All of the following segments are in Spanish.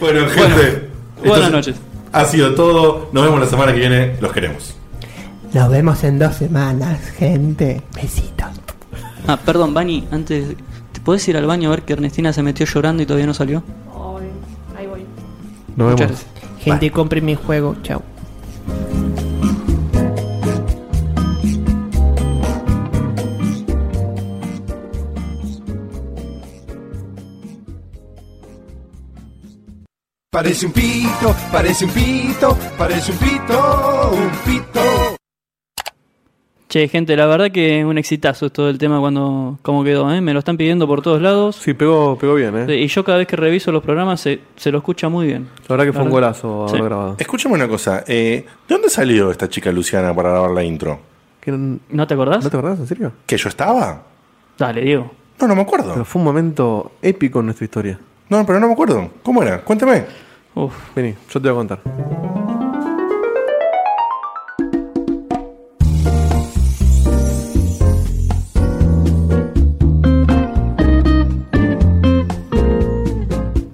Bueno, gente. buenas entonces, noches. Ha sido todo. Nos vemos la semana que viene. Los queremos. Nos vemos en dos semanas, gente. Besitos. Ah, perdón, Bani, antes. ¿Te podés ir al baño a ver que Ernestina se metió llorando y todavía no salió? Ay, ahí voy. Muchas Nos vemos. gracias. Gente, compren mi juego. Chao. Parece un pito, parece un pito, parece un pito, un pito. Che, gente, la verdad que es un exitazo esto del tema cuando cómo quedó, ¿eh? Me lo están pidiendo por todos lados. Sí, pegó, pegó bien, ¿eh? Y yo cada vez que reviso los programas se, se lo escucha muy bien. La verdad que fue un golazo Sí. haberlo grabado. Escúchame una cosa. eh, ¿De dónde salió esta chica Luciana para grabar la intro? Que ¿No ¿No te acordás? no te acordás, en serio? ¿Que yo estaba? Dale, Diego. No, no me Pero acuerdo. fue un momento épico en nuestra historia. No, pero no me acuerdo. ¿Cómo era? Cuéntame. Uf. Vení, yo te voy a contar.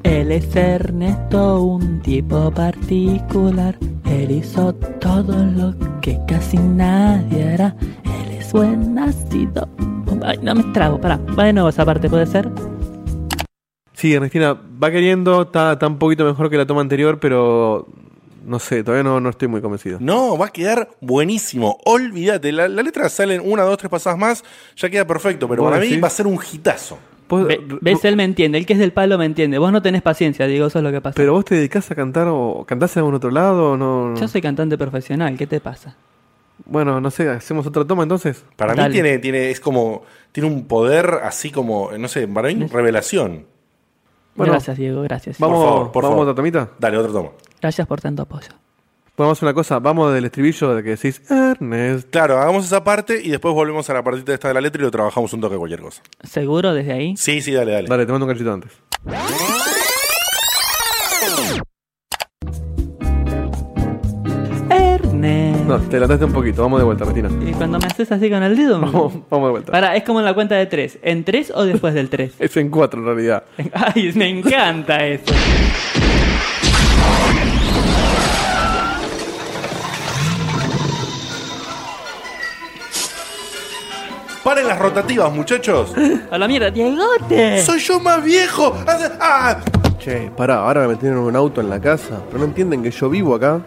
Él es Ernesto, un tipo particular. Él hizo todo lo que casi nadie hará. Él es buen nacido. Ay, no me trabo, pará. Va de nuevo esa parte, ¿puede ser? Sí, Ernestina va queriendo, está, está un poquito mejor que la toma anterior, pero no sé, todavía no, no estoy muy convencido. No, va a quedar buenísimo. Olvídate. La, la letra salen una, dos, tres pasadas más. Ya queda perfecto. Pero ¿Vos para mí decís? va a ser un hitazo. Vos- Ve- ¿Ves? Él me entiende. El que es del palo me entiende. Vos no tenés paciencia, Diego, eso es lo que pasa. Pero vos te dedicás a cantar o cantás en algún otro lado o no. no? Yo soy cantante profesional, ¿qué te pasa? Bueno, no sé, hacemos otra toma entonces. Para mí Dale. tiene, tiene, es como, tiene un poder así como, no sé, para mí revelación. Bueno. gracias, Diego, gracias. Vamos, favor, por vamos favor. a otra tomita. Dale, otro tomo. Gracias por tanto apoyo. Vamos a hacer una cosa, vamos del estribillo de que decís Ernest. Claro, hagamos esa parte y después volvemos a la partita esta de la letra y lo trabajamos un toque cualquier cosa. ¿Seguro desde ahí? Sí, sí, dale, dale. Dale, te mando un cachito antes. Ernest. No, te lataste un poquito, vamos de vuelta, Ernestina. Y cuando me haces así con el dedo, me- Vamos, vamos de vuelta. Pará, es como en la cuenta de tres. ¿En tres o después del tres? Es en cuatro en realidad. Ay, me encanta eso. Paren las rotativas, muchachos. A la mierda, Diegote. Soy yo más viejo. Hace- ¡Ah! Che, pará, ahora me metieron un auto en la casa. Pero no entienden que yo vivo acá.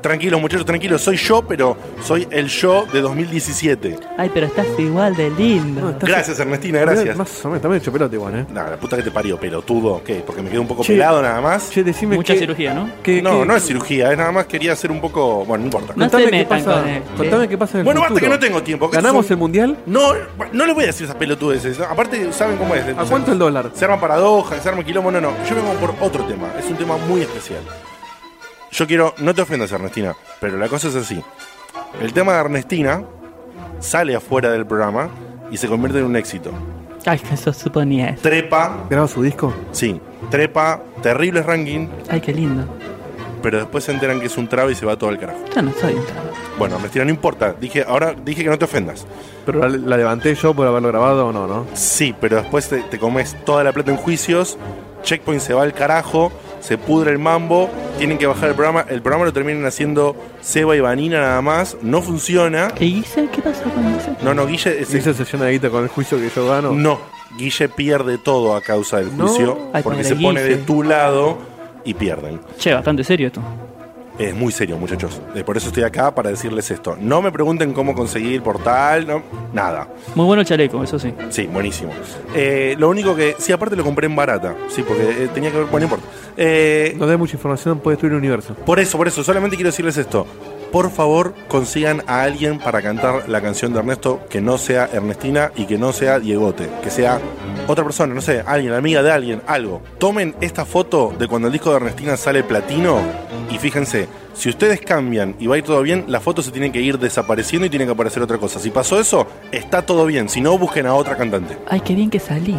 Tranquilos, muchachos, tranquilos. Soy yo, pero soy el yo de 2017. Ay, pero estás igual de lindo. Gracias, Ernestina, Mirá, gracias. Más o menos, también hecho pelota igual, eh. Nah, la puta que te parió, pelotudo. ¿Qué? Porque me quedé un poco Che. pelado nada más. Che, decime Mucha qué- cirugía, ¿no? qué- no, qué- no es cirugía, es nada más quería hacer un poco. Bueno, no importa. No Contame se qué metan pasa, con él, ¿eh? che. contame qué pasa en el Bueno, basta futuro. que no tengo tiempo, que esto ¿Ganamos es un- el mundial? No, no les voy a decir esas pelotudeces. Aparte, ¿saben cómo es? ¿A Entonces, cuánto el dólar? Se arma paradoja, se arma quilombo. No, no. Yo vengo por otro tema. Es un tema muy especial. Yo quiero. No te ofendas, Ernestina, pero la cosa es así. El tema de Ernestina sale afuera del programa y se convierte en un éxito. Ay, que eso suponía eso. Trepa, ¿Graba su disco? sí, trepa, terrible ranking, Ay, qué lindo. pero después se enteran que es un traba y se va todo al carajo. Yo no soy un traba. Bueno, Ernestina, no importa. Dije, ahora dije que no te ofendas. Pero la, la levanté yo por haberlo grabado o no, ¿no? Sí, pero después te, te comes toda la plata en juicios, Checkpoint se va al carajo, se pudre el mambo, tienen que bajar el programa, el programa lo terminan haciendo Seba y Vanina nada más, no funciona. ¿Qué hice? ¿Qué pasó con eso? No, no, Guille es- Si Hice sesión de guita con el juicio que yo gano. no, Guille pierde todo a causa del No. juicio, Ay, porque pobre se pone de Guille. tu lado y pierden. Che, bastante serio esto. Es muy serio, muchachos. Eh, Por eso estoy acá para decirles esto. No me pregunten cómo conseguir el portal, no, nada. Muy bueno el chaleco, eso sí. Sí, buenísimo. Eh, lo único que, sí, aparte lo compré en barata, sí, porque eh, tenía que ver, bueno, no importa. Eh, No da mucha información, puede destruir el universo. Por eso, por eso, solamente quiero decirles esto. Por favor, consigan a alguien para cantar la canción de Ernesto que no sea Ernestina y que no sea Diegote, que sea otra persona, no sé, alguien, amiga de alguien, algo. Tomen esta foto de cuando el disco de Ernestina sale platino y fíjense, si ustedes cambian y va a ir todo bien, la foto se tiene que ir desapareciendo y tiene que aparecer otra cosa. Si pasó eso, está todo bien, si no, busquen a otra cantante. Ay, qué bien que salí.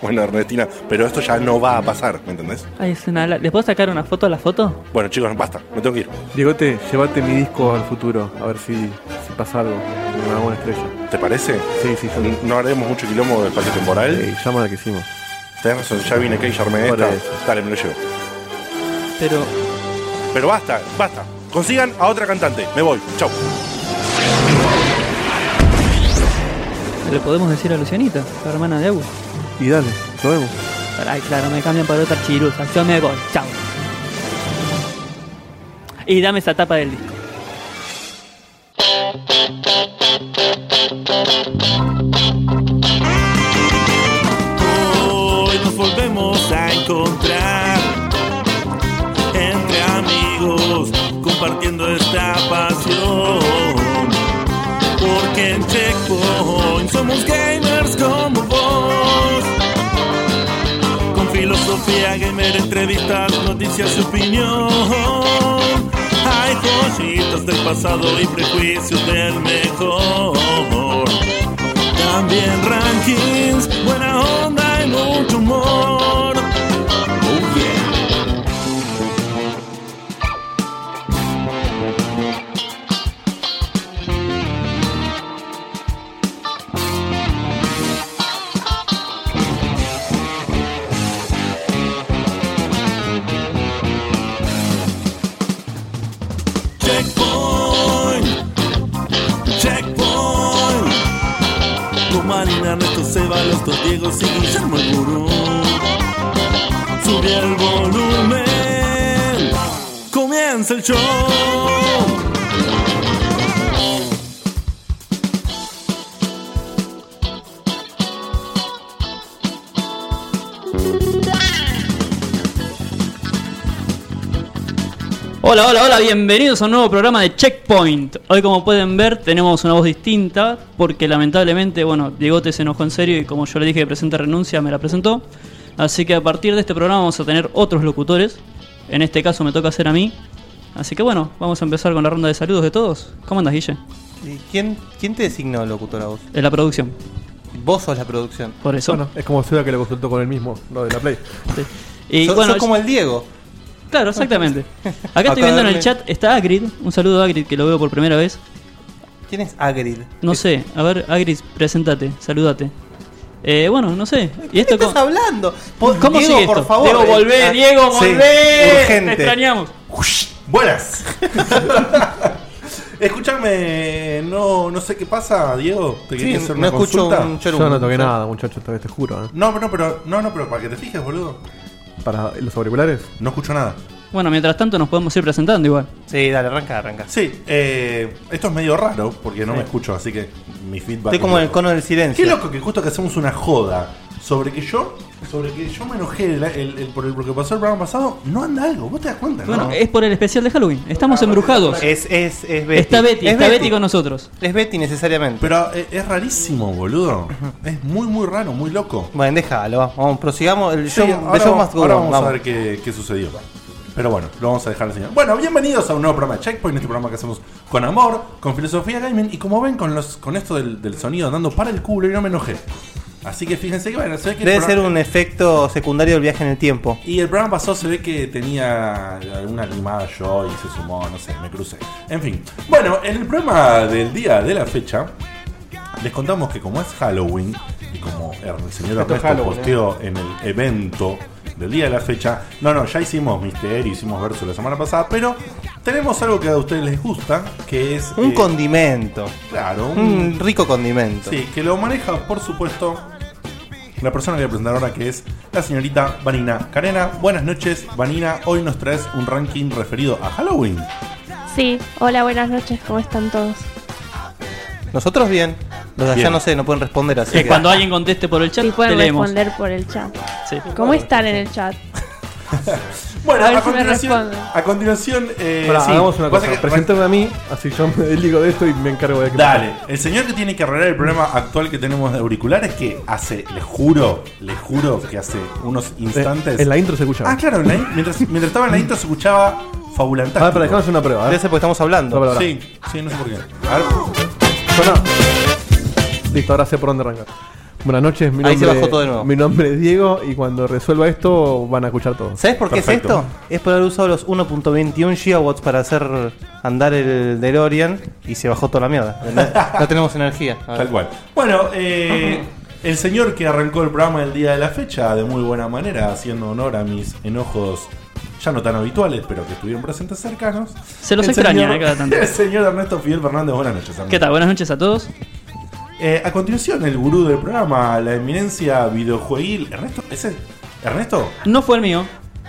Bueno, Ernestina, pero esto ya no va a pasar, ¿me entendés? Ay, es una... la- ¿Les puedo sacar una foto a la foto? Bueno, chicos, basta, me tengo que ir. Diegote, llévate mi disco al futuro, a ver si, si pasa algo. Me hago una estrella. ¿Te parece? Sí, sí, yo. No haremos mucho quilombo del espacio temporal. Eh, llama la que hicimos. Tenés razón, ya vine acá y ya armé Por esta. eso. Dale, me lo llevo. pero Pero basta, basta. Consigan a otra cantante. Me voy. Chau. ¿se lo podemos decir a Lucianita, la hermana de Agus. Y dale, nos vemos. Ay, claro, me cambian por otra chirusa. Yo me voy, chao. Y dame esa tapa del disco. Hoy nos volvemos a encontrar entre amigos compartiendo esta pasión. Porque en Checkpoint somos gamers como vos. Con filosofía gamer, entrevistas, noticias y opinión. Hay cositas del pasado y prejuicios del mejor. También rankings, buena onda y mucho humor. Oh yeah. Checkpoint. Checkpoint. Con Marina, Ernesto, Seba, los dos Diego y Guillermo el Gurú. Sube el volumen. Comienza el show. Hola, hola, hola, bienvenidos a un nuevo programa de Checkpoint. Hoy, como pueden ver, tenemos una voz distinta porque lamentablemente, bueno, Diegote se enojó en serio y como yo le dije que presente renuncia, me la presentó. Así que a partir de este programa vamos a tener otros locutores. En este caso me toca hacer a mí. Así que bueno, vamos a empezar con la ronda de saludos de todos. ¿Cómo andas, Guille? ¿Y ¿Quién, quién te designó locutora vos? De la producción. Vos sos la producción. Por eso. Bueno, es como Seba que lo consultó con él mismo, lo de la Play. Sí. Y sos, bueno, sos como el Diego. Claro, exactamente. Acá Acá estoy viendo en el verme. chat, está Agrid. Un saludo a Agrid que lo veo por primera vez. ¿Quién es Agrid? No sé, a ver, Agrid, presentate, saludate. Eh, bueno, no sé. ¿Y ¿Qué esto estás cómo, hablando? Po- cómo Diego, sigue esto? por favor. Diego, volvé, Ah, Diego, sí, volvé. Te urgente. extrañamos. Buenas. Escúchame, no, no sé qué pasa, Diego. Te Sí, quería hacer una no escucho consulta. un Yo chorum. no toqué nada, muchachos, todavía te juro. ¿eh? No, no, pero no, no, pero para que te fijes, boludo. Para los auriculares. No escucho nada. Bueno, mientras tanto nos podemos ir presentando igual. Sí, dale, arranca, arranca. Sí, eh, esto es medio raro porque no me escucho, así que mi feedback. Estoy como en es- el cono del silencio. Qué loco que justo que hacemos una joda sobre que yo, sobre que yo me enojé el- el- el- por el- lo que pasó el programa pasado, no anda algo, vos te das cuenta, ¿no? Bueno, es por el especial de Halloween. Estamos embrujados. Ah, Es, es, es Betty. está Betty, Es está Betty con nosotros. Es Betty necesariamente. Pero eh, es rarísimo, boludo. Es muy, muy raro, muy loco. Bueno, déjalo, vamos, vamos, prosigamos. El Sí, show, the ahora, show vamos- must go ahora on, vamos, a vamos. ver qué, qué sucedió. Pero bueno, lo vamos a dejar al señor. Bueno, bienvenidos a un nuevo programa de Checkpoint, este programa que hacemos con amor, con filosofía gaming y como ven con los con esto del, del sonido andando para el culo y no me enojé. Así que fíjense que bueno, se ve que el Debe programa- ser un efecto secundario del viaje en el tiempo. Y el programa pasado se ve que tenía alguna animada yo y se sumó, no sé, me crucé. En fin. Bueno, en el programa del día de la fecha, les contamos que como es Halloween, y como el señor Esto es Ernesto Halloween, posteó en el evento del día de la fecha, no, no, ya hicimos Mister, hicimos Verso la semana pasada, pero tenemos algo que a ustedes les gusta, que es... Un eh, condimento. Claro, un, Un rico condimento. Sí, que lo maneja, por supuesto, la persona que voy a presentar ahora, que es la señorita Vanina Carena. Buenas noches, Vanina. Hoy nos traes un ranking referido a Halloween. Sí, hola, buenas noches, ¿cómo están todos? Nosotros bien. Los de allá Bien. no sé, no pueden responder así. Que que- ah. cuando alguien conteste por el chat, Si te pueden leemos. responder por el chat. Sí. ¿Cómo están en el chat? Bueno, A ver a, si me continuación. responden. A continuación, eh, Pará, sí, hagamos una pasa cosa. que- Preséntame a mí, así yo me desligo de esto y me encargo de que. Dale, el señor que tiene que arreglar el problema actual que tenemos de auriculares, que hace, les juro, les juro que hace unos Eh, instantes. en la intro se escucha. Ah, claro, en la in- mientras, mientras estaba en la intro se escuchaba fabulantástico. A ver, pero dejamos una prueba. Debe ¿eh? ser porque estamos hablando. Una prueba. Sí, sí, no sé por qué. A ver. Suena. Listo, ahora sé por dónde arrancar. Buenas noches, mi nombre, Ahí se bajó todo de nuevo. mi nombre es Diego y cuando resuelva esto van a escuchar todo. ¿Sabes por qué Perfecto. es esto? Es por haber usado los 1.21 gigawatts para hacer andar el DeLorean y se bajó toda la mierda. No, no tenemos energía. A ver. Tal cual. Bueno, eh, el señor que arrancó el programa el día de la fecha de muy buena manera, haciendo honor a mis enojos ya no tan habituales, pero que estuvieron presentes cercanos. Se los El extraña, señor- eh, cada tanto. El señor Ernesto Fidel Fernández, buenas noches. Ernesto. ¿Qué tal? Buenas noches a todos. Eh, a continuación, el gurú del programa, la eminencia videojueguil. Ernesto, ese. Ernesto. No fue el mío.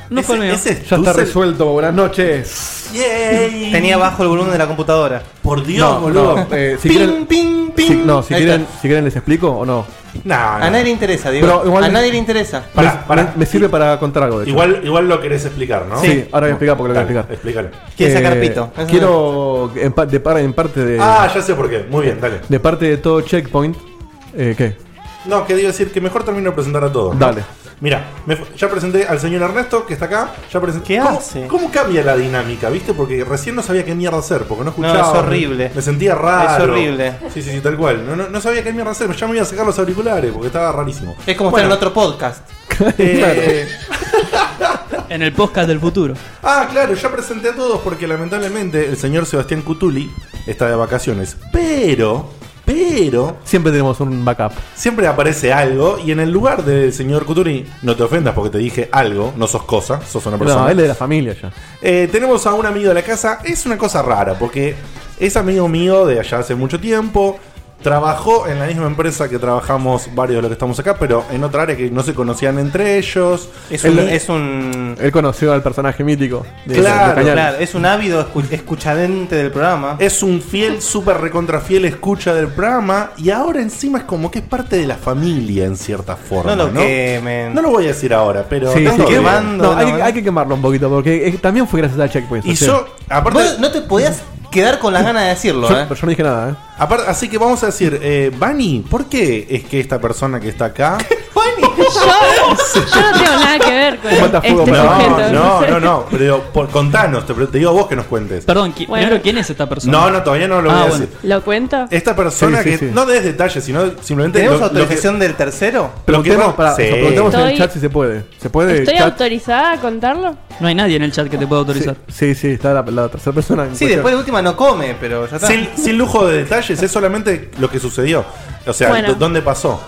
No ese- fue el mío. ese Ya está Stussel- resuelto, buenas noches. Yay. Tenía bajo el volumen de la computadora. Por Dios, No, boludo. no, eh, si Ping, quieren- ping, ping. Si- no, si Ahí quieren, está. si quieren les explico o no. Nah, nah. A nadie le interesa, digo. Pero igual- a nadie le interesa. Pará, Me- pará. me, me sirve para contar algo. de hecho. Igual, igual lo querés explicar, ¿no? Sí, ahora voy a explicar porque lo voy a Dale, explicar. Explícalo. Quiere Eh, sacar pito. Eso Quiero en, pa- de, par- en parte de, Ah, ya sé por qué. Muy bien, dale. de parte de todo checkpoint. Eh, ¿Qué? No, que digo decir que mejor termino de presentar a todos. Dale. Mira, ya presenté al señor Ernesto, que está acá. Ya presenté. ¿Qué ¿Cómo, hace? ¿Cómo cambia la dinámica, viste? Porque recién no sabía qué mierda hacer, porque no No, escuchaba. es horrible. Me, me sentía raro. Es horrible. Sí, sí, sí, tal cual. No, no, no sabía qué mierda hacer. Ya me iba a sacar los auriculares, porque estaba rarísimo. Es como Bueno, estar en otro podcast. eh, En el podcast del futuro. Ah, claro, ya presenté a todos porque lamentablemente el señor Sebastián Cutuli está de vacaciones. Pero, pero, Siempre tenemos un backup. siempre aparece algo y en el lugar del señor Cutuli, no te ofendas porque te dije algo, no sos cosa, sos una persona. No, él es de la familia ya. Eh, tenemos a un amigo de la casa. Es una cosa rara porque es amigo mío de allá hace mucho tiempo. Trabajó en la misma empresa que trabajamos varios de los que estamos acá, pero en otra área que no se conocían entre ellos. Es El- un, es Mm. un Él conoció al personaje mítico. de- Claro, de Cañal. claro, es un ávido escu- escuchadente del programa. Es un fiel, súper recontrafiel escucha del programa y ahora encima es como que es parte de la familia en cierta forma. No lo ¿no? quemen. No lo voy a decir ahora, pero... Sí, está sí, todo que- bien. quemando. no, hay, no, que- eh. hay que quemarlo un poquito porque eh, también fue gracias a checkpoint. Y o sea, yo, aparte, Vos no te podías quedar con las ganas de decirlo, yo- ¿eh? pero yo no dije nada. ¿eh? aparte- así que vamos a decir, eh, Bani, ¿por qué es que esta persona que está acá... Yo no tengo nada que ver con Un matafuego, este pero- No, sujeto. no, no, no, pero por, contanos, te, te digo a vos que nos cuentes. Perdón, ¿qui- Bueno. primero, ¿quién es esta persona? No, no, todavía no lo voy Ah, a bueno. decir. ¿Lo cuento? Esta persona Sí, sí, que... sí. No des detalles, sino simplemente... ¿Tenemos lo- lo que- autorización del tercero? Lo que Preguntemos, va- para, Sí. preguntemos en el Estoy- chat si se puede. ¿Se puede? ¿Estoy chat? autorizada a contarlo? No hay nadie en el chat que te pueda Sí, autorizar. sí, sí, está la, la tercera persona. en Sí, cuestión. después de última no come, pero ya está. Sin, sin lujo de detalles, es solamente lo que sucedió. O sea, Bueno. d- ¿dónde pasó?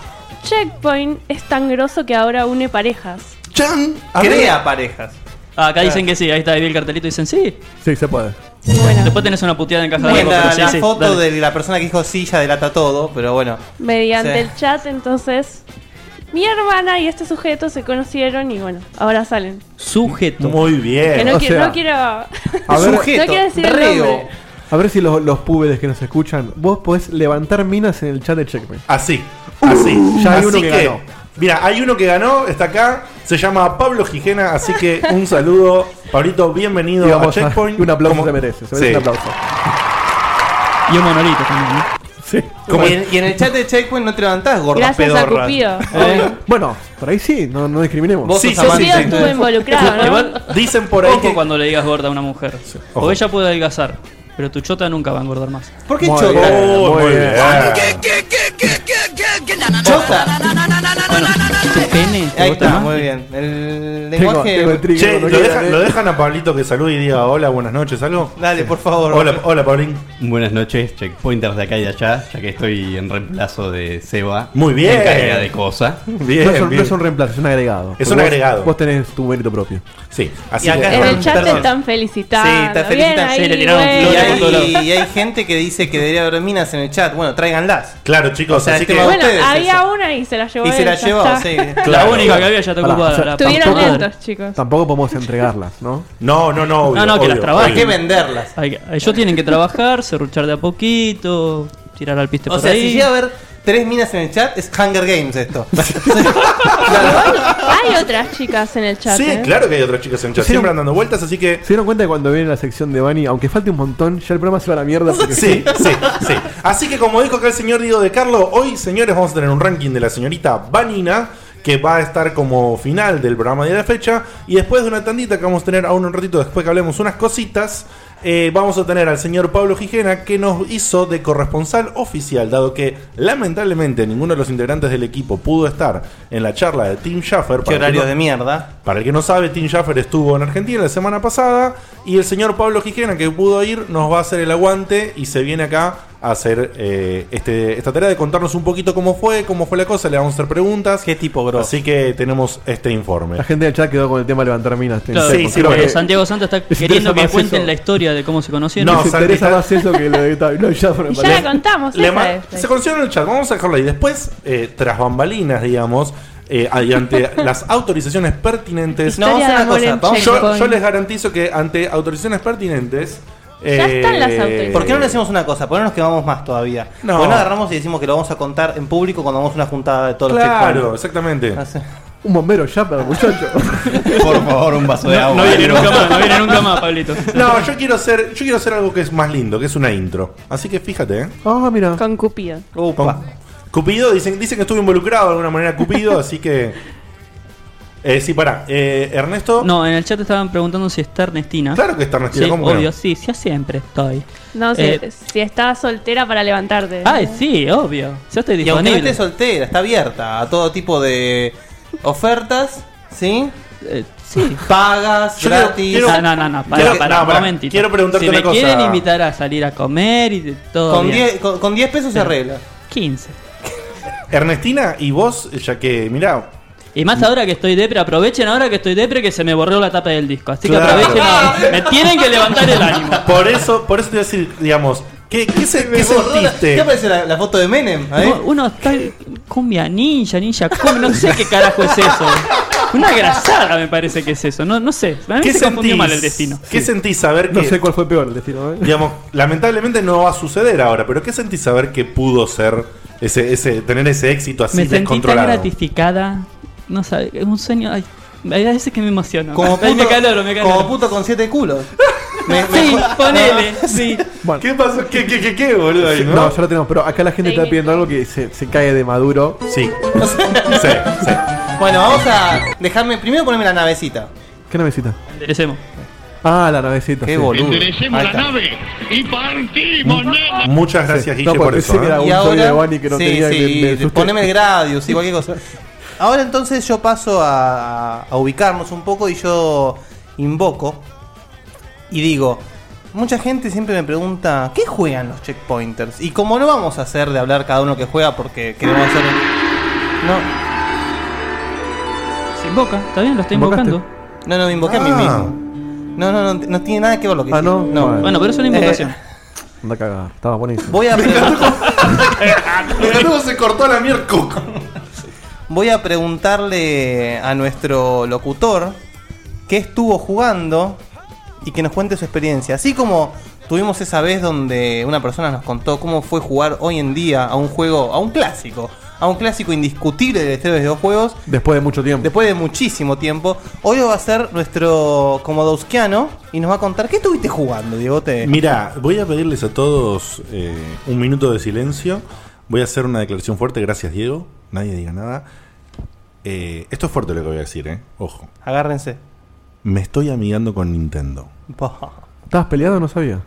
Checkpoint es tan grosso que ahora une parejas. ¡Chan! Crea parejas. Ah, acá dicen que sí, ahí está, ahí vi el cartelito y dicen sí. Sí, se puede. Bueno, Después tenés una puteada en caja de Bien, algo, la, pero sí, la sí, foto dale. de la persona que dijo sí ya delata todo, pero bueno. mediante Sí. el chat, entonces, mi hermana y este sujeto se conocieron y bueno, ahora salen. Sujeto. Muy Que bien. no, o quiero, sea, no quiero. A ver, Sujeto, no quiero decir el reo. nombre. a ver si los, los púbedes que nos escuchan, vos podés levantar minas en el chat de Checkmate. Así, así. Ya hay Así uno que ganó. Mira, hay uno que ganó, está acá, se llama Pablo Gijena, así que un saludo. Pablito, bienvenido Y a vamos a- Checkpoint. y un aplauso Como- se merece, se merece Sí. un aplauso. Y un monolito también, ¿no? Sí. Como- Y en, y en el chat de Checkpoint no te levantás, gordo Gracias a pedorra. Cupido. Eh, Bueno, por ahí sí, no, no discriminemos. Vos Sí, sos sí, amante. Cupido estuvo involucrado, ¿no? Igual, Dicen por ahí ojo que... cuando le digas gorda a una mujer. ojo. O ella puede adelgazar, pero tu chota nunca va a engordar más. ¿Por qué Muy chota? bien. Oh, Muy muy bien. Ah. bien. Chota. Bueno, tu pene, ¿te Ahí gusta está, más? muy bien. El tengo, tengo el lenguaje. trigger. Che, no ¿lo quiero, dejan, eh. lo dejan a Pablito que salude y diga hola, buenas noches, algo? Dale, por favor. Hola, hola Pablín. Buenas noches, checkpointers de acá y de allá, ya que estoy en reemplazo de Seba. Muy bien. Me encarga de cosa. Bien, no, es un, bien. no es un reemplazo, es un agregado. Es Porque un vos- agregado. Vos tenés tu mérito propio. Sí, así Y acá que- En el chat te Perdón. están felicitando. Sí, te Bien felicitan. ahí, Sí, le tiraron bueno. Y flores hay, y hay gente que dice que debería haber minas en el chat. Bueno, tráiganlas. Claro, chicos, O sea, así este que. va- Bueno, ustedes había eso. una y se la llevó Y se él, la ya llevó, está. sí. Claro. La única que había ya te Pará, ocupada. o sea, la Estuvieron puta madre. lentos, chicos. Tampoco podemos entregarlas, ¿no? No, no, no. obvio, No, no, que obvio, las ¿Para trabajen. qué obvio. venderlas? Hay que- Ellos tienen que trabajar, serruchar de a poquito, tirar al piste O por sea, si ahí. llega a haber tres minas en el chat, es Hunger Games esto. Hay otras chicas en el chat. Sí, ¿eh? claro que hay otras chicas en chat. Sí, Siempre no. andan dando vueltas, así que. ¿Se dieron cuenta que cuando viene la sección de Bani, aunque falte un montón, ya el programa se va a la mierda? porque- Sí, sí, sí. Así que, como dijo acá el señor Diego de Carlo, hoy, señores, vamos a tener un ranking de la señorita Vanina, que va a estar como final del programa de la fecha. Y después de una tandita que vamos a tener aún un ratito después que hablemos unas cositas. eh, vamos a tener al señor Pablo Gijena que nos hizo de corresponsal oficial, dado que lamentablemente ninguno de los integrantes del equipo pudo estar en la charla de Tim Schaffer. Qué para que horario no- de mierda. Para el que no sabe, Tim Schaffer estuvo en Argentina la semana pasada y el señor Pablo Gijena, que pudo ir, nos va a hacer el aguante y se viene acá a hacer eh, este, esta tarea de contarnos un poquito cómo fue, cómo fue la cosa. Le vamos a hacer preguntas. ¿Qué tipo, bro? Así que tenemos este informe. La gente del chat quedó con el tema de levantar minas. Claro, Sí, sí, Pero Santiago Santo está Les queriendo interesa que más cuenten eso. la historia de cómo se conocieron. No, se interesa más eso que lo de no, ya, pero- Y ya la contamos, Le esa ma- es. se conocieron en el chat, vamos a dejarlo ahí. Después, eh, tras bambalinas, digamos, eh, y ante las autorizaciones pertinentes. No, vamos a hacer una Historia de amor cosa, en yo, Checkpoint. yo les garantizo que ante autorizaciones pertinentes. eh, ¿Por qué no le hacemos una cosa? ¿Por qué no nos quemamos más todavía? No. ¿Por qué no agarramos y decimos que lo vamos a contar en público cuando hagamos una juntada de todos los Claro, checkpoints? exactamente. Un bombero ya para muchacho. Por favor, un vaso de No, agua. no viene nunca más, no viene nunca más, Pablito. No, yo quiero hacer, yo quiero hacer algo que es más lindo, que es una intro. Así que fíjate, ¿eh? Ah, mira. Con Cupido. Con- Cupido, dicen, dicen que estuvo involucrado de alguna manera Cupido, así que. Eh, sí, pará. Eh, Ernesto. No, en el chat estaban preguntando si está Ernestina. Claro que está Ernestina, sí, ¿cómo que no? obvio, sí, sí, siempre estoy. No, si, Eh, Ah, si estás soltera para levantarte. Ay, sí, obvio. Yo estoy Y aunque no esté disponible. soltera, está abierta a todo tipo de ofertas, ¿sí? Eh, sí. Pagas, Yo gratis. quiero- quiero- Ah, No, no, no, no, pará, Quiero- pará, no, un pará. momentito. Quiero preguntarte Si me una cosa. quieren invitar a salir a comer y de- todo Con bien. 10 con- con 10 pesos Sí. se arregla. 15. Ernestina y vos, ya que, mirá. Y más ahora que estoy depre, aprovechen ahora que estoy depre que se me borró la tapa del disco. Así Claro. que aprovechen Ah, ahora. Me tienen que levantar el ánimo. Por eso, por eso te voy a decir, digamos, ¿qué, qué, se- qué borró la- sentiste? ¿Qué aparece la, la foto de Menem? ahí? No, uno está cumbia ninja, ninja cumbia, no sé qué carajo es eso. Una grasada me parece que es eso, no, no sé. A mí ¿Qué se confundió sentís? mal el destino. ¿Qué sentís saber que. No sé cuál fue peor el destino, ¿eh? Digamos, lamentablemente no va a suceder ahora, pero ¿qué sentís saber que pudo ser ese, ese, tener ese éxito así me sentí tan descontrolado? gratificada, no sabe, es un sueño, ay, hay veces que me emociono. Como Ay, me puto- caloro, me caloro. Como puto con siete culos. sí, ponele, sí. ¿Qué pasó? ¿Qué, qué, qué, qué, boludo? ahí, no, no? ya lo tenemos, pero acá la gente está pidiendo algo que se, se cae de maduro. Sí. sí, sí. Bueno, vamos a dejarme. Primero ponerme la navecita. ¿Qué navecita? Enderecemos. Ah, la navecita. Qué sí. boludo. Enderecemos Ahí la está. nave y partimos, nena. Muchas gracias, Sí. Guille, No, por porque eso. pensé que ¿eh? era un Y soy de ahora. Bani que no sí, tenía que sí, me asusté. poneme el Gradius y cualquier cosa. Ahora entonces yo paso a, a ubicarnos un poco y yo invoco y digo. Mucha gente siempre me pregunta, ¿qué juegan los checkpointers? Y como no vamos a hacer de hablar cada uno que juega porque queremos hacer... No, Se invoca, está bien, lo estoy ¿Invocaste? invocando. no, no, me invoqué a mí Ah. mismo. No, no, no, no tiene nada que ver lo que Ah, hice. no. Bueno, pero es una Eh, invocación. Anda cagada, estaba buenísimo. voy a... se cortó la mierda. Voy a preguntarle a nuestro locutor qué estuvo jugando y que nos cuente su experiencia. Así como tuvimos esa vez donde una persona nos contó cómo fue jugar hoy en día a un juego, a un clásico, a un clásico indiscutible del estreno de videojuegos, Después de mucho tiempo. después de muchísimo tiempo. Hoy va a ser nuestro comodosquiano y nos va a contar qué estuviste jugando, Diegote. Mira, voy a pedirles a todos eh, un minuto de silencio. Voy a hacer una declaración fuerte. Gracias, Diego. Nadie diga nada. Eh, esto es fuerte lo que voy a decir, ¿eh? Ojo. Agárrense. Me estoy amigando con Nintendo. ¿Estabas peleado? No sabía.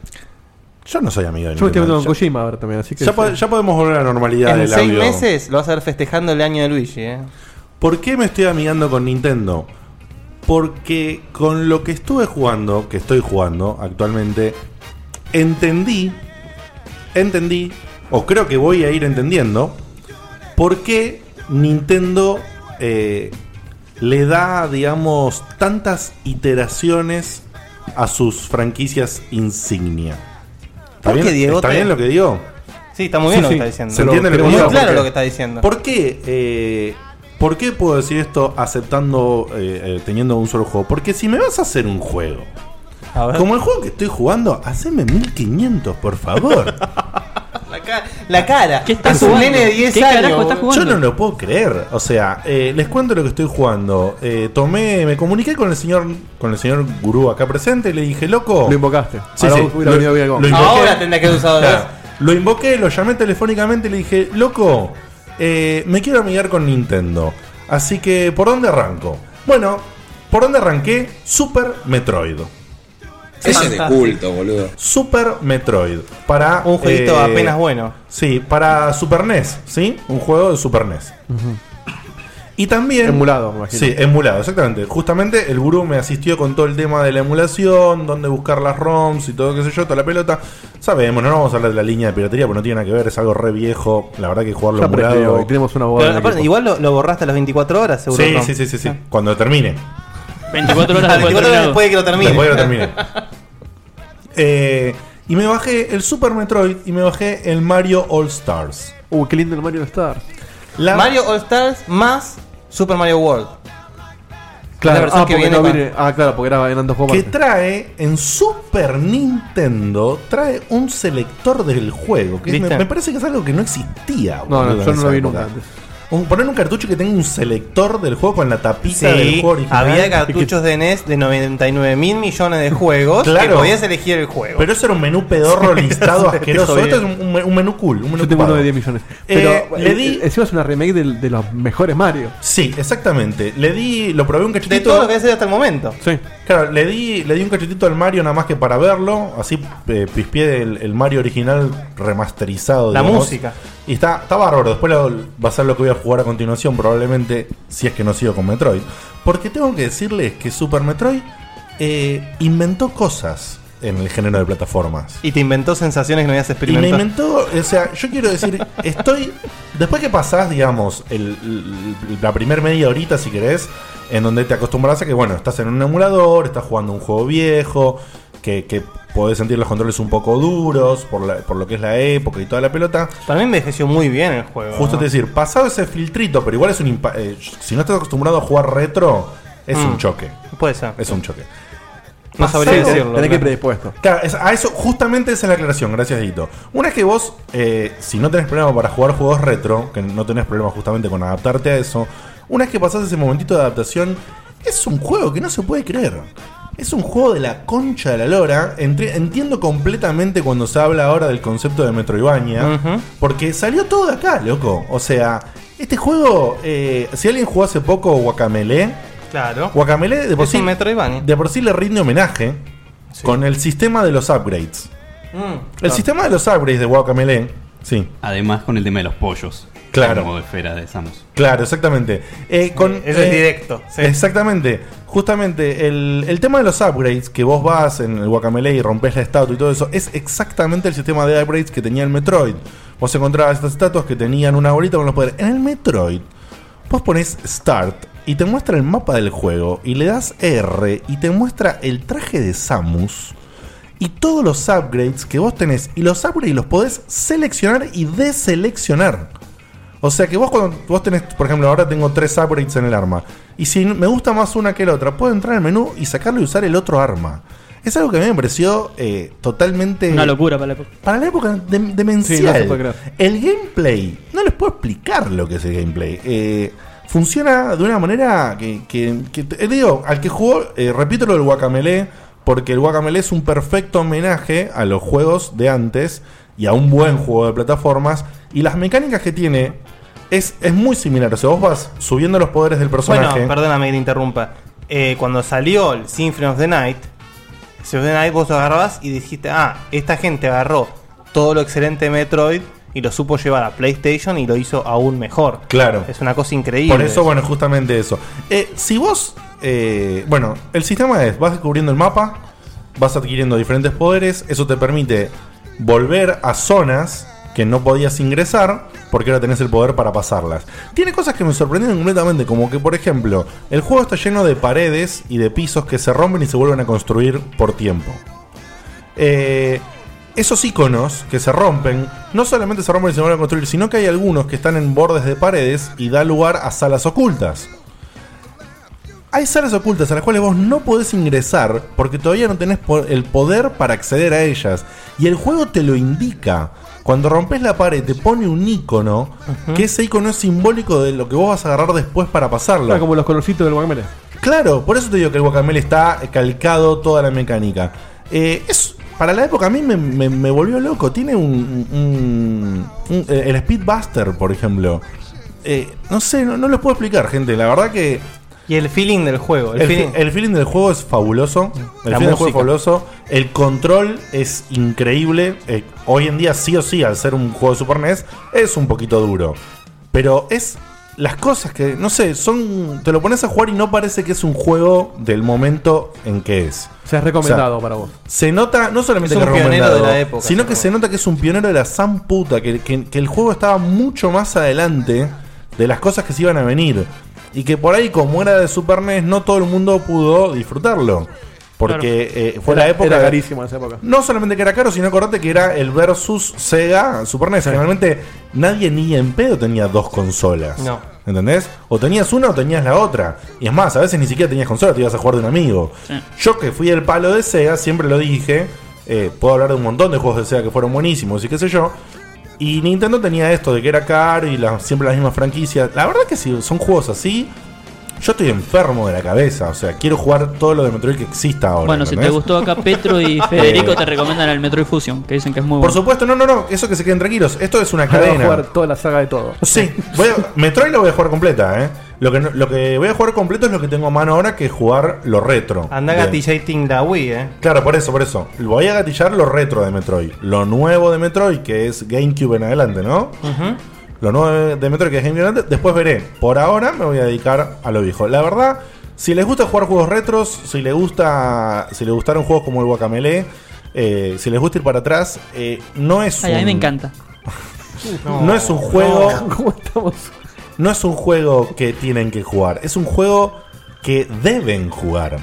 Yo no soy amigo de Yo me estoy Nintendo. metiendo con Kojima ahora también, así que. Ya, po- ya podemos volver a la normalidad En del seis audio. meses lo vas a ver festejando el año de Luigi, eh. ¿Por qué me estoy amigando con Nintendo? Porque con lo que estuve jugando, que estoy jugando actualmente, entendí, entendí, o creo que voy a ir entendiendo, por qué Nintendo eh, le da, digamos, tantas iteraciones a sus franquicias insignia. ¿Está ¿Por qué, bien, Diego? ¿Está bien lo que digo? Sí, está muy Sí, bien lo que sí. está diciendo. ¿Se entiende lo que Muy digo? claro Porque- lo que está diciendo. ¿Por qué? eh, ¿Por qué puedo decir esto aceptando, eh, eh, teniendo un solo juego? Porque si me vas a hacer un juego, como el juego que estoy jugando, haceme 1500, por favor. La, ca- la cara. ¿Qué estás es un jugando? nene de 10 ¿Qué años. carajo estás Yo jugando? no lo puedo creer. O sea, eh, les cuento lo que estoy jugando. Eh, tomé, me comuniqué con el señor, con el señor gurú acá presente y le dije, loco. Lo invocaste. Sí, Ahora sí, hubiera venido bien con- Ahora tendría que haber usado Claro. eso. Lo invoqué, lo llamé telefónicamente y le dije, loco, eh, me quiero amigar con Nintendo. Así que, ¿por dónde arranco? Bueno, ¿por dónde arranqué? Super Metroid. Ese es de culto, boludo. Super Metroid. Para. eh, Un jueguito apenas bueno. E Sí, para Super NES, ¿sí? Un juego de Super NES. E Y también. Emulado, me imagino. Sí, emulado, exactamente. Justamente el gurú me asistió con todo el tema de la emulación, dónde buscar las ROMs y todo, qué sé yo, toda la pelota. Sabemos, no vamos a hablar de la línea de piratería porque no tiene nada que ver, es algo re viejo. La verdad que jugarlo Ya emulado. aprendió, y tenemos un abogado Pero en el aparte, equipo. igual lo, borraste a las 24 horas, seguro, Sí, Tom. sí, sí, sí, sí. Ah. Cuando termine. 24 horas Ah, después, 24 horas de después de que lo termine. Después de que lo termine. Eh, y me bajé el Super Metroid y me bajé el Mario All Stars. Uy, Uh, qué lindo el Mario All Stars. Mario All Stars más Super Mario World. Claro, versión ah, que porque viene no con- viene- ah, claro, porque era, eran dos juegos. Que aparte. trae en Super Nintendo trae un selector del juego. Que me, ¿Viste? me parece que es algo que no existía. No, no, boludo, yo no en lo esa vi época. nunca antes. Un- poner un cartucho que tenga un selector del juego con la tapita Sí, del juego original. había cartuchos de E NES de 99 mil millones de juegos Claro. que podías elegir el juego. Pero eso era un menú pedorro listado asqueroso. Eso Esto es bien. un, un menú cool. Un menú Yo tengo copado. uno de 10 millones. Pero Eh, le eh, di- encima es una remake del- de, los mejores Mario. Sí, exactamente. Le di, lo probé un cachetito. De todo lo que había hasta el momento. Sí. Claro, le di, le di un cachetito al Mario nada más que para verlo. Así eh, pispié el, el Mario original remasterizado. La música. Y está, está bárbaro. Después lo- va a ser lo que voy a jugar a continuación, probablemente, si es que no sigo con Metroid. Porque tengo que decirles que Super Metroid eh, inventó cosas en el género de plataformas. Y te inventó sensaciones que no habías Y me experimentado. inventó, o sea, yo quiero decir, estoy. Después que pasás, digamos, el- el- la primer media horita, si querés, en donde te acostumbras a que, bueno, estás en un emulador, estás jugando un juego viejo, que, que podés sentir los controles un poco duros por, la- por lo que es la época y toda la pelota. También me envejeció muy bien el juego. Justo te decir, pasado ese filtrito, pero igual es un. impa- eh, si no estás acostumbrado a jugar retro, es Mm. un choque. Puede ser. Es un choque. No sabría Pasado- decirlo, Tenés que ir predispuesto. Claro, es- a eso, justamente esa es la aclaración, gracias Edito. Una es que vos, eh, si no tenés problema para jugar juegos retro, que no tenés problema justamente con adaptarte a eso, una vez que pasás ese momentito de adaptación, es un juego que no se puede creer. Es un juego de la concha de la lora. Entre- entiendo completamente cuando se habla ahora del concepto de Metroidvania. Porque salió todo de acá, loco. O sea, este juego, eh, si alguien jugó hace poco Guacamele, Claro. Guacamele de por, Es sí, un Metroidvania. de por sí le rinde homenaje con el sistema de los upgrades. Mm. El sistema de los upgrades de Guacamele, sí, Además con el tema de los pollos. Claro. Como de esfera de Samus. claro, exactamente. Eh, con, Eso es eh, directo, sí. Exactamente. Justamente, el, el tema de los upgrades, que vos vas en el Guacamele y rompes la estatua y todo eso, es exactamente el sistema de upgrades que tenía el Metroid. Vos encontrabas estas estatuas que tenían una bolita con los poderes. En el Metroid, Vos pones Start y te muestra el mapa del juego y le das R y te muestra el traje de Samus y todos los upgrades que vos tenés y los upgrades los podés seleccionar y deseleccionar. O sea que vos cuando vos tenés, por ejemplo, ahora tengo tres upgrades en el arma y si me gusta más una que la otra, puedo entrar al menú y sacarlo y usar el otro arma. Es algo que a mí me pareció eh, totalmente... Una locura para la época. Para la época de- demencial. Sí, no se puede creer. El gameplay, no les puedo explicar lo que es el gameplay. Eh, funciona de una manera que, que- que- eh, digo, al que jugó, eh, repito lo del Guacamele, porque el Guacamele es un perfecto homenaje a los juegos de antes y a un buen juego de plataformas. Y las mecánicas que tiene es, es muy similar. O sea, vos vas subiendo los poderes del personaje. Bueno, perdóname que te interrumpa. Eh, cuando salió el Symphony of the Night, Symphony of the Night vos lo agarrabas y dijiste, ah, esta gente agarró todo lo excelente de Metroid y lo supo llevar a PlayStation y lo hizo aún mejor. Claro. Es una cosa increíble. Por eso, bueno, justamente eso. Eh, si vos, eh, bueno, el sistema es, vas descubriendo el mapa, vas adquiriendo diferentes poderes, eso te permite volver a zonas que no podías ingresar porque ahora tenés el poder para pasarlas. Tiene cosas que me sorprendieron completamente, como que por ejemplo, el juego está lleno de paredes y de pisos que se rompen y se vuelven a construir por tiempo. Eh, esos iconos que se rompen, no solamente se rompen y se vuelven a construir, sino que hay algunos que están en bordes de paredes y da lugar a salas ocultas. Hay salas ocultas a las cuales vos no podés ingresar porque todavía no tenés po- el poder para acceder a ellas. Y el juego te lo indica. Cuando rompes la pared te pone un icono, que ese icono es simbólico de lo que vos vas a agarrar después para pasarlo. Ah, como los colorcitos del Guacamele. Claro, por eso te digo que el guacamole está calcado toda la mecánica. Eh, es, para la época a mí me, me- me volvió loco. Tiene un... un- un- eh, el Speedbuster, por ejemplo. Eh, no sé, no, no los puedo explicar, gente. La verdad que... Y el feeling del juego. El, El, fi- feeling. el feeling del juego es fabuloso. El La feeling del juego es música. fabuloso. El control es increíble. Eh, E hoy en día, sí o sí, al ser un juego de Super NES, es un poquito duro. Pero es las cosas que, no sé, son. Te lo pones a jugar y no parece que es un juego del momento en que es. O sea, es recomendado para vos. Se nota, no solamente Es que un pionero recomendado, de la época, sino que se nota que es un pionero de la san puta, que, que- que el juego estaba mucho más adelante de las cosas que se iban a venir. Y que por ahí, como era de Super NES, no todo el mundo pudo disfrutarlo. Porque eh, fue la Era- época. Era carísimo en esa época. No solamente que era caro, sino acordate que era el versus Sega Super NES. Generalmente nadie ni en pedo tenía dos consolas. No. ¿Entendés? O tenías una o tenías la otra. Y es más, a veces ni siquiera tenías consola, te ibas a jugar de un amigo. Yo que fui el palo de Sega, siempre lo dije. eh, puedo hablar de un montón de juegos de Sega que fueron buenísimos y qué sé yo. Y Nintendo tenía esto de que era caro y la- siempre las mismas franquicias. La verdad que si son juegos así, yo estoy enfermo de la cabeza. O sea, quiero jugar todo lo de Metroid que exista ahora. Bueno, si te ¿entendés? Eh. gustó acá Petro y Federico te recomiendan el Metroid Fusion, que dicen que es muy Por bueno. supuesto, no, no, no, eso que se queden tranquilos. Esto es una Ahora va a cadena. jugar toda la saga de todo. Sí, voy a, Metroid lo voy a jugar completa, ¿eh? Lo que, no- lo que voy a jugar completo es lo que tengo a mano ahora, que es jugar lo retro. Andá Bien. gatillating la Wii, eh. Claro, por eso, por eso. Voy a gatillar lo retro de Metroid. Lo nuevo de Metroid, que es GameCube en adelante, ¿no? Lo nuevo de Metroid, que es GameCube en adelante. Después veré. Por ahora me voy a dedicar a lo viejo. La verdad, si les gusta jugar juegos retros, si les gusta. Si les gustaron juegos como el Guacamele, eh, si les gusta ir para atrás, eh, no es. Ay, a mí un- me encanta. no, es un juego. No es un juego que tienen que jugar. Es un juego que deben jugar.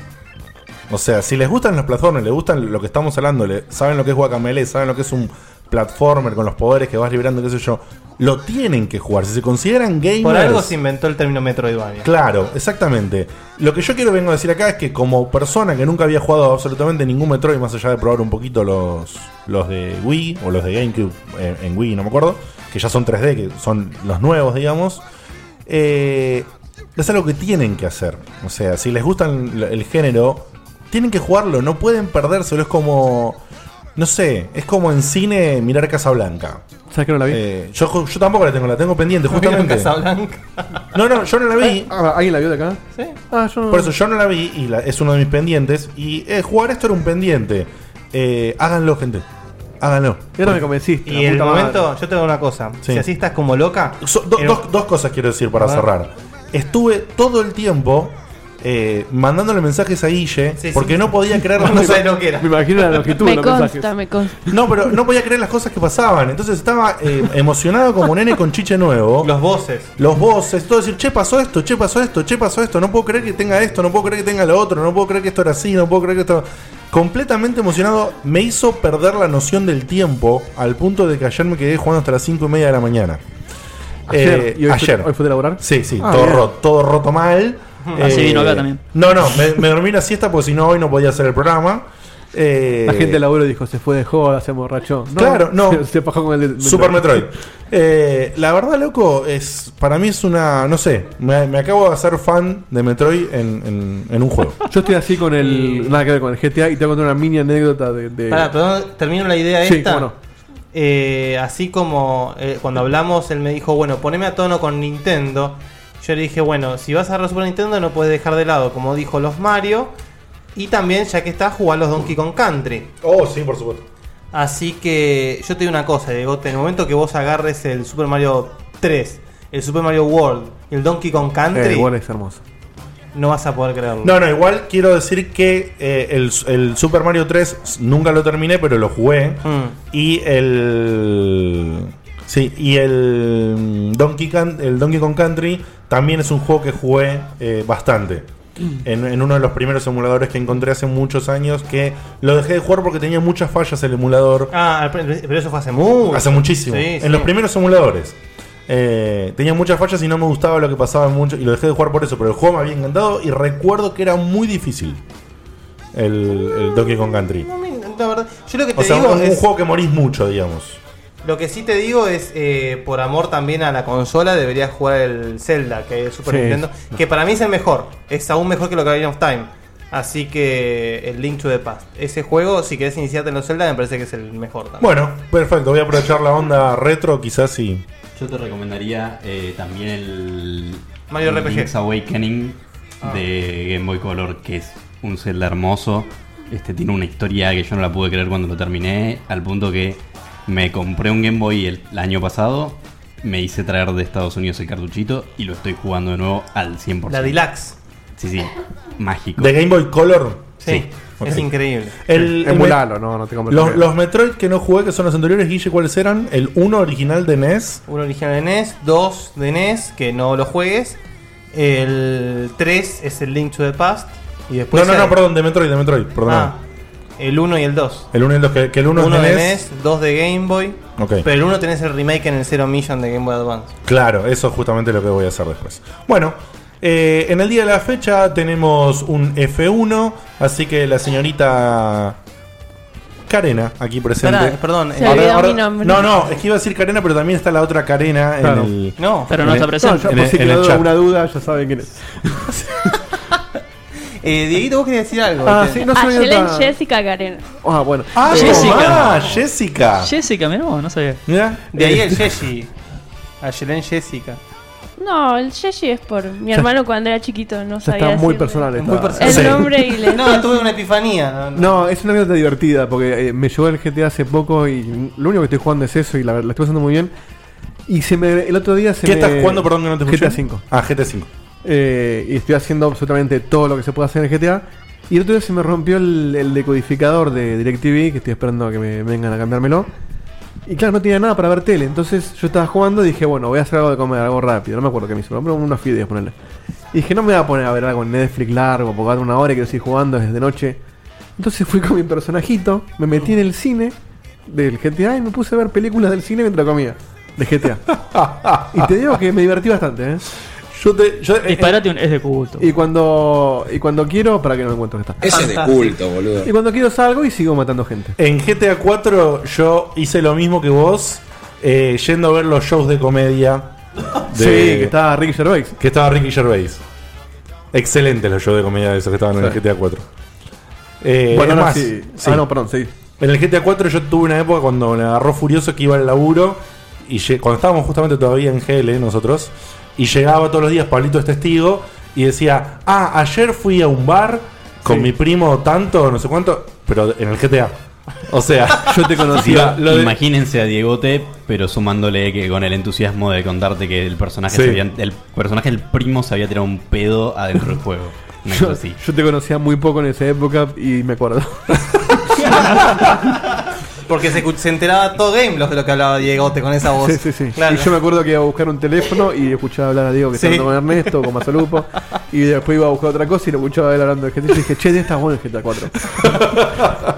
O sea, si les gustan los platformers, les gustan lo que estamos hablando, le- saben lo que es Guacamele, saben lo que es un platformer con los poderes que vas liberando, qué sé yo, lo tienen que jugar. Si se consideran gamers. Por algo se inventó el término Metroidvania. Claro, exactamente. Lo que yo quiero vengo a decir acá es que como persona que nunca había jugado absolutamente ningún Metroid, más allá de probar un poquito los, los de Wii o los de GameCube eh, en Wii, no me acuerdo, que ya son 3D, que son los nuevos, digamos, eh, es algo que tienen que hacer. O sea, si les gustan el- el género, tienen que jugarlo, no pueden perdérselo, es como... No sé, es como en cine mirar Casablanca. Eh, ¿Sabes que no la vi? yo, ju- yo tampoco la tengo, la tengo pendiente, justamente. No, no, yo no la vi. Eh, ¿Alguien la vio de acá? Sí. Ah, yo no. Por eso yo no la vi y la- es uno de mis pendientes. Y eh, jugar esto era un pendiente. Eh, háganlo, gente. Háganlo. Ya no me convenciste. Y en el momento, yo te digo una cosa. Sí. Si así estás como loca. So- do- dos, dos cosas quiero decir para A ver. cerrar. Estuve todo el tiempo eh, mandándole mensajes a Guille porque no podía creer las No cosas. sé lo que era. Me imagino la longitud Me consta, me consta. No, pero no podía creer las cosas que pasaban. Entonces estaba eh, emocionado como nene con chiche nuevo. Los voces. Los voces. Todo decir, che, pasó esto, che, pasó esto, che, pasó esto. No puedo creer que tenga esto, no puedo creer que tenga lo otro, no puedo creer que esto era así, no puedo creer que esto. Completamente emocionado, me hizo perder la noción del tiempo al punto de que ayer me quedé jugando hasta las 5 y media de la mañana. Eh, ¿Y hoy fue- ayer. ¿Hoy fue de laburar? Sí, sí, Ah, todo, bien. roto, todo roto mal. Eh, Así vino acá también. No, no, me, me dormí la siesta porque si no hoy no podía hacer el programa. Eh, La gente del laburo dijo, se fue de joda, se emborrachó. Claro, no. Se, se pasó con el de- Metroid. Super Metroid. Eh, la verdad, loco, es para mí es una. No sé, me, me acabo de hacer fan de Metroid en, en- en un juego. Yo estoy así con el. Nada que ver con el GTA y te voy a contar una mini anécdota de. Eh, de- Pará, perdón, termino la idea Sí, esta. cómo no. Eh, así como eh, cuando hablamos, él me dijo, bueno, poneme a tono con Nintendo. Yo le dije, bueno, si vas a agarrar Super Nintendo no puedes dejar de lado, como dijo los Mario. Y también, ya que estás, jugar los Donkey Kong Country. Oh, sí, por supuesto. Eh, Así que yo te digo una cosa, Diego, en el momento que vos agarres el Super Mario 3, el Super Mario World y el Donkey Kong Country, Eh, igual es hermoso. no vas a poder creerlo. No, no, igual quiero decir que eh, el, el Super Mario 3 nunca lo terminé, pero lo jugué. Mm. Y el. Sí, y el Donkey, Can- el Donkey Kong Country también es un juego que jugué eh, bastante. En, en uno de los primeros emuladores que encontré hace muchos años, que lo dejé de jugar porque tenía muchas fallas el emulador. Ah, pero pero eso fue hace mucho. Hace muchísimo. Sí, en sí. los primeros emuladores. Eh, tenía muchas fallas y no me gustaba lo que pasaba mucho. Y lo dejé de jugar por eso. Pero el juego me había encantado y recuerdo que era muy difícil. El, el Donkey Kong Country. La verdad, yo lo que te O sea, un, digo un es. juego que morís mucho, digamos. Lo que sí te digo es, eh, por amor también a la consola, deberías jugar el Zelda, que es Super Sí. Nintendo, que para mí es el mejor, es aún mejor que lo que Ocarina of Time. Así que el Link to the Past. Ese juego, si querés iniciarte en los Zelda, me parece que es el mejor también. Bueno, perfecto. Voy a aprovechar la onda retro, quizás y. Yo te recomendaría eh, también el Mario el RPG. Link's Awakening Ah. de Game Boy Color, que es un Zelda hermoso. Este tiene una historia que yo no la pude creer cuando lo terminé, al punto que me compré un Game Boy el, el año pasado Me hice traer de Estados Unidos el cartuchito y lo estoy jugando de nuevo al 100%. La Deluxe. Sí, sí. Mágico. ¿De Game Boy Color? Sí. Ok. Es increíble. El, el- Emulalo, no, no te compres los, el- los Metroid que no jugué, que son los anteriores, Guille, ¿cuáles eran? El 1 original de E NES. Uno original de NES, dos de NES, que no lo juegues. El 3 es el Link to the Past. Y No, después no, hay- no, perdón, de Metroid, de Metroid, perdón. Ah, el 1 y el 2. El 1 y el 2, que, que el 1 es de E de E NES. NES, 2 de Game Boy. Ok. Pero el 1 tenés el remake en el Zero Mission de Game Boy Advance. Claro, eso es justamente lo que voy a hacer después. Bueno, eh, en el día de la fecha tenemos un F1, así que la señorita Karena aquí presente. Pará, perdón, eh, Se Ahora- olvidó ahora- mi nombre. No, no, es que iba a decir Karena, pero también está la otra Karena Claro. en el. No, Pero no en el- está presente. No, ya en por el- si en el quedó chat. alguna duda, ya saben quién es. Eh, Dieguito, vos querías decir algo. Ah, Te- sí, no A sabía Yelen tan- Jessica Garena. Ah, bueno. Ah, Jessica. tomá, Jessica. Jessica, mirá vos, no sabía. De ahí Eh. el Jesse. A Yelen Jessica. No, el Yeshi es por mi hermano cuando era chiquito, no sabía. decirle. Muy personal. El nombre y la No, tuve una epifanía. No, es una anécdota divertida porque eh, me llegó el GTA hace poco y lo único que estoy jugando es eso y la, la estoy pasando muy bien. Y se me, el otro día se ¿Qué me- estás jugando, perdón, que no te escuché? GTA 5. Ah, GTA 5. eh, y estoy haciendo absolutamente todo lo que se puede hacer en GTA. Y el otro día se me rompió el, el decodificador de DirecTV, que estoy esperando a que me vengan a cambiármelo. Y claro, no tenía nada para ver tele. Entonces yo estaba jugando y dije, bueno, voy a hacer algo de comer, algo rápido. No me acuerdo qué me hizo, pero unos fideos ponerle. Y dije, no me voy a poner a ver algo en Netflix largo, porque va a dar una hora y quiero seguir jugando desde noche. Entonces fui con mi personajito, me metí en el cine del GTA y me puse a ver películas del cine mientras comía. De GTA. y te digo que me divertí bastante, ¿eh? Yo te. Yo, Disparate un es de culto. Y cuando, y cuando quiero, para que no encuentro que está. Ese es de culto, boludo. Y cuando quiero salgo y sigo matando gente. En GTA 4 yo hice lo mismo que vos, eh, yendo a ver los shows de comedia. Sí, que estaba Ricky Gervais. Que estaba Ricky Gervais. Excelentes los shows de comedia de esos que estaban en Sí. el GTA 4. Eh, Bueno, es ahora más, sí. Ah, no, perdón, sí. En el GTA 4 yo tuve una época cuando me agarró furioso que iba al laburo y lle- cuando estábamos justamente todavía en GL nosotros y llegaba todos los días Pablito es testigo y decía, "Ah, ayer fui a un bar con mi primo tanto, no sé cuánto, pero en el GTA." O sea, yo te la- lo de- Imagínense a Diegote, pero sumándole que con el entusiasmo de contarte que el personaje Sí. se había- el personaje del primo se había tirado un pedo adentro del juego. Una cosa Yo, así. yo te conocía muy poco en esa época y me acuerdo. Porque se, escu- se enteraba todo Game los de lo que hablaba Diegote con esa voz. Sí, sí, sí. Claro. Y yo me acuerdo que iba a buscar un teléfono y escuchaba hablar a Diego que Sí. estaba hablando con Ernesto, con Mazalupo. y después iba a buscar otra cosa y lo escuchaba él hablando de GTA. Y dije, che, de esta es bueno el GTA 4.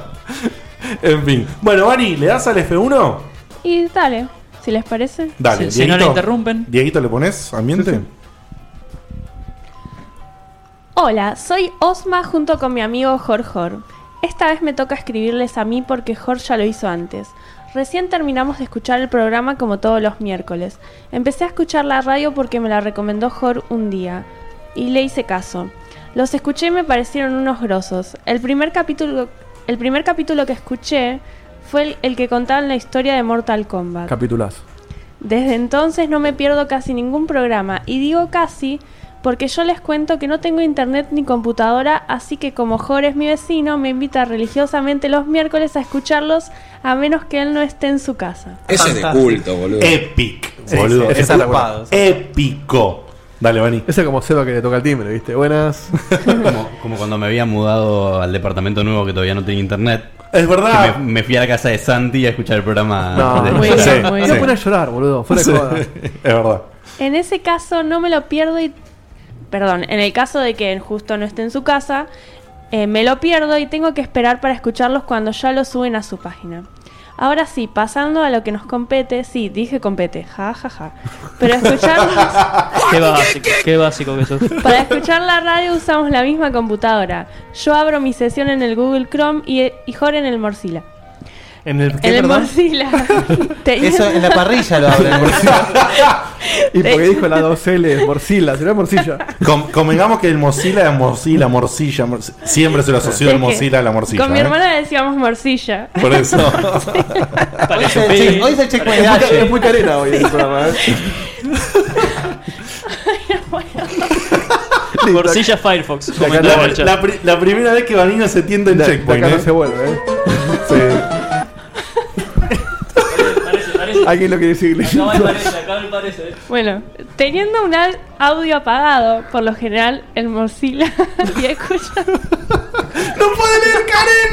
en fin. Bueno, Ari, ¿le das al F1? Y dale, si les parece. Dale, Si- si no la Dieguito. interrumpen. Dieguito, ¿le pones ambiente? Hola, soy Osma junto con mi amigo Jorjor. Esta vez me toca escribirles a mí porque Jor ya lo hizo antes. Recién terminamos de escuchar el programa como todos los miércoles. Empecé a escuchar la radio porque me la recomendó Jor un día. Y le hice caso. Los escuché y me parecieron unos grosos. El primer capítulo, el primer capítulo que escuché fue el, el que contaban la historia de Mortal Kombat. Capitulazo. Desde entonces no me pierdo casi ningún programa, y digo casi porque yo les cuento que no tengo internet ni computadora, así que como Jor es mi vecino, me invita religiosamente los miércoles a escucharlos, a menos que él no esté en su casa. Ese es de culto, boludo. Epic, Sí, boludo. sí, Es es espectacular. zarpado, Épico. Dale, Vani. Esa es como Seba que le toca el timbre, ¿viste? Buenas. Como, como cuando me había mudado al departamento nuevo que todavía no tenía internet. Es verdad. Que Me, me fui a la casa de Santi a escuchar el Ah, programa. No, de- no, Sí. llorar. no, me pone a llorar, boludo. Fuera Sí, de joda. es verdad. En ese caso no me lo pierdo y... Perdón, en el caso de que justo no esté en su casa, eh, me lo pierdo y tengo que esperar para escucharlos cuando ya lo suben a su página. Ahora sí, pasando a lo que nos compete, sí, dije compete, ja, ja, ja. Pero escucharlos... Qué básico, qué básico que sos. Para escuchar la radio usamos la misma computadora. Yo abro mi sesión en el Google Chrome y, y Jor en el Morcilla. En el, ¿qué, en el perdón? Morcilla. Eso en la parrilla lo hablan. Y porque dijo la 2L, morcilla, será morcilla. Com- convengamos que el Mozilla es Mozilla, morcilla. morci- Siempre se lo asoció el Mozilla a la morcilla. Con mi ¿eh? hermana decíamos Morcilla. Por eso. Hoy es el check- hoy es el checkpoint de Ash. Es muy carena hoy el programa, ¿eh? Morcilla Firefox. La, comentaba el la- chat. la pri- la primera vez que Vanina se tiende en ¿eh? De- de checkpoint. acá no ¿eh? se vuelve, ¿eh? Sí. Parece, parece Alguien lo quiere seguir leyendo. Bueno, teniendo un al- audio apagado, por lo general el Mozilla y escucha.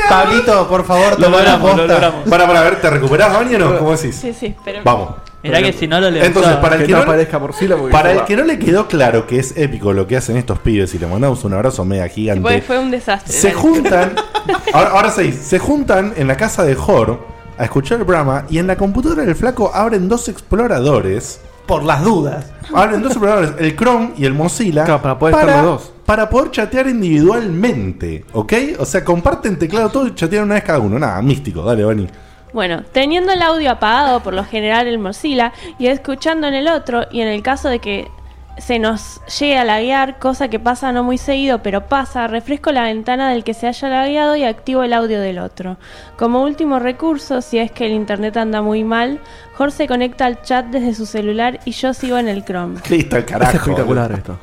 Pablito, por favor, Lo toma la logramos, lo posta. logramos. Para, para, a ver, ¿te recuperás, Vani, o no? ¿Cómo decís? Sí, sí, pero. Vamos. Mirá que si no lo levantaba. Entonces, para el Que que, no no, aparezca por sí la movilidad. para el que no le quedó claro que es épico lo que hacen estos pibes y le mandamos un abrazo mega gigante. Fue, fue un desastre. Se juntan, ahora, ahora sí, se juntan en la casa de Hor a escuchar el programa y en la computadora del flaco abren dos exploradores. Por las dudas. Abren dos exploradores, el Chrome y el Mozilla. para poder estar los dos. Para poder chatear individualmente, ¿ok? O sea, comparten teclado todo y chatean una vez cada uno. Nada, místico, dale, Vani. Bueno, teniendo el audio apagado por lo general el Mozilla y escuchando en el otro y en el caso de que se nos llegue a laguear, cosa que pasa no muy seguido, pero pasa, refresco la ventana del que se haya lagueado y activo el audio del otro. Como último recurso, si es que el internet anda muy mal, Jorge se conecta al chat desde su celular y yo sigo en el Chrome. Listo, el carajo. Es espectacular esto.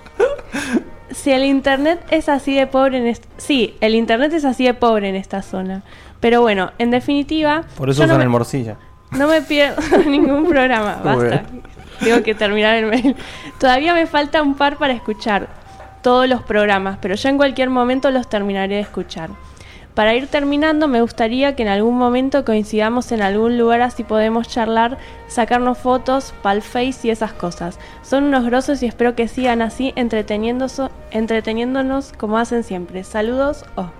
Si el internet es así de pobre en est- sí, el internet es así de pobre en esta zona. Pero bueno, en definitiva, Por eso yo no usan me- el morcilla. No me pierdo ningún programa, Muy basta. Tengo que terminar el mail. Todavía me falta un par para escuchar todos los programas, pero yo en cualquier momento los terminaré de escuchar. Para ir terminando, me gustaría que en algún momento coincidamos en algún lugar así podemos charlar, sacarnos fotos, palface y esas cosas. Son unos grosos y espero que sigan así entreteniéndose- entreteniéndonos como hacen siempre. Saludos, Osmo.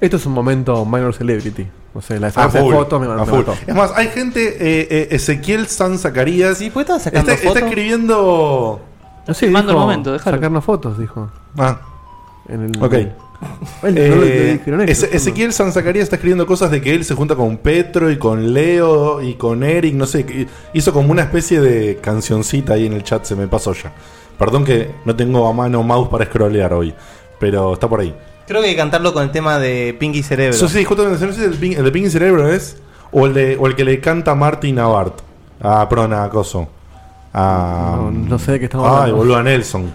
Esto es un momento minor celebrity. No sé, la de sacarse full, fotos me, a me full. mató. Es más, hay gente, eh, eh, Ezequiel San Zacarías. sacando está, está fotos? escribiendo. No sé, Mando dijo, el momento, déjalo. Sacarnos fotos, dijo. Ah. En el, Ok. Él Eh, no lo- lo dijeron ellos, Eze- ¿no? Ezequiel San Zacarías está escribiendo cosas de que él se junta con Petro y con Leo y con Eric, no sé, que hizo como una especie de cancioncita ahí en el chat, se me pasó ya. Perdón que no tengo a mano mouse para scrollear hoy, pero está por ahí. Creo que hay que cantarlo con el tema de Pinky Cerebro. Eso sí, justamente, no sé si el, Pin- el de Pinky Cerebro es, o el, de, o el que le canta Martin Ah, a Bart, a Prona, a Coso. A, no, sé de qué estamos Ah, Ay, hablando. boludo, a Nelson.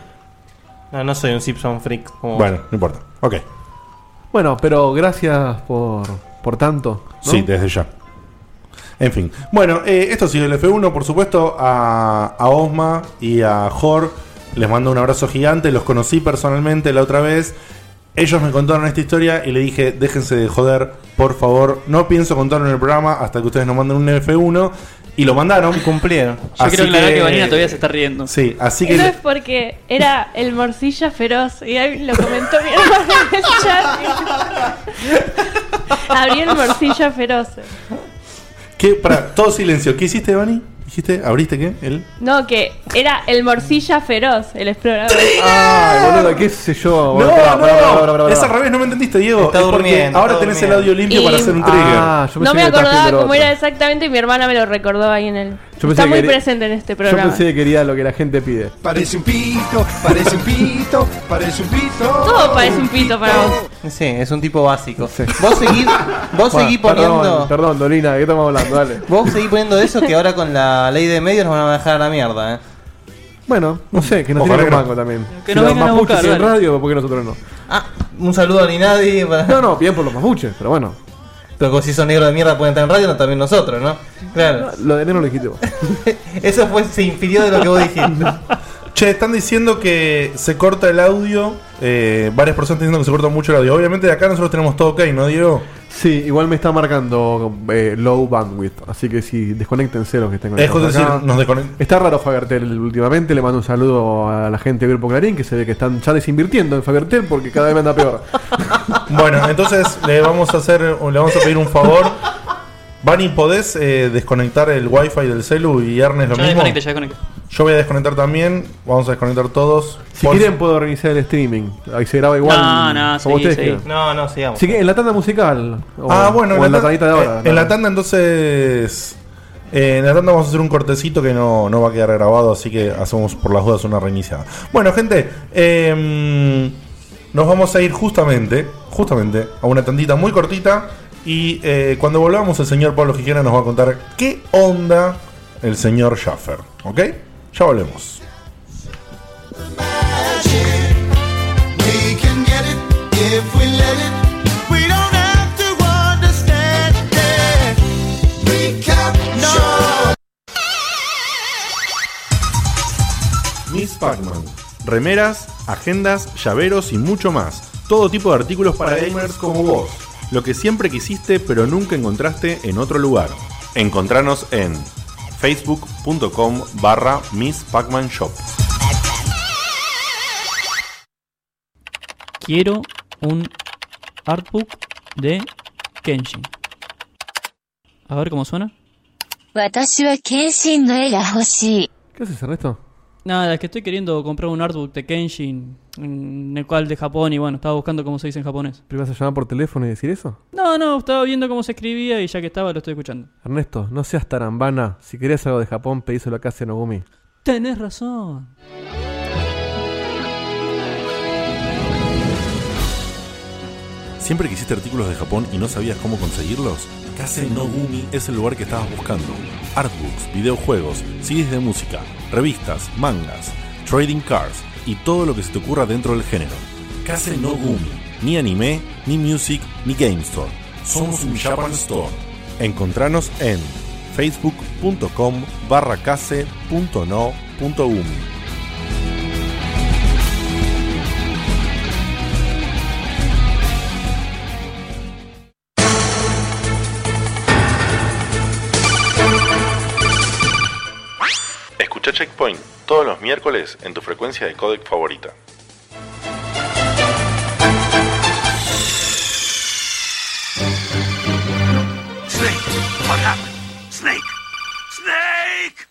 No, no soy un Simpson freak. como- Bueno, no importa. Ok. Bueno, pero gracias por, por tanto. ¿no? Sí, desde ya. En fin. Bueno, eh, esto ha sido el F1, por supuesto, a, a Osma y a Jor. Les mando un abrazo gigante, los conocí personalmente la otra vez. Ellos me contaron esta historia y le dije, déjense de joder, por favor, no pienso contarlo en el programa hasta que ustedes nos manden un F1. Y lo mandaron. Cumplieron. Yo quiero aclarar que, Vanina todavía se está riendo. Sí, así que... Eso es porque era el morcilla feroz y ahí lo comentó mi hermano en el chat. Abrí el morcilla feroz. ¿Qué? Pará, todo silencio. ¿Qué hiciste, Vani? ¿Dijiste? ¿Abriste qué? ¿El? No, que era el morcilla feroz, el explorador. Ah. Ay, Ah. boludo, qué sé yo. No, boludo, pará, no, pará, pará, pará, pará, es pará. al revés, no me entendiste, Diego. Está Es porque durmiendo, ahora está tenés el durmiendo. audio limpio Y- para hacer un trigger. Ah, yo pensé No me que estabas acordaba haciendo cómo otra. era exactamente y mi hermana me lo recordó ahí en el. Yo pensé Está que muy era- presente en este Yo programa. pensé que quería lo que la gente pide. Parece un pito, parece un pito, parece un pito. Todo parece un pito para vos. Sí, es un tipo básico. Vos seguís, vos Bueno, seguís perdón, poniendo. Perdón, Dolina, ¿de qué estamos hablando? Dale. Vos seguís poniendo eso que ahora con la ley de medios nos van a dejar a la mierda, eh. Bueno, Mm. no sé, que nos Ojalá tienen que un no. banco también. Que Que nos nos vengan a buscar, en dale. radio, porque nosotros no? Ah, Un saludo a ni nadie. No, no, bien por los mapuches, pero bueno. Pero si son negros de mierda pueden estar en radio, no también nosotros, ¿no? Claro. Lo de negro lo dijiste vos. Eso fue, se infirió de lo que vos dijiste. Che, están diciendo que se corta el audio. eh, varias personas están diciendo que se corta mucho el audio. Obviamente de acá nosotros tenemos todo ok, ¿no, Diego? Sí, igual me está marcando eh, low bandwidth, así que si desconectense los que estén Es conectados decir, acá. nos desconect- Está raro Fabertel últimamente, le mando un saludo a la gente de Grupo Clarín, que se ve que están ya desinvirtiendo en Fabertel porque cada vez me anda peor. Bueno, entonces le vamos a hacer, le vamos a pedir un favor. Vani, ¿podés eh, desconectar el wifi del celu y Ernest lo Ya mismo? desconecté, ya desconecté. Yo voy a desconectar también, vamos a desconectar todos. Si quieren puedo reiniciar el streaming, ahí se graba igual. No, no, como seguí, ustedes seguí. quieran. No, no, sigamos. Así que en la tanda musical. o- ah, bueno, o en la, tandita de tan- ahora. eh, En la tanda entonces. eh, en la tanda vamos a hacer un cortecito que no, no va a quedar grabado, así que hacemos por las dudas una reiniciada. Bueno, gente, eh, nos vamos a ir justamente, justamente, a una tandita muy cortita. Y eh, cuando volvamos, el señor Pablo Gijena nos va a contar qué onda el señor Schaffer. ¿Ok? Ya volvemos. We can get it if we let it. We don't have to understand it. We capture. Pac-Man. Remeras, agendas, llaveros y mucho más. Todo tipo de artículos para gamers como vos. Lo que siempre quisiste pero nunca encontraste en otro lugar. Encontranos en facebook.com barra Miss Pacman Shop. Quiero un artbook de Kenshin. A ver cómo suena. 私は謙信の絵が欲しい。 ¿Qué haces, Ernesto? Nada, es que estoy queriendo comprar un artbook de Kenshin, en el cual de Japón, y bueno, estaba buscando cómo se dice en japonés. ¿Pero ibas a llamar por teléfono y decir eso? No, no, estaba viendo cómo se escribía y ya que estaba lo estoy escuchando. Ernesto, no seas tarambana. Si querés algo de Japón, pedíselo a Kase Nogumi. Tenés razón. ¿Siempre quisiste artículos de Japón y no sabías cómo conseguirlos? Kase no Gumi es el lugar que estabas buscando. Artbooks, videojuegos, CDs de música, revistas, mangas, trading cards y todo lo que se te ocurra dentro del género. Kase no Gumi. Ni anime, ni music, ni game store. Somos un Japan Store. Encontranos en facebook.com barra kase.no.gumi. Escucha Checkpoint todos los miércoles en tu frecuencia de codec favorita. Snake, what happened? Snake! Snake!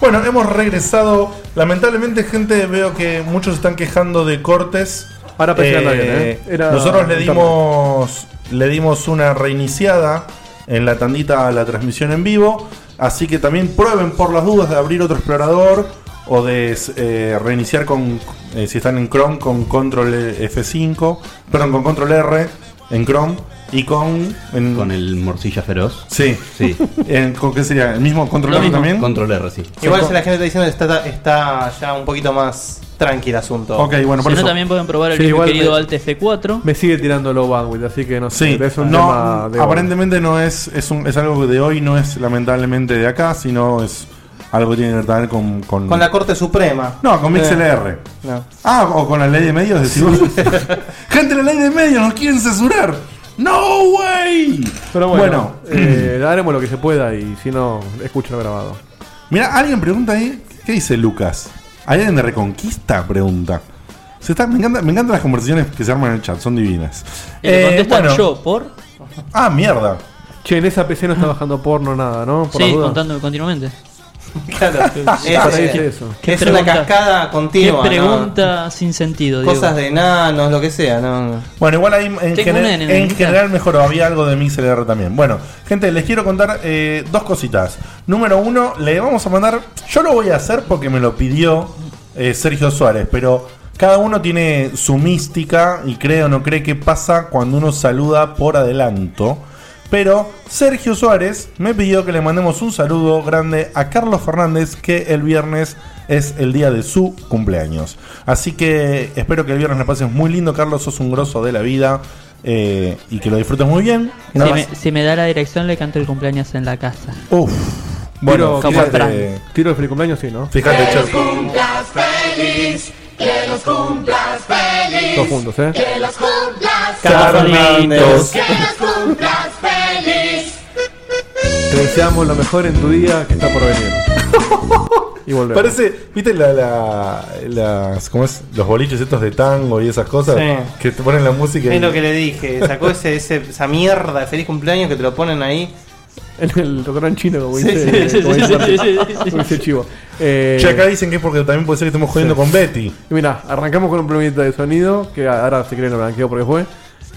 Bueno, hemos regresado. Lamentablemente, gente, veo que muchos están quejando de cortes. Ahora Eh, parecía andar bien, ¿eh? Era- Nosotros le Internet. dimos, le dimos una reiniciada en la tandita a la transmisión en vivo. Así que también prueben por las dudas de abrir otro explorador o de eh, reiniciar con, eh, si están en Chrome, con Control F5, perdón, con Control R en Chrome y con. con el Morcilla Feroz. Sí. Sí. Eh, ¿Con qué sería? ¿El mismo Control Lo R mismo, también? Control R, sí. Igual si la gente está diciendo que está, está ya un poquito más tranqui el asunto. Ok, bueno, si no, también pueden probar el Sí, libro igual querido me- Alt F4. Me sigue tirando low bandwidth, así que no sé. Sí, pero es un no, tema de- aparentemente no es, es, un- es algo que de hoy, no es lamentablemente de acá, sino es algo que tiene que ver con... Con, Con la Corte Suprema. No, con MixLR. No. Ah, o con la ley de medios, decimos. Gente, la ley de medios nos quieren censurar. ¡No way! Pero bueno, eh, haremos lo que se pueda y si no, escucha grabado. Mira, alguien pregunta ahí, ¿qué dice Lucas? ¿Hay alguien de Reconquista? Pregunta. Se está, me, encanta, me encantan las conversaciones que se arman en el chat, son divinas. Y le Eh, contestan bueno. yo por. Ah, mierda. Che, en esa PC no está bajando porno nada, ¿no? Por sí, las dudas. contándome continuamente. Claro. Sí, Es- sí, es- sí. es ¿Qué una pregunta? cascada continua, Qué ¿no? pregunta sin sentido. Diego. Cosas de enanos, lo que sea, ¿no? Bueno, igual ahí en, Tengo gener- una en el en Insta. general mejoró. Había algo de MixLR también. Bueno, gente, les quiero contar eh, dos cositas. Número uno, le vamos a mandar. Yo lo voy a hacer porque me lo pidió eh, Sergio Suárez, pero cada uno tiene su mística y cree o no cree que pasa cuando uno saluda por adelanto. Pero Sergio Suárez me pidió que le mandemos un saludo grande a Carlos Fernández, que el viernes es el día de su cumpleaños. Así que espero que el viernes la pases muy lindo, Carlos. Sos un grosso de la vida eh, y que lo disfrutes muy bien. Si Nada me, más. si me da la dirección, le canto el cumpleaños en la casa. Uf. Bueno, Como Fran. fíjate, Tiro de feliz cumpleaños, sí, ¿no? Eh, fíjate, Cher. Cumplas feliz, que los cumplas feliz. Todos juntos, ¿eh? Que los cumplas Carlitos. feliz. Que los cumplas feliz. Te deseamos lo mejor en tu día que está por venir. y volvemos. Parece, ¿viste la, la- las, ¿cómo es? los boliches estos de tango y esas cosas? Sí. Que te ponen la música. y- Es lo que le dije, sacó ese, ese- esa mierda de feliz cumpleaños que te lo ponen ahí. En el restaurante chino, como Sí, dice, sí, sí, como sí, dice sí, Martín. sí, sí, sí. Como dice Chivo. Eh, Che, acá dicen que es porque también puede ser que estemos jodiendo Sí. con Betty. Y Mira, arrancamos con un problemita de sonido, que ahora si quieren lo blanqueo porque fue,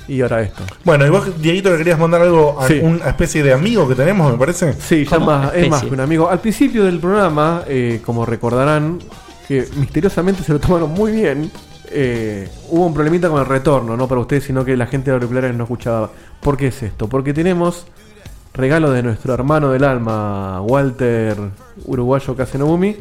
y ahora esto. Bueno, y vos, Dieguito, le querías mandar algo a Sí. una especie de amigo que tenemos, me parece. Sí, ya más- es más que un amigo. Al principio del programa, eh, como recordarán, que misteriosamente se lo tomaron muy bien, eh, hubo un problemita con el retorno, no para ustedes, sino que la gente de auriculares no escuchaba. ¿Por qué es esto? Porque tenemos regalo de nuestro hermano del alma, Walter Uruguayo Casenobumi,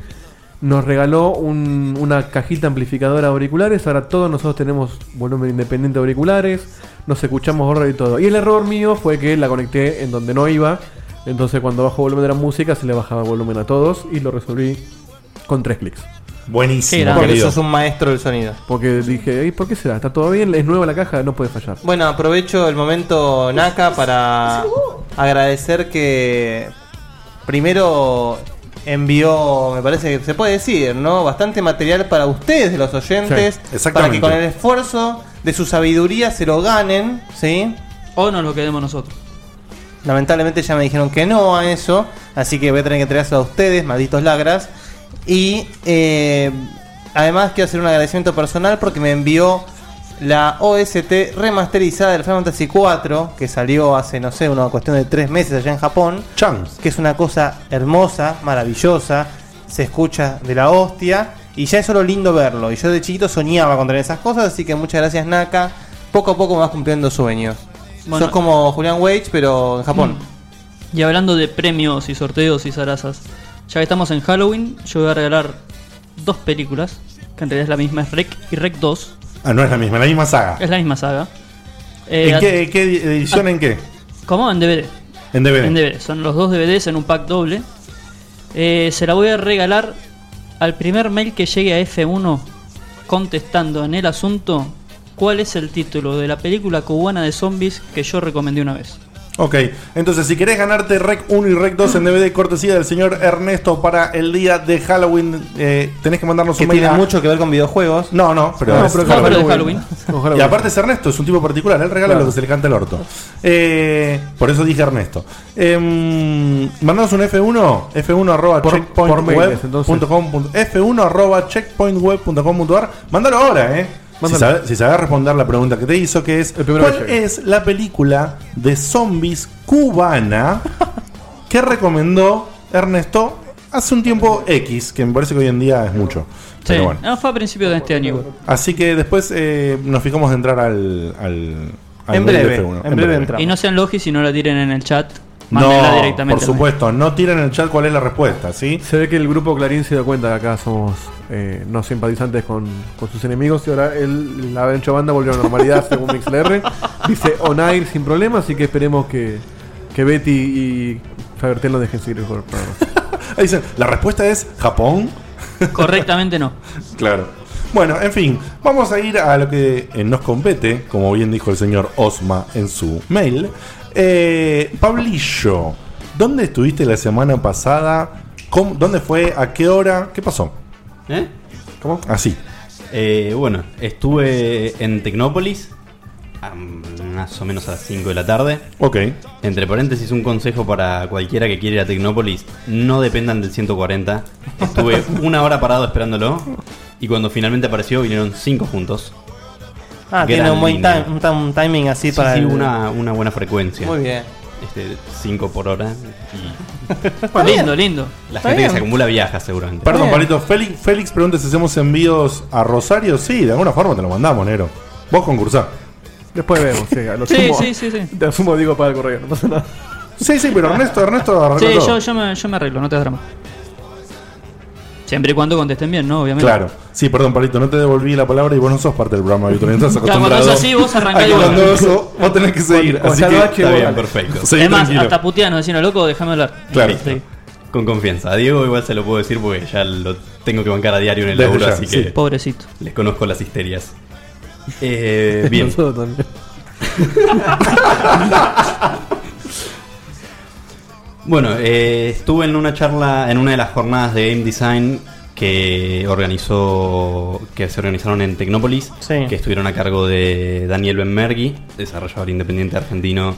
nos regaló un- una cajita amplificadora de auriculares. Ahora todos nosotros tenemos volumen independiente de auriculares. Nos escuchamos horror y todo. Y el error mío fue que la conecté en donde no iba. Entonces cuando bajo volumen de la música se le bajaba el volumen a todos y lo resolví con tres clics. Buenísimo, Era. Porque eso sos un maestro del sonido. Porque dije, "Ey, ¿por qué será? ¿Está todo bien? ¿Es nueva la caja? No puede fallar. Bueno, aprovecho el momento, Naka, para agradecer que primero envió, me parece que se puede decir, ¿no? Bastante material para ustedes, los oyentes, Sí, exactamente. para que con el esfuerzo de su sabiduría se lo ganen, ¿sí? O nos lo quedemos nosotros. Lamentablemente ya me dijeron que no a eso, así que voy a tener que traerlo a ustedes, malditos lagras. Y eh, además quiero hacer un agradecimiento personal porque me envió la OST remasterizada del Final Fantasy IV, que salió hace, no sé, una cuestión de tres meses allá en Japón. Que es una cosa hermosa, maravillosa, se escucha de la hostia. Y ya es solo lindo verlo. Y yo de chiquito soñaba con tener esas cosas, así que muchas gracias Naka. Poco a poco me vas cumpliendo sueños. Bueno. Sos como Julian Wage, pero en Japón. Y hablando de premios y sorteos y zarazas, ya que estamos en Halloween, yo voy a regalar dos películas, que en realidad es la misma, es Rec y Rec 2. Ah, no es la misma, la misma saga. Es la misma saga. Eh, Ah. ah, ¿En qué, qué edición en qué? ¿Cómo? En DVD. En DVD. En DVD. Son los dos DVDs en un pack doble. Eh, se la voy a regalar al primer mail que llegue a F1 contestando en el asunto cuál es el título de la película cubana de zombies que yo recomendé una vez. Ok, entonces si querés ganarte Rec 1 y Rec 2 en DVD cortesía del señor Ernesto para el día de Halloween, eh, tenés que mandarnos Que un mail. tiene a- mucho que ver con videojuegos. No, no, pero, No, es- pero claro, No, pero de Halloween. Y aparte es Ernesto, es un tipo particular, él regala Claro. lo que se le canta el orto. Eh, por eso dije Ernesto. Eh, mandanos un F1, F1 arroba Por- por mail, entonces. checkpointweb.com. F1 arroba checkpointweb.com.ar. Mándalo ahora, eh. Si Mándalo. sabes, si sabés responder la pregunta que te hizo, que es ¿Cuál es la película de zombies cubana que recomendó Ernesto hace un tiempo X? Que me parece que hoy en día es mucho. Pero bueno. Ah, fue a principios de este año. igual. Así que después eh, nos fijamos de entrar al. al, al En nivel breve, F1. en breve Y no sean logis y no la tiren en el chat. Mándenla No, por directamente. al mail. supuesto, no tiren en el chat cuál es la respuesta, ¿sí? Se ve que el grupo Clarín se dio cuenta que acá somos eh, no simpatizantes con, con sus enemigos y ahora el, la Bencho Banda volvió a la normalidad según MixLR. Dice on air sin problema, así que esperemos que, que Betty y Fabertel lo dejen seguir el juego. Ahí dicen, la respuesta es Japón. Correctamente no. Claro. Bueno, en fin, vamos a ir a lo que eh, nos compete, como bien dijo el señor Osma en su mail. Eh, Pablillo, ¿dónde estuviste la semana pasada? ¿Cómo- ¿Dónde fue? ¿A qué hora? ¿Qué pasó? ¿Eh? ¿Cómo? Así. Eh, bueno, estuve en Tecnópolis a más o menos a las 5 de la tarde. Ok. Entre paréntesis, un consejo para cualquiera que quiera ir a Tecnópolis: no dependan del 140. Estuve una hora parado esperándolo y cuando finalmente apareció vinieron 5 juntos. Ah, Gran tiene un buen línea. time- un tam- un timing así Sí, para. sí, el- una, una buena frecuencia. Muy bien. Este, 5 por hora. Y lindo, lindo. la Está gente bien. que se acumula viaja seguramente. Perdón, Palito, Félix, Félix pregunta si hacemos envíos a Rosario. Sí, de alguna forma te lo mandamos, Nero. Vos concursá. Después vemos, sí, a lo Sí, sumo- sí, sí, sí. Te asumo, digo para el correo, no pasa nada. Sí, sí, pero Ernesto, Ernesto Sí, arregló todo. yo, yo, me, yo me arreglo, no te das drama. Siempre y cuando contesten bien, ¿no? Obviamente. Claro. Sí, perdón, Palito, no te devolví la palabra y vos no sos parte del programa, Víctor. Estás Claro, cuando acostumbrado. es así, vos arrancás a que y vos- cuando eso, vos tenés que seguir. Cuando así está que el bache, vos dale. Seguí es más, tranquilo. hasta puteanos, decirnos loco, déjame hablar. Claro. Sí. Con confianza. A Diego igual se lo puedo decir porque ya lo tengo que bancar a diario en el Desde laburo, ya, así sí. que. Pobrecito. Les conozco las histerias. Eh, bien. Nosotros también. Bueno, eh, estuve en una charla, en una de las jornadas de game design que organizó, que se organizaron en Tecnópolis, que estuvieron a cargo de Daniel Benmergui, desarrollador independiente argentino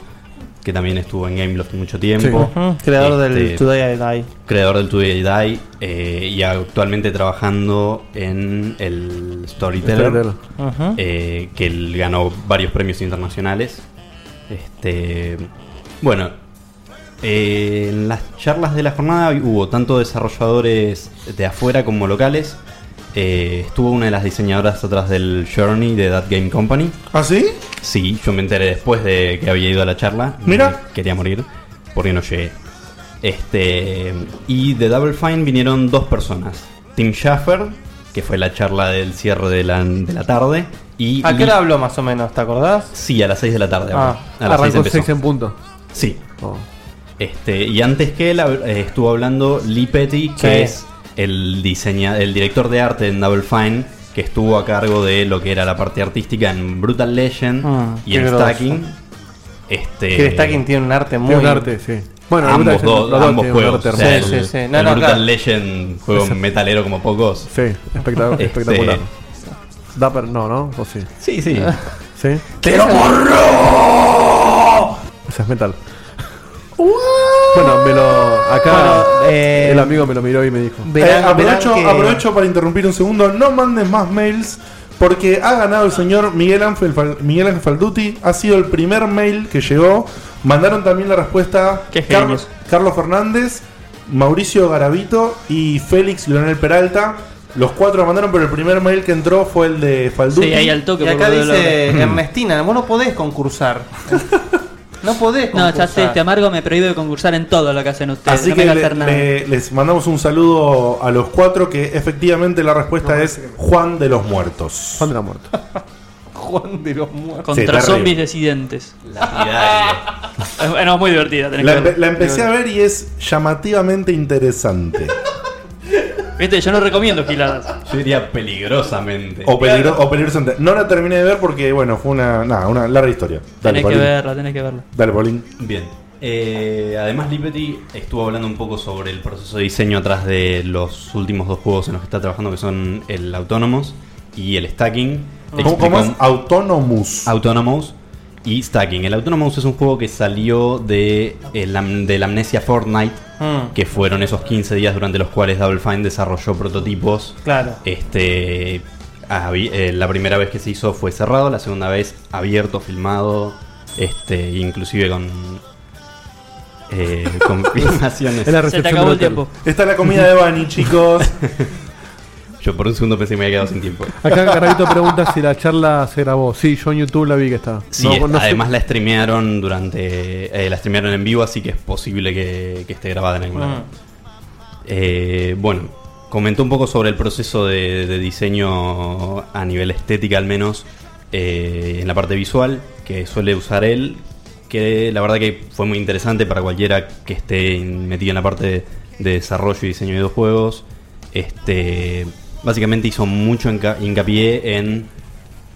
que también estuvo en Gameloft mucho tiempo, Ujú, creador del Este, Today I Die. creador del Today I Die eh, y actualmente trabajando en el Storyteller, Storyteller. Ajá. eh, que él ganó varios premios internacionales. Este, bueno, eh, en las charlas de la jornada hubo tanto desarrolladores de afuera como locales. Eh, estuvo una de las diseñadoras atrás del Journey de That Game Company. ¿Ah, sí? Sí, yo me enteré después de que había ido a la charla. Mira. Me Quería morir porque no llegué. Este, y de Double Fine vinieron dos personas. Tim Schaffer, que fue la charla del cierre de la, de la tarde. Y ¿A qué hora habló más o menos? ¿Te acordás? Sí, a las 6 de la tarde. Ah, a las 6 arrancó empezó. seis en punto. Oh, Sí. Este, y antes que él hab- eh, estuvo hablando Lee Petty, que Sí. es el, diseña, el director de arte en Double Fine, que estuvo a cargo de lo que era la parte artística en Brutal Legend Ah, y qué en groso. Stacking. Este, Que Stacking tiene un arte muy. tiene un arte, sí. Bueno, ambos, Brutal Legend, dos- los dos ambos tienen un juegos. arte o sea, hermoso. el, Sí, sí, sí. No, el no, Brutal claro. Legend, juego Exacto. metalero como pocos. Sí, espectacular. Este, espectacular. Da per- no, ¿no? ¿O sí? Sí, sí. ¿Sí? ¡Te lo borro! Eso es metal. Bueno, me lo. Acá eh, el amigo me lo miró y me dijo. Eh, aprovecho, aprovecho para interrumpir un segundo. No mandes más mails porque ha ganado el señor Miguel Ángel, Fal- Miguel Ángel Falduti. Ha sido el primer mail que llegó. Mandaron también la respuesta Carlos, Carlos Fernández, Mauricio Garavito y Félix Leonel Peralta. Los cuatro mandaron, pero el primer mail que entró fue el de Falduti. Y acá dice Ernestina, vos no podés concursar. No podés No, ya concursar. sé, este amargo me prohíbe de concursar en todo lo que hacen ustedes. Así Este, no que me haga le- hacer nada. le- les mandamos un saludo a los cuatro que efectivamente la respuesta es Juan de los Muertos. Juan de los Muertos. Juan de los muertos. Sí, Contra terrible. zombies decidentes. Es- Bueno, es muy divertida. tenés La, que empe- verla. la empecé a ver y es llamativamente interesante. Viste, yo no recomiendo giladas. Yo diría peligrosamente. o, peligro- o peligrosamente. No la terminé de ver porque, bueno, fue una, nada, una larga historia. Dale, Tenés que Paulín. verla, tenés que verla. Dale, Paulín. Bien. Eh, además, Liberty estuvo hablando un poco sobre el proceso de diseño atrás de los últimos dos juegos en los que está trabajando, que son el Autonomous y el Stacking. Te ¿Cómo, cómo es? explico- Autonomous. Autonomous y Stacking. El Autonomous es un juego que salió de, el am- de la amnesia Fortnite, Hmm. Mm. que fueron esos 15 días durante los cuales Double Fine desarrolló prototipos. Claro. Este, abi- eh, la primera vez que se hizo fue cerrado, la segunda vez abierto, filmado, este, inclusive con... eh, con filmaciones. Es la Se te recepción acabó del el hotel. tiempo. Está la comida de Bani, chicos. Yo por un segundo pensé que me había quedado sin tiempo. Acá Garavito pregunta si la charla se grabó. Sí, yo en YouTube la vi que estaba. Sí, eh, No, no sé- además la streamearon durante. eh, la streamearon en vivo, así que es posible que, que esté grabada en algún lado. Mm. Eh, bueno, comentó un poco sobre el proceso de, de diseño a nivel estética, al menos eh, en la parte visual, que suele usar él. Que la verdad que fue muy interesante para cualquiera que esté metido en la parte de desarrollo y diseño de videojuegos. Este, básicamente hizo mucho enca- hincapié en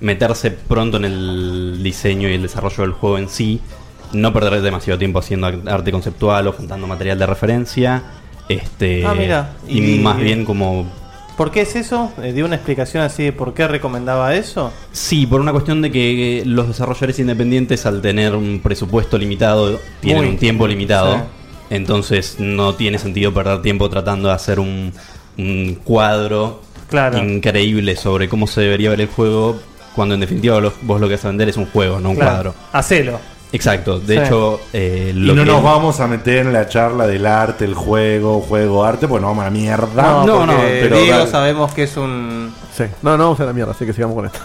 meterse pronto en el diseño y el desarrollo del juego en sí, no perder demasiado tiempo haciendo ar- arte conceptual o juntando material de referencia, este Ah, mira. y, Y- más bien como ¿Por qué es eso? Eh, ¿Dio una explicación así de por qué recomendaba eso? sí, por una cuestión de que eh, los desarrolladores independientes al tener un presupuesto limitado tienen Muy. un tiempo limitado, Sí. entonces no tiene sentido perder tiempo tratando de hacer un, un cuadro Claro. increíble sobre cómo se debería ver el juego cuando en definitiva lo- vos lo que vas a vender es un juego, no un Claro. cuadro. Hacelo. Exacto, de Sí. hecho, eh, Y no que- nos vamos a meter en la charla del arte, el juego, juego, arte, pues nos vamos a la mierda. porque pero Diego dale. sabemos que es un. Sí. No, no vamos a la mierda, así que sigamos con esto.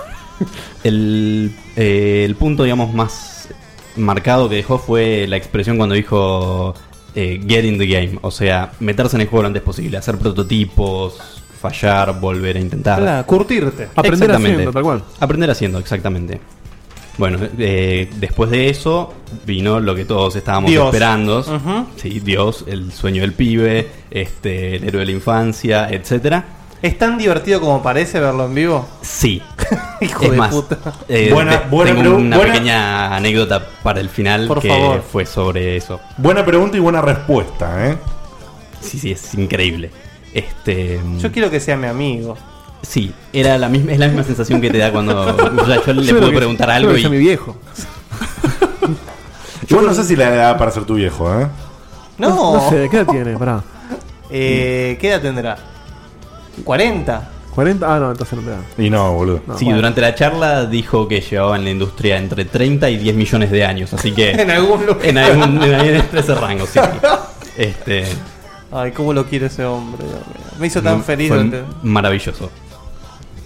El, eh, el punto, digamos, más marcado que dejó fue la expresión cuando dijo eh, get in the game, o sea, meterse en el juego lo antes posible, hacer prototipos, fallar, volver a intentar. Claro, curtirte. Aprender Exactamente. haciendo, tal cual. Aprender haciendo, exactamente. Bueno, eh, después de eso vino lo que todos estábamos Dios. esperando. Ujú. Sí, Dios, el sueño del pibe, este, el héroe de la infancia, etcétera. ¿Es tan divertido como parece verlo en vivo? Sí. Hijo es de más, puta. eh, Buena- te- buena tengo pregu- una buena- pequeña anécdota para el final Por que favor. fue sobre eso. Buena pregunta y buena respuesta, ¿eh? Sí, sí, es increíble. Este, Yo quiero que sea mi amigo. sí, era la misma, es la misma sensación que te da cuando o sea, yo le Yo creo puedo que- preguntar yo algo creo que y sea mi viejo. Yo no sé si la edad para ser tu viejo, ¿eh? No. No sé, ¿qué edad tiene? Pará. Eh, ¿Qué edad tendrá? ¿40? 40. Ah, no, entonces no te da. Y no, boludo. Sí, bueno. durante la charla dijo que llevaba en la industria entre 30 y 10 millones de años, así que En algún lugar. en algún en algún- entre ese rango, sí. Este, Ay, cómo lo quiere ese hombre. Dios mío. Me hizo tan Mm, feliz. fue durante- maravilloso.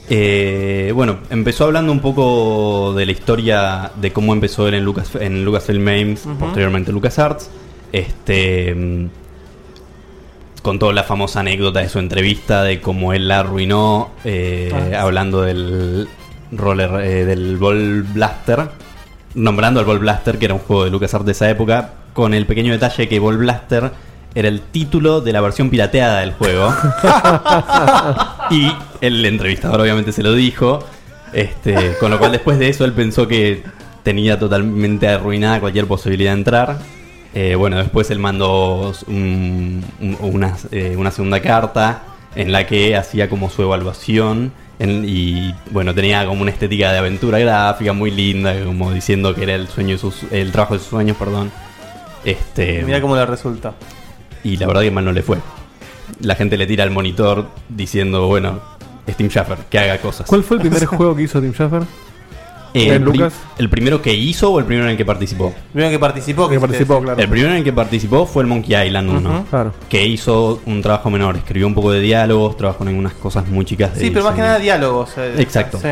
Eh, bueno, empezó hablando un poco de la historia de cómo empezó él en, Lucas, en Lucasfilm Games, Ujú. posteriormente LucasArts. Este, mm, contó la famosa anécdota de su entrevista de cómo él la arruinó eh, Ah. hablando del roller eh, del Ball Blaster, nombrando al Ball Blaster que era un juego de LucasArts de esa época con el pequeño detalle que Ball Blaster era el título de la versión pirateada del juego. y el entrevistador obviamente se lo dijo. Este, con lo cual después de eso él pensó que tenía totalmente arruinada cualquier posibilidad de entrar. Eh, bueno, después él mandó un- un- una, eh, una segunda carta en la que hacía como su evaluación en- y bueno, tenía como una estética de aventura gráfica muy linda, como diciendo que era el sueño de sus- el trabajo de sus sueños, perdón. Este, Mira cómo le resulta. y la verdad que mal no le fue. La gente le tira al monitor diciendo, bueno, Steam Shaffer, que haga cosas. ¿Cuál fue el primer juego que hizo Tim Schafer? Eh, ¿En el, pri- Lucas? ¿El primero que hizo o el primero en el que participó? El primero que participó. que participó, El primero en el que participó fue el Monkey Island 1. Ujú. Que hizo un trabajo menor. Escribió un poco de diálogos, trabajó en algunas cosas muy chicas. de Sí, pero más que diseño. nada diálogos. eh. Exacto. Sí.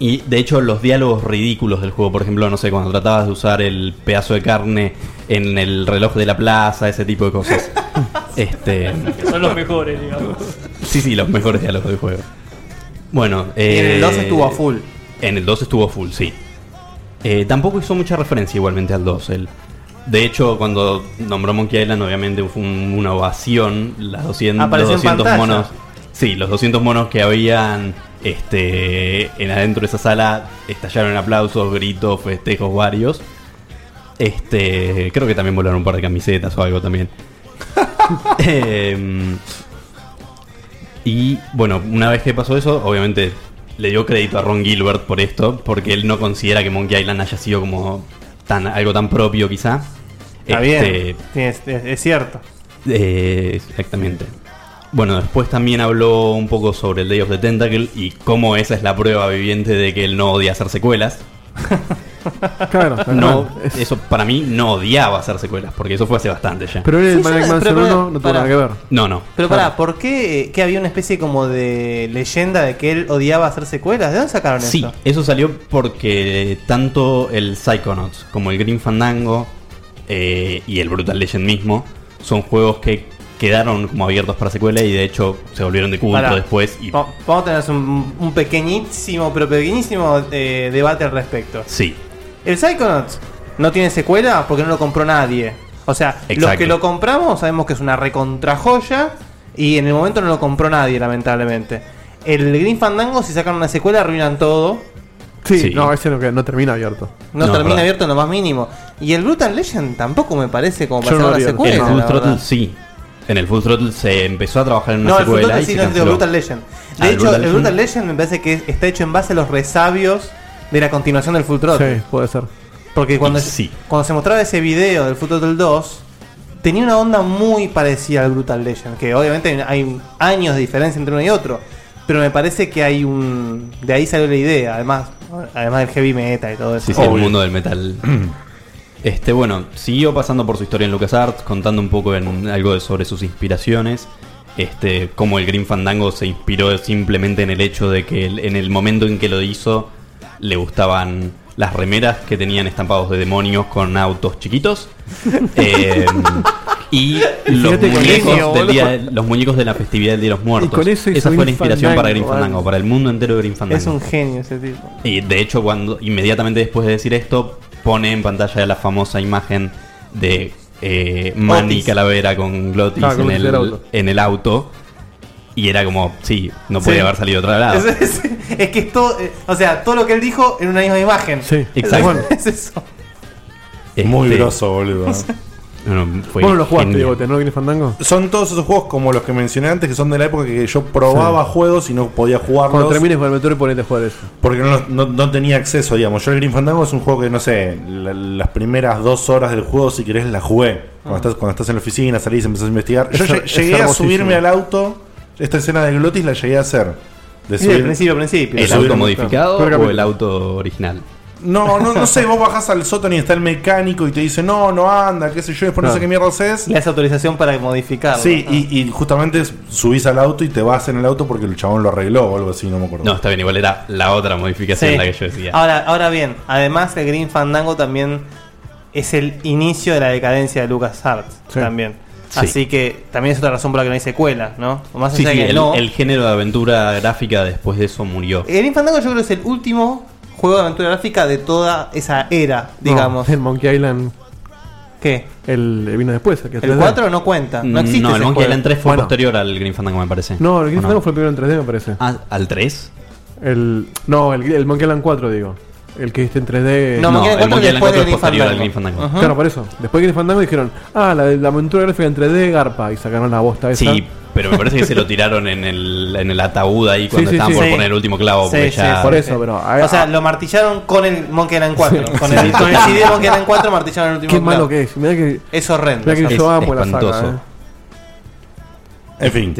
Y de hecho, los diálogos ridículos del juego, por ejemplo, no sé, cuando tratabas de usar el pedazo de carne en el reloj de la plaza, ese tipo de cosas. este. Que son los mejores, digamos. Sí, sí, los mejores diálogos del juego. Bueno, eh, en el 2 estuvo a full. En el 2 estuvo a full, sí. Eh, tampoco hizo mucha referencia igualmente al 2. él. De hecho, cuando nombró Monkey Island, obviamente fue un- una ovación. Las 200, Apareció en 200 pantalla. monos. Sí, los 200 monos que habían este, en adentro de esa sala estallaron en aplausos, gritos, festejos varios. Este, creo que también volaron un par de camisetas o algo también. Em, y bueno, una vez que pasó eso, obviamente le dio crédito a Ron Gilbert por esto, porque él no considera que Monkey Island haya sido como tan, algo tan propio quizá. Este, Está bien. este- Tienes- es, es cierto. Eh, exactamente. Bueno, después también habló un poco sobre el Day of the Tentacle y cómo esa es la prueba viviente de que él no odia hacer secuelas. Claro, claro. No, eso para mí no odiaba hacer secuelas, porque eso fue hace bastante ya. Pero él, el Sí, Maniac sí, Mansion pero- 1 no tuvo pará. nada que ver. No, no. Pero pará, ¿por qué eh, que había una especie como de leyenda de que él odiaba hacer secuelas? ¿De dónde sacaron Sí, eso? eso salió porque tanto el Psychonauts como el Green Fandango eh, y el Brutal Legend mismo son juegos que quedaron como abiertos para secuela y de hecho se volvieron de culto Pará. después y Va- Vamos a tener un, un pequeñísimo, pero pequeñísimo eh, debate al respecto. sí. ¿El Psychonauts no tiene secuela? Porque no lo compró nadie. O sea, los Exacto. que lo compramos sabemos que es una recontrajoya y en el momento no lo compró nadie, lamentablemente. El Green Fandango, si sacan una secuela, arruinan todo. Sí, no, ese no, que- no termina abierto. No, termina abierto. abierto en lo más mínimo. Y el Brutal Legend tampoco me parece como Yo para no hacer lo una haría. secuela. el la Full verdad. Throttle sí. En el Full Throttle se empezó a trabajar en una No, el Full secuela Throttle y sí, se no es de canceló. Brutal Legend. De Ah, el hecho, Brutal el Legend. Brutal Legend me parece que está hecho en base a los resabios de la continuación del Full Throttle. Sí, puede ser. Porque cuando, Y sí. cuando se mostraba ese video del Full Throttle 2, tenía una onda muy parecida al Brutal Legend. Que obviamente hay años de diferencia entre uno y otro. Pero me parece que hay un. De ahí salió la idea, además además del heavy metal y todo eso. Sí, sí, el mundo del metal. Este, bueno, siguió pasando por su historia en LucasArts, contando un poco en, algo de- sobre sus inspiraciones. Este, cómo el Green Fandango se inspiró simplemente en el hecho de que el- en el momento en que lo hizo, le gustaban las remeras que tenían estampados de demonios con autos chiquitos. Eh, y los Fíjate con eso, muñecos, del día de, boludo. los muñecos de la festividad del Día de los Muertos. con eso hizo Esa fue Green la inspiración para Green Fandango, Fandango, algo. para el mundo entero de Green Fandango. Es un genio ese tipo. Y de hecho, cuando inmediatamente después de decir esto, pone en pantalla la famosa imagen de eh, Manny Otis. Calavera con Glotis Ah, con en, Glotis el, del auto. en el auto. Y era como, sí, no podía Sí. haber salido de otro lado. Es, es- es que es todo. eh, o sea, todo lo que él dijo en una misma imagen. Sí. Exacto. Bueno, Es eso. Muy Este- groso, boludo. fue Vos no lo jugaste, genial. ¿no lo Fandango? Son todos esos juegos como los que mencioné antes, que son de la época que yo probaba juegos y no podía jugarlos. Cuando termines con el Meteor y ponete a jugar eso. Porque no, no- no tenía acceso, digamos. Yo el Green Fandango es un juego que, no sé, la- las primeras dos horas del juego, si querés, la jugué. Cuando, estás, cuando estás en la oficina, salís, empezás a investigar. Yo Es- lle- es llegué a hermosísimo. subirme al auto. Esta escena de Glotis la llegué a hacer. De Sí, al principio, al principio. de ¿El auto subirme- modificado o el auto original? No, no, no sé, vos bajás al sótano y está el mecánico y te dice, no, no anda, qué sé yo, después no, sé qué mierda haces. Le das autorización para modificarlo. Sí, y, y justamente subís al auto y te vas en el auto porque el chabón lo arregló o algo así, no me acuerdo. No, está bien, igual era la otra modificación Sí. la que yo decía. Ahora, ahora bien, además el Green Fandango también es el inicio de la decadencia de LucasArts. También. Sí. Así que también es otra razón por la que no hay secuela, ¿no? O Más Sí, allá sí, de que el, no. el género de aventura gráfica después de eso murió. Grim Fandango yo creo que es el último juego de aventura gráfica de toda esa era, digamos. el Monkey Island. ¿Qué? El vino después. El, que El 3D. 4 no cuenta, no existe No, el ese Monkey juego. Island 3 fue Bueno. posterior al Green Fandango, me parece. No, el Green ¿O Fandango fue el primero en 3D, me parece. Ah, ¿Al 3? El, no, el, el Monkey Island 4, digo. El que viste en 3D. No, Monkey No, Island el 4 Monkey Island después 4 de es Green posterior al Green Fandango. Fandango. Ajá. Claro, por eso. Después de Green Fandango dijeron, ah, la, la aventura gráfica en 3D, Garpa. Y sacaron la bosta esa. Sí, pero me parece que se lo tiraron en el, en el ataúd ahí cuando sí, estaban sí. por Sí. poner el último clavo. Sí, porque sí, ya- sí, Por eso, pero. a- o sea, lo martillaron con el Monkey Island 4. Sí. con, el, Sí. con el CD de Monkey Island 4 martillaron el último Qué clavo. malo que es. Mirá que. Es horrendo. Mirá que Es yo amo la espantoso. saga. eh. En fin.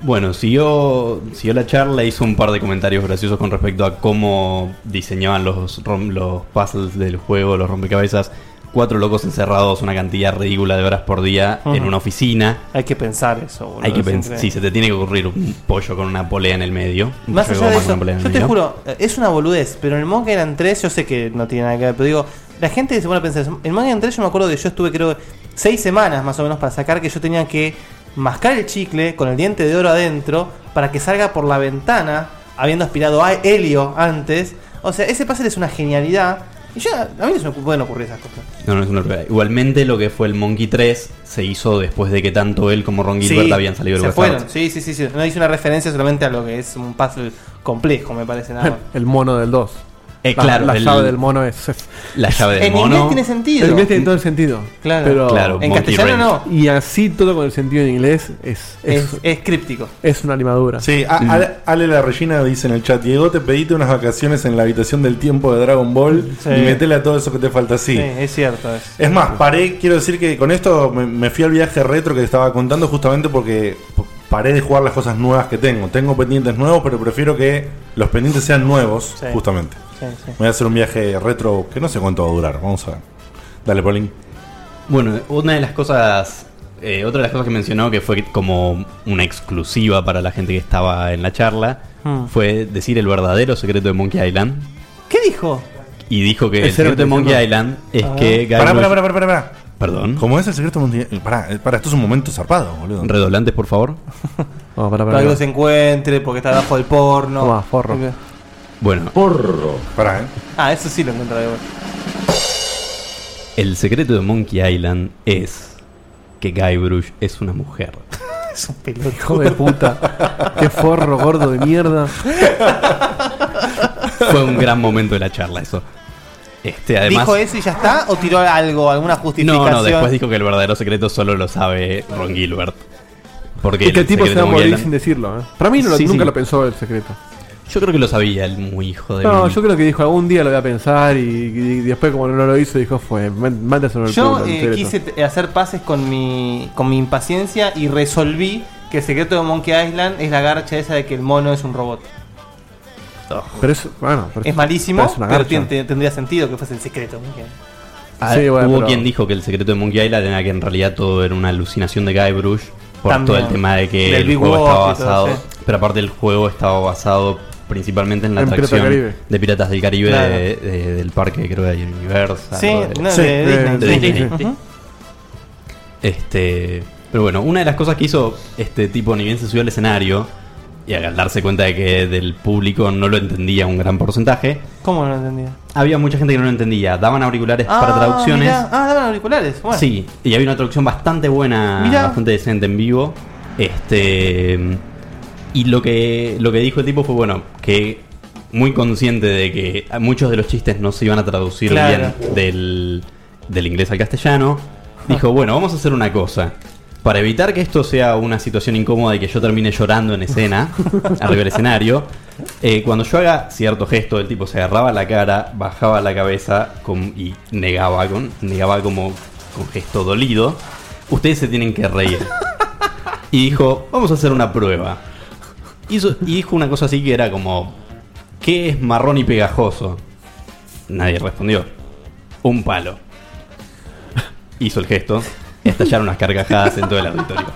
bueno, siguió, siguió la charla, hizo un par de comentarios graciosos con respecto a cómo diseñaban los, rom- los puzzles del juego, los rompecabezas. Cuatro locos encerrados, una cantidad ridícula de horas por día en Ujú. una oficina. Hay que pensar eso, boludo, Hay que pensar. siempre. Sí, se te tiene que ocurrir un pollo con una polea en el medio. Un Más pollo allá goma de con eso, una polea en el yo te medio. juro, eh, es una boludez, pero en el Monkey Island 3 yo sé que no tiene nada que ver, pero digo, la gente se pone a pensar, en el Monkey Island 3 yo me acuerdo que yo estuve creo seis semanas más o menos para sacar que yo tenía que mascar el chicle con el diente de oro adentro para que salga por la ventana, habiendo aspirado a helio antes. O sea, ese puzzle es una genialidad. Y yo, a mí no se me pueden ocurrir esas cosas. No, no es una pelea. Igualmente, lo que fue el Monkey 3 se hizo después de que tanto él como Ron Gilbert Sí, habían salido del West se Art. fueron. Sí, sí, sí, sí. No hice una referencia solamente a lo que es un puzzle complejo, me parece nada más. El mono del 2. Eh, La- claro, La, el- llave del mono es. La llave del En mono. inglés tiene sentido. En inglés tiene todo el sentido. Claro. Pero Claro, En Monkey castellano Wrench. Y así todo con el sentido en inglés es. Es, es críptico. es una limadura. Sí, a- Ale, Ale la Regina dice en el chat: Diego, te pediste unas vacaciones en la habitación del tiempo de Dragon Ball Sí. y metele a todo eso que te falta así. Sí, es cierto. es- Es más, paré, quiero decir que con esto me, me fui al viaje retro que te estaba contando justamente porque p- paré de jugar las cosas nuevas que tengo. Tengo pendientes nuevos, pero prefiero que los pendientes sean nuevos, Sí. justamente. Sí, sí. Voy a hacer un viaje retro que no sé cuánto va a durar. Vamos a ver. Dale, Paulín. Bueno, una de las cosas. eh, otra de las cosas que mencionó que fue como una exclusiva para la gente que estaba en la charla Hmm. fue decir el verdadero secreto de Monkey Island. ¿Qué dijo? Y dijo que ¿Es el cero secreto que de Monkey te Island es Ah. que. Pará, Guybrush- pará, pará, pará, pará. Perdón. ¿Cómo es el secreto mundial? Pará, eh, pará, esto es un momento zarpado, boludo. Redoblantes, por favor. Para que los encuentre, porque está debajo del porno. Tomá, forro. Porque- Bueno. Porro. Pará, eh. Ah, eso sí lo encuentro de vuelta. El secreto de Monkey Island es que Guybrush es una mujer. Es un pelotudo. Hijo de puta. Qué forro gordo de mierda. Fue un gran momento de la charla eso. Este, además. ¿Dijo eso y ya está? ¿O tiró algo, alguna justificación? No, no, después dijo que el verdadero secreto solo lo sabe Ron Gilbert. Porque Y que el tipo se va a secreto de Monkey morir Island- sin decirlo. eh. Para mí no lo- Sí, nunca sí. lo pensó el secreto. Yo creo que lo sabía el muy hijo de No, mil. yo creo que dijo algún día lo voy a pensar y, y después como no lo hizo dijo fue, "Man- mándaselo al Yo culo, el eh, secreto". quise t- hacer pases con mi, con mi impaciencia y resolví que el secreto de Monkey Island es la garcha esa de que el mono es un robot. Oh. Pero es, bueno, pero Es malísimo, pero es pero, una garcha. tien- te- tendría sentido que fuese el secreto. de Monkey Island. Ah, Sí, bueno, hubo pero- quien dijo que el secreto de Monkey Island era que en realidad todo era una alucinación de Guybrush por También. todo el tema de que Del el Big juego Walk estaba y todo, basado. sí. Pero aparte el juego estaba basado principalmente en la En Pirata atracción del Caribe. de Piratas del Caribe Claro. de- de- del parque creo de Universal. Sí, o de- no, Sí, de Disney. de Disney. Ujú. Este, pero bueno, una de las cosas que hizo este tipo ni bien se subió al escenario y al darse cuenta de que del público no lo entendía un gran porcentaje, ¿Cómo no lo entendía? había mucha gente que no lo entendía. Daban auriculares para traducciones. mirá. Ah, daban auriculares. Bueno. Sí, y había una traducción bastante buena, Mirá. bastante decente en vivo. Este. Y lo que, lo que dijo el tipo fue, bueno, que muy consciente de que muchos de los chistes no se iban a traducir Claro. bien del, del inglés al castellano, dijo, bueno, vamos a hacer una cosa. Para evitar que esto sea una situación incómoda y que yo termine llorando en escena, arriba del escenario, eh, cuando yo haga cierto gesto, el tipo se agarraba la cara, bajaba la cabeza con- y negaba, con, negaba como con gesto dolido. Ustedes se tienen que reír. Y dijo, vamos a hacer una prueba. Hizo- y dijo una cosa así que era como, ¿qué es marrón y pegajoso? Nadie respondió. Un palo. Hizo el gesto. Estallaron unas carcajadas en todo el auditorio.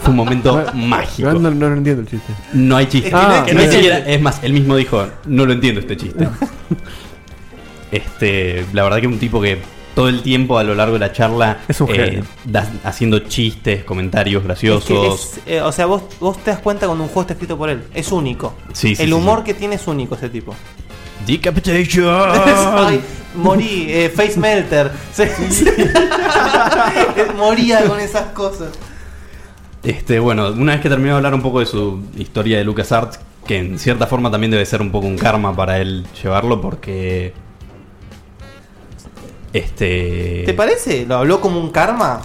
Fue un momento Ah. mágico. No, no, no lo entiendo el chiste. No hay chiste. Es que no hay Que no hay chiste. siquiera- es más, él mismo dijo, no lo entiendo este chiste. Este, la verdad que un tipo que todo el tiempo a lo largo de la charla Es un genio. da- haciendo chistes, comentarios Es que graciosos. es, eh, o sea, vos, vos te das cuenta cuando un juego está escrito por él. Es único. Sí, sí, el sí, humor que tiene es único ese tipo. Decapitation. Ay, morí, eh, Face Melter. Sí, sí. Moría con esas cosas. Este, bueno, una vez que terminó de hablar un poco de su historia de LucasArts, que en cierta forma también debe ser un poco un karma para él llevarlo, porque. Este. ¿Te parece? ¿Lo habló como un karma?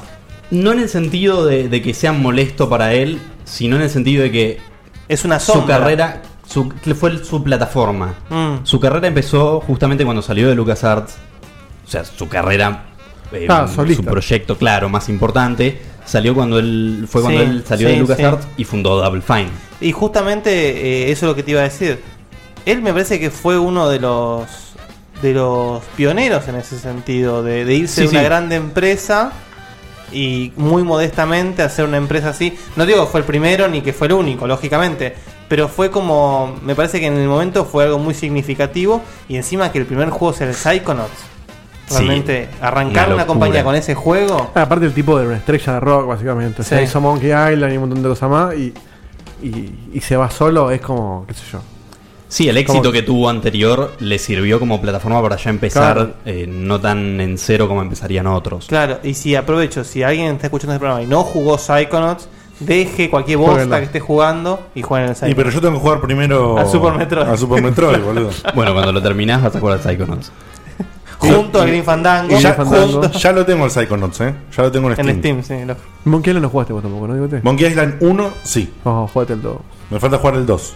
No en el sentido de, de que sea molesto para él, sino en el sentido de que. Es una Su sombra. carrera. Su, fue su plataforma. Mm. Su carrera empezó justamente cuando salió de LucasArts. O sea, su carrera. eh, Ah, su proyecto, claro, más importante. Salió cuando él. Fue cuando Sí, él salió sí, de LucasArts sí. y fundó Double Fine. Y justamente eh, eso es lo que te iba a decir. Él me parece que fue uno de los de los pioneros en ese sentido, de, de irse Sí, de una sí. grande empresa y muy modestamente hacer una empresa así. No digo que fue el primero ni que fue el único, lógicamente, pero fue como, me parece que en el momento fue algo muy significativo y encima que el primer juego sea el Psychonauts. Sí. Realmente, arrancar Una una, compañía locura. con ese juego. Ah, aparte el tipo de una estrella de rock, básicamente. O sea, Sí. hizo Monkey Island y un montón de cosas más. Y, y, y se va solo, es como, qué sé yo. Sí, el éxito Como- que tuvo anterior le sirvió como plataforma para ya empezar Claro. eh, no tan en cero como empezarían otros. Claro, y si aprovecho, si alguien está escuchando este programa y no jugó Psychonauts, deje cualquier Jueguenlo. bosta que esté jugando y jueguen el Psychonauts. Y pero yo tengo que jugar primero al Super Metroid. al Super Metroid, boludo. Bueno, cuando lo terminás vas a jugar al Psychonauts. Junto al Green Fandango. Y ya, Green Fandango. junto- ya lo tengo el Psychonauts, ¿eh? Ya lo tengo en Steam. En Steam, sí. lo- Monkey Island no jugaste vos tampoco, ¿no? Digote? Monkey Island 1, sí. No, jugate el 2. Me falta jugar el 2.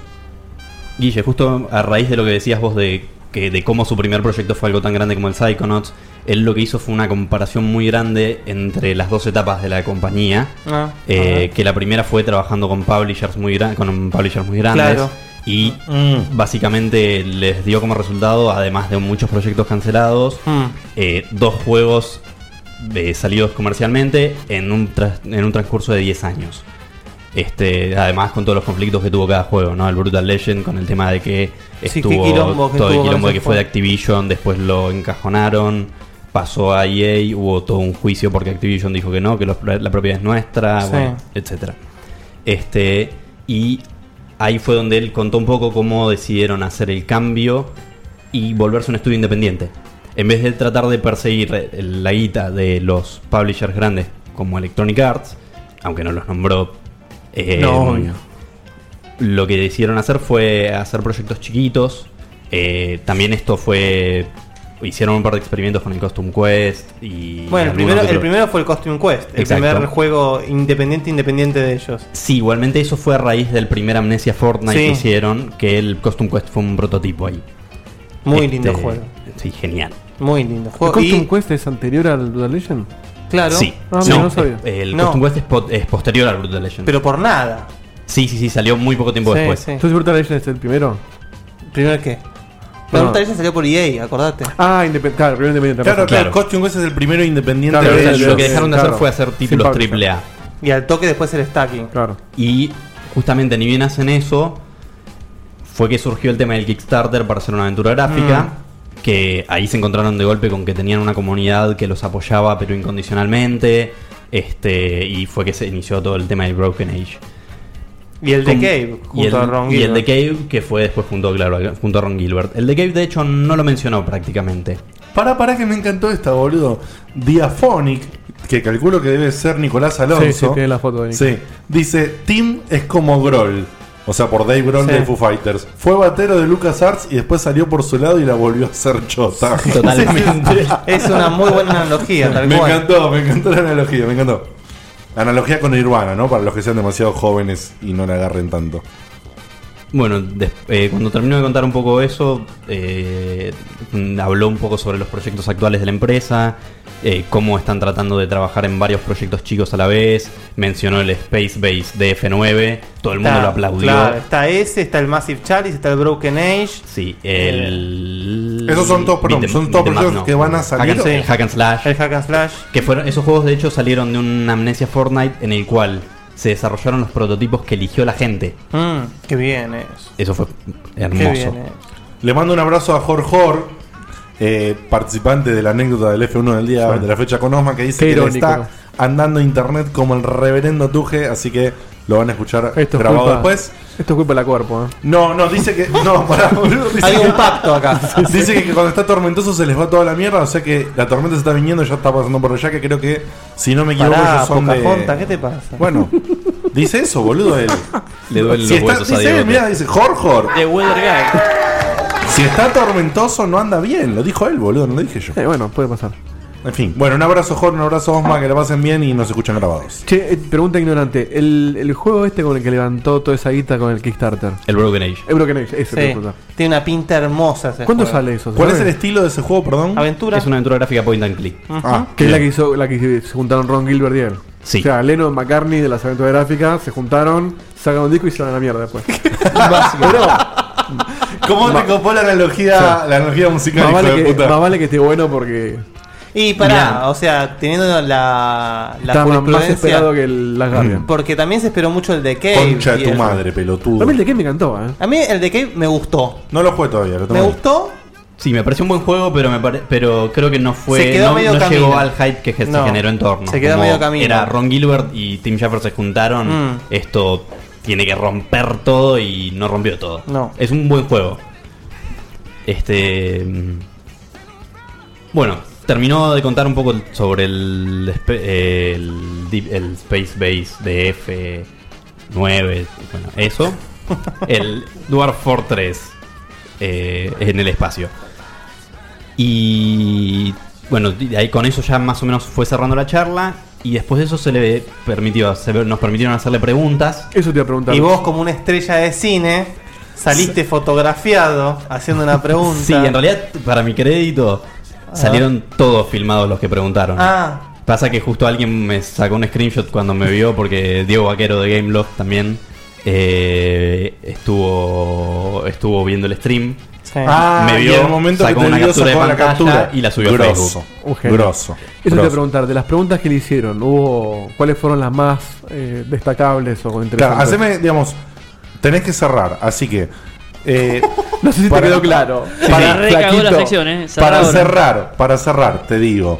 Guille, justo a raíz de lo que decías vos de, que, de cómo su primer proyecto fue algo tan grande como el Psychonauts, él lo que hizo fue una comparación muy grande entre las dos etapas de la compañía. Ah, eh, que la primera fue trabajando con publishers muy, gran- con publishers muy grandes. Claro. Y Mm. básicamente les dio como resultado, además de muchos proyectos cancelados, Mm. eh, dos juegos eh, salidos comercialmente en un, tras- en un transcurso de 10 años. Este, además con todos los conflictos que tuvo cada juego, ¿no? El Brutal Legend con el tema de que Sí, estuvo qué quilombo que todo el tuvo con quilombo ese que fue de juego. Activision, después lo encajonaron, pasó a EA, hubo todo un juicio porque Activision dijo que no, que los- la propiedad es nuestra, Sí. bueno, etcétera. Este, y ahí fue donde él contó un poco cómo decidieron hacer el cambio y volverse un estudio independiente. En vez de tratar de perseguir el- la guita de los publishers grandes como Electronic Arts, aunque no los nombró, eh, No, obvio. lo que decidieron hacer fue hacer proyectos chiquitos. Eh, también esto fue... Hicieron un par de experimentos con el Costume Quest y... Bueno, el algunos primero, el otros. primero fue el Costume Quest, el Exacto. primer juego independiente independiente de ellos. Sí, igualmente eso fue a raíz del primer Amnesia Fortnite Sí. que hicieron, que el Costume Quest fue un prototipo ahí. Este, Muy lindo juego. Sí, genial. Muy lindo ¿El juego. Costume Y, Quest es anterior al Brutal Legend? claro. Sí. Ah, mira, No, no, sabía. eh, El No. Costume Quest es, po- es posterior al Brutal Legend. Pero por nada. Sí, sí, sí, salió muy poco tiempo Sí, después. sí. Entonces Brutal Legend es el primero. ¿Primero qué? La No. Brutal Legend salió por EA, acordate. Ah, independiente. Claro, primero independiente. Claro, razón. claro, Costume Quest es el primero independiente Claro, de claro, ellos. lo que dejaron de hacer Claro. fue hacer Sin títulos publisher. triple A. Y al toque después el stacking. Claro. Y justamente ni bien hacen eso, fue que surgió el tema del Kickstarter para hacer una aventura gráfica. Mm. Que ahí se encontraron de golpe con que tenían una comunidad que los apoyaba pero incondicionalmente. Este, y fue que se inició todo el tema del Broken Age. Y el Con- The Cave, y el, junto a Ron y el The Gilbert. Cave que fue después junto, claro, junto a Ron Gilbert. El The Cave de hecho no lo mencionó prácticamente. Pará, pará que me encantó esta, boludo. Diaphonic, que calculo que debe ser Nicolás Alonso. Sí, sí, tiene la foto de Nico. Sí. Dice, Tim es como Groll. O sea, por Dave Grohl Sí. de Foo Fighters. Fue batero de Lucas Arts y después salió por su lado y la volvió a hacer chota. Totalmente. Es una muy buena analogía, tal me cual. encantó, me encantó la analogía, me encantó. Analogía con Nirvana, ¿no? Para los que sean demasiado jóvenes y no la agarren tanto. Bueno, des- eh, cuando terminó de contar un poco eso, eh, mm, habló un poco sobre los proyectos actuales de la empresa, eh, cómo están tratando de trabajar en varios proyectos chicos a la vez, mencionó el Space Base DF9, todo el mundo Está- lo aplaudió. Claro, está ese, está el Massive Chalice, está el Broken Age. Sí, el... Eh, Esos son todos, perdón, Beat'em- son todos beat'em up, proyectos no. que van a salir. Hack and- el Hack and Slash. El Hack and Slash. Que fueron, esos juegos de hecho salieron de una amnesia Fortnite en el cual se desarrollaron los prototipos que eligió la gente. Mm, qué bien es. Eso fue Qué hermoso. bien es. Le mando un abrazo a Jorjor, eh, participante de la anécdota del F1 del día Bueno. de la fecha con Osman que dice Qué que le irónico, está ¿no? andando internet como el reverendo Tuje, así que lo van a escuchar Esto es grabado culpa- después. Esto es culpa de la cuerpo. ¿eh? No, no, dice que. No, pará, boludo. Dice Hay un que- pacto acá. Dice que cuando está tormentoso se les va toda la mierda. O sea que la tormenta se está viniendo y ya está pasando por allá. Que creo que, si no me equivoco, Pará, ellos son de- Pocahontas, ¿qué te pasa? Bueno, dice eso, boludo. Él. Le duelen Si los está- huesos a Dice, Diego. mira, dice, Jorjor. De Weather Si está tormentoso, no anda bien. Lo dijo él, boludo, no lo dije yo. Eh, bueno, puede pasar. En fin. Bueno, un abrazo, Jorge, un abrazo, Osma. Que la pasen bien y nos escuchan grabados. Che, eh, pregunta ignorante. El, el juego este con el que levantó toda esa guita con el Kickstarter. El Broken Age. El Broken Age, ese Sí, te pregunto. Tiene una pinta hermosa. ese ¿Cuándo juego. sale eso? ¿Cuál es el estilo de ese juego, perdón? Aventura. Es una aventura gráfica point and click. Ah, que es la que hizo, la que se juntaron Ron Gilbert y él. Sí. O sea, Lennon McCartney de las aventuras gráficas se juntaron, sacan un disco y se van a la mierda después. Pero, ¿Cómo te copó la analogía, Sí. la analogía más, musical? hijo vale de que, puta? más vale que esté bueno porque Y pará, o sea, teniendo la, la está más- más jurisprudencia- esperado que el Last Guardian. Porque también se esperó mucho el Decay. Concha de y tu el- madre, pelotudo. A mí el de qué me encantó, ¿eh? A mí el Decay me gustó. No lo jugué todavía, lo Me tengo. gustó. Sí, me pareció un buen juego, pero me pare- pero creo que no fue. Se quedó no, medio no camino. llegó al hype que se No. generó en torno. Se quedó Como medio camino. Era Ron Gilbert y Tim Schafer se juntaron. Mm. Esto tiene que romper todo y no rompió todo. No. Es un buen juego. Este. mm, Bueno, terminó de contar un poco sobre el, espe- eh, el, Deep- el Space Base DF9. Bueno, eso. el Dwarf Fortress eh, en el espacio. Y bueno, de ahí con eso ya más o menos fue cerrando la charla. Y después de eso se le permitió, se- nos permitieron hacerle preguntas. Eso te iba a preguntar. Y vos, como una estrella de cine, saliste fotografiado haciendo una pregunta. Sí, en realidad, para mi crédito, Ah. salieron todos filmados los que preguntaron. Ah, Pasa que justo alguien me sacó un screenshot cuando me vio, porque Diego Vaquero de Gameloft también eh, estuvo estuvo viendo el stream. Sí. Ah, y en el momento que te vio, sacó la captura. y la subió a Grosso. Facebook. Un genio. Grosso, Eso te iba grosso. a preguntar, de las preguntas que le hicieron, hubo ¿cuáles fueron las más eh, destacables o Claro, interesantes? haceme, digamos, tenés que cerrar, así que. eh, No sé si te quedó claro. Para, Sí, sí. Recagó Flaquito, la sección, eh. Cerrá para ahora. cerrar, para cerrar, te digo.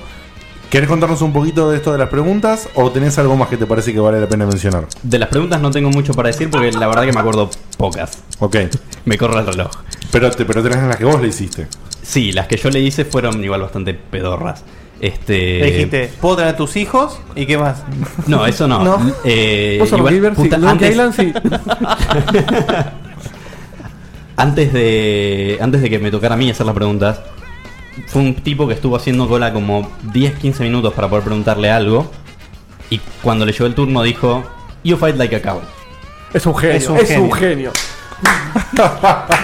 ¿Querés contarnos un poquito de esto de las preguntas o tenés algo más que te parece que vale la pena mencionar? De las preguntas no tengo mucho para decir porque la verdad que me acuerdo pocas. Ok. Me corre el reloj. Pero, te, pero tenés las que vos le hiciste. Sí, las que yo le hice fueron igual bastante pedorras. Este. le dijiste, ¿puedo tener tus hijos? ¿Y qué más? No, eso no. ¿No? Eh, Vos sos igual, Gilbert, sí. justa- Lonely antes, Island, sí. antes de antes de que me tocara a mí hacer las preguntas, fue un tipo que estuvo haciendo cola como 10, 15 minutos para poder preguntarle algo. Y cuando le llegó el turno dijo, You fight like a cow. Es un genio, Es es un un, genio. genio.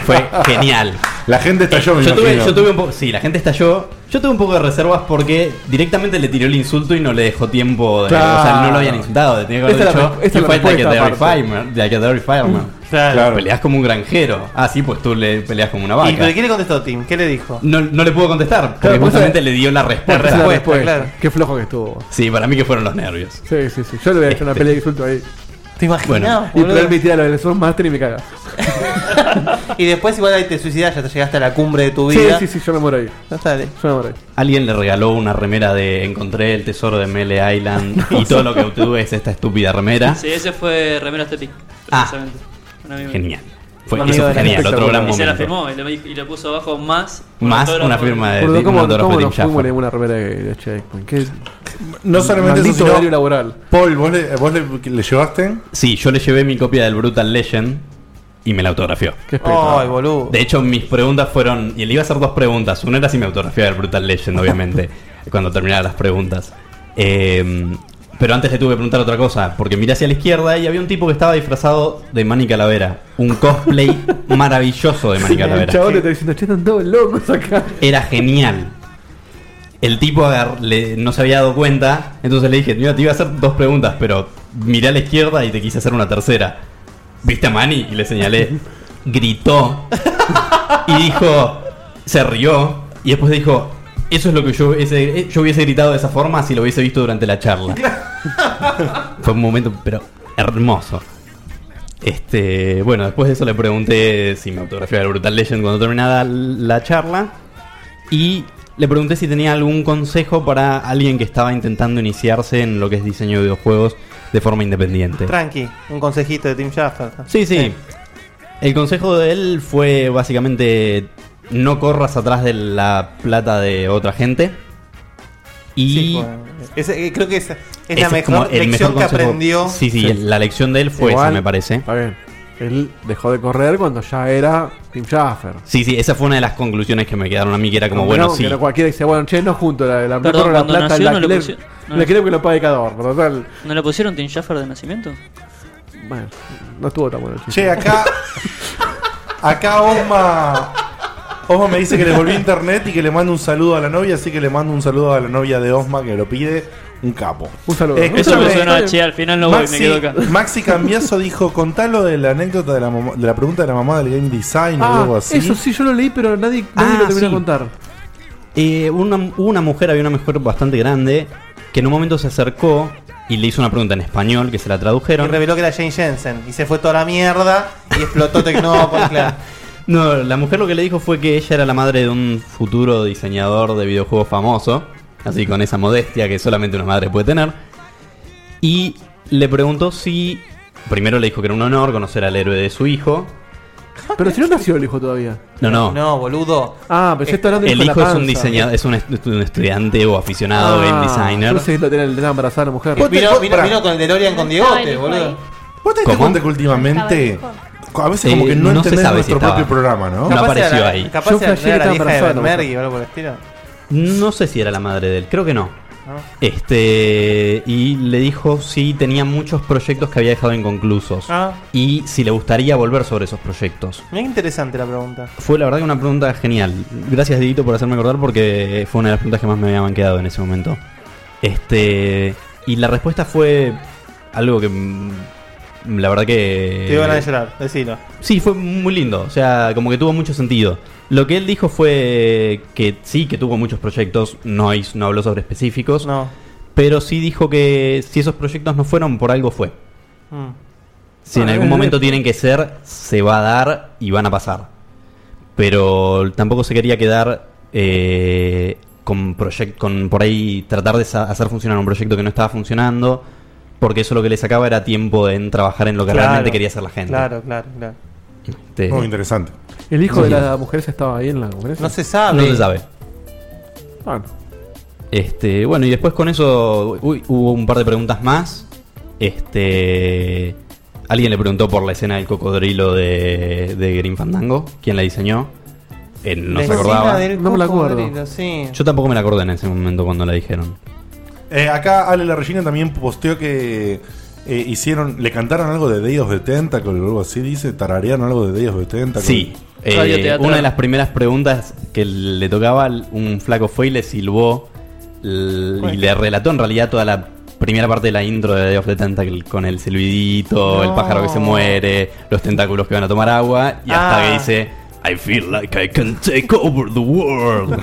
Fue genial. Eh, La gente estalló, me yo tuve, imagino. yo tuve un poco, sí, la gente estalló. Yo tuve un poco de reservas porque directamente le tiró el insulto y no le dejó tiempo. De, O sea, Claro. no lo habían insultado. Le tenía que haber Esta es la dicho. re- esta es la "You fight like a respuesta dairy farmer- like a dairy fireman". Claro. Peleas como un granjero. Ah, sí, pues tú le peleas como una ¿Y pero vaca. qué le contestó Tim? ¿Qué le dijo? No, no le puedo contestar porque Claro, pues, justamente le dio la Esa respuesta. es la respuesta, claro. Qué flojo que estuvo. Sí, para mí que fueron los nervios. Sí, sí, sí. Yo le voy a hacer una Este. pelea de insulto ahí. ¿Te imaginas? Y pero él me tira lo del Sword Master y me caga. Y después igual ahí te suicidas, ya te llegaste a la cumbre de tu Sí, vida. sí, sí, yo me muero ahí. Ya está, dale. Yo me muero ahí. Alguien le regaló una remera de Encontré el tesoro de Mele Island y todo lo que obtuve es esta estúpida remera. Sí, ese fue Remera Tepic. Ah. precisamente. Un amigo mío. Genial. Fue, Un eso amigo fue de la genial, empresa, otro gran Y se la momento. firmó y le, y le puso abajo más. un Más autógrafo. una firma de Boludo, Tim ¿Cómo, Autógrafo ¿cómo de Tim nos fuimos Schafer. en una remera de, de Checkpoint? ¿Qué- No solamente Maldito eso, sino- horario laboral. Paul, ¿vos le, vos le- le llevaste? Sí, yo le llevé mi copia del Brutal Legend y me la autografió. Qué Ay, boludo. De hecho, mis preguntas fueron. Y le iba a hacer dos preguntas. Una era si me autografiaba el Brutal Legend, obviamente, cuando terminara las preguntas. Eh, pero antes le tuve que preguntar otra cosa, porque miré hacia la izquierda y había un tipo que estaba disfrazado de Manny Calavera. Un cosplay maravilloso de Manny El Calavera. chabón le está diciendo, che, están todos locos acá. Era genial. El tipo agar- le- no se había dado cuenta, entonces le dije, mira, te iba a hacer dos preguntas, pero miré a la izquierda y te quise hacer una tercera. ¿Viste a Manny? Y le señalé. Gritó. Y dijo, se rió. Y después dijo, eso es lo que yo hubiese, eh, yo hubiese gritado de esa forma si lo hubiese visto durante la charla. Fue un momento, pero hermoso. Este, bueno, después de eso le pregunté si me autografiaba el Brutal Legend cuando terminaba la charla. Y le pregunté si tenía algún consejo para alguien que estaba intentando iniciarse en lo que es diseño de videojuegos de forma independiente. Tranqui, un consejito de Tim Schafer. Sí, sí. El consejo de él fue básicamente no corras atrás de la plata de otra gente. Y Ese, eh, creo que esa es, ese la es mejor como el lección mejor que consejo. aprendió. Sí, sí, la lección de él fue esa, me parece. Está bien. Él dejó de correr cuando ya era Tim Schaffer. Sí, sí, esa fue una de las conclusiones que me quedaron a mí, que era como, bueno, sí. Pero cualquiera dice, bueno, che, no junto la, la, Perdón, la cuando plata, nació la no le alquiler, pusieron- no el le- alquiler que lo pague cada dos, por lo cual, ¿No le pusieron Tim Jaffer de nacimiento? bueno, no estuvo tan bueno el chiste. Che, acá. acá Osma. Osma me dice que le volvió internet y que le mando un saludo a la novia, así que le mando un saludo a la novia de Osma que lo pide. Un capo. Un saludo. Eso me sonó a che, al final no voy, me Maxi, quedo acá. Maxi Cambiaso dijo: contalo de la anécdota de la, mamá- de la pregunta de la mamá del game design o Ah, algo así. eso sí, yo lo leí, pero nadie, nadie Ah, lo terminó de sí. contar. Eh, una, hubo una mujer, había una mujer bastante grande, que en un momento se acercó y le hizo una pregunta en español, que se la Y tradujeron. reveló que era Jane Jensen. Y se fue toda la mierda y explotó Tecnópolis, claro. No, la mujer lo que le dijo fue que ella era la madre de un futuro diseñador de videojuegos famoso, así con esa modestia que solamente una madre puede tener. Y le preguntó si. Primero le dijo que era un honor conocer al héroe de su hijo. Pero si no nació el hijo todavía. No, no. No, boludo. Ah, pero yo estoy hablando del El hijo hijo de la es un panza. diseñador, es un, estu- un estudiante o aficionado Ah, game designer. Yo sé que lo tenía, le tenía embarazada la mujer. Vino, vino- vino con el DeLorean con Diegote, boludo. ¿Vos te diste ¿Cómo? cuenta que últimamente a veces como Eh, que no, no se entendés sabe si nuestro estaba. propio programa, ¿no? No apareció era- ahí. Capaz Yo era flashé que era la estaba hija de embarazada, no me Bermergui o algo por el estilo. No sé si era la madre de él, creo que no. Ah. Este. Y le dijo si tenía muchos proyectos que había dejado inconclusos. Ah. Y si le gustaría volver sobre esos proyectos. Mira qué interesante la pregunta. Fue la verdad que una pregunta genial. Gracias, Didito, por hacerme acordar porque fue una de las preguntas que más me habían quedado en ese momento. Este. Y la respuesta fue algo que. mm, La verdad que. Te iban a llorar, decilo. Sí, fue muy lindo. O sea, como que tuvo mucho sentido. Lo que él dijo fue que sí, que tuvo muchos proyectos. No, hizo- no habló sobre específicos. Pero sí dijo que si esos proyectos no fueron, por algo fue. Mm. Si en Ah, algún eh, momento eh. tienen que ser, se va a dar y van a pasar. Pero tampoco se quería quedar eh, con proyect- con por ahí tratar de sa- hacer funcionar un proyecto que no estaba funcionando, porque eso lo que le sacaba era tiempo en trabajar en lo que Claro, realmente quería hacer la gente. Claro, claro, claro. Este- Muy interesante. ¿El hijo de Sí. la mujer esa estaba ahí en la conferencia? No se sabe. No se sabe. Bueno. Este, bueno, y después con eso uy, hubo un par de preguntas más. Este, alguien le preguntó por la escena del cocodrilo de, de Green Fandango, quién la diseñó. Él no La se escena acordaba. del No me la acuerdo. cocodrilo, sí. Yo tampoco me la acordé en ese momento cuando la dijeron. Eh, acá Ale La Regina también posteó que eh, hicieron, le cantaron algo de Day of the Tentacle o algo así, dice, tararearon algo de Day of the Tentacle. Sí. Eh, una de las primeras preguntas que le tocaba, un flaco fue y le silbó l- y le relató en realidad toda la primera parte de la intro de Day of the Tentacle con el silbidito, el pájaro que se muere, los tentáculos que van a tomar agua y hasta Ah. que dice I feel like I can take over the world.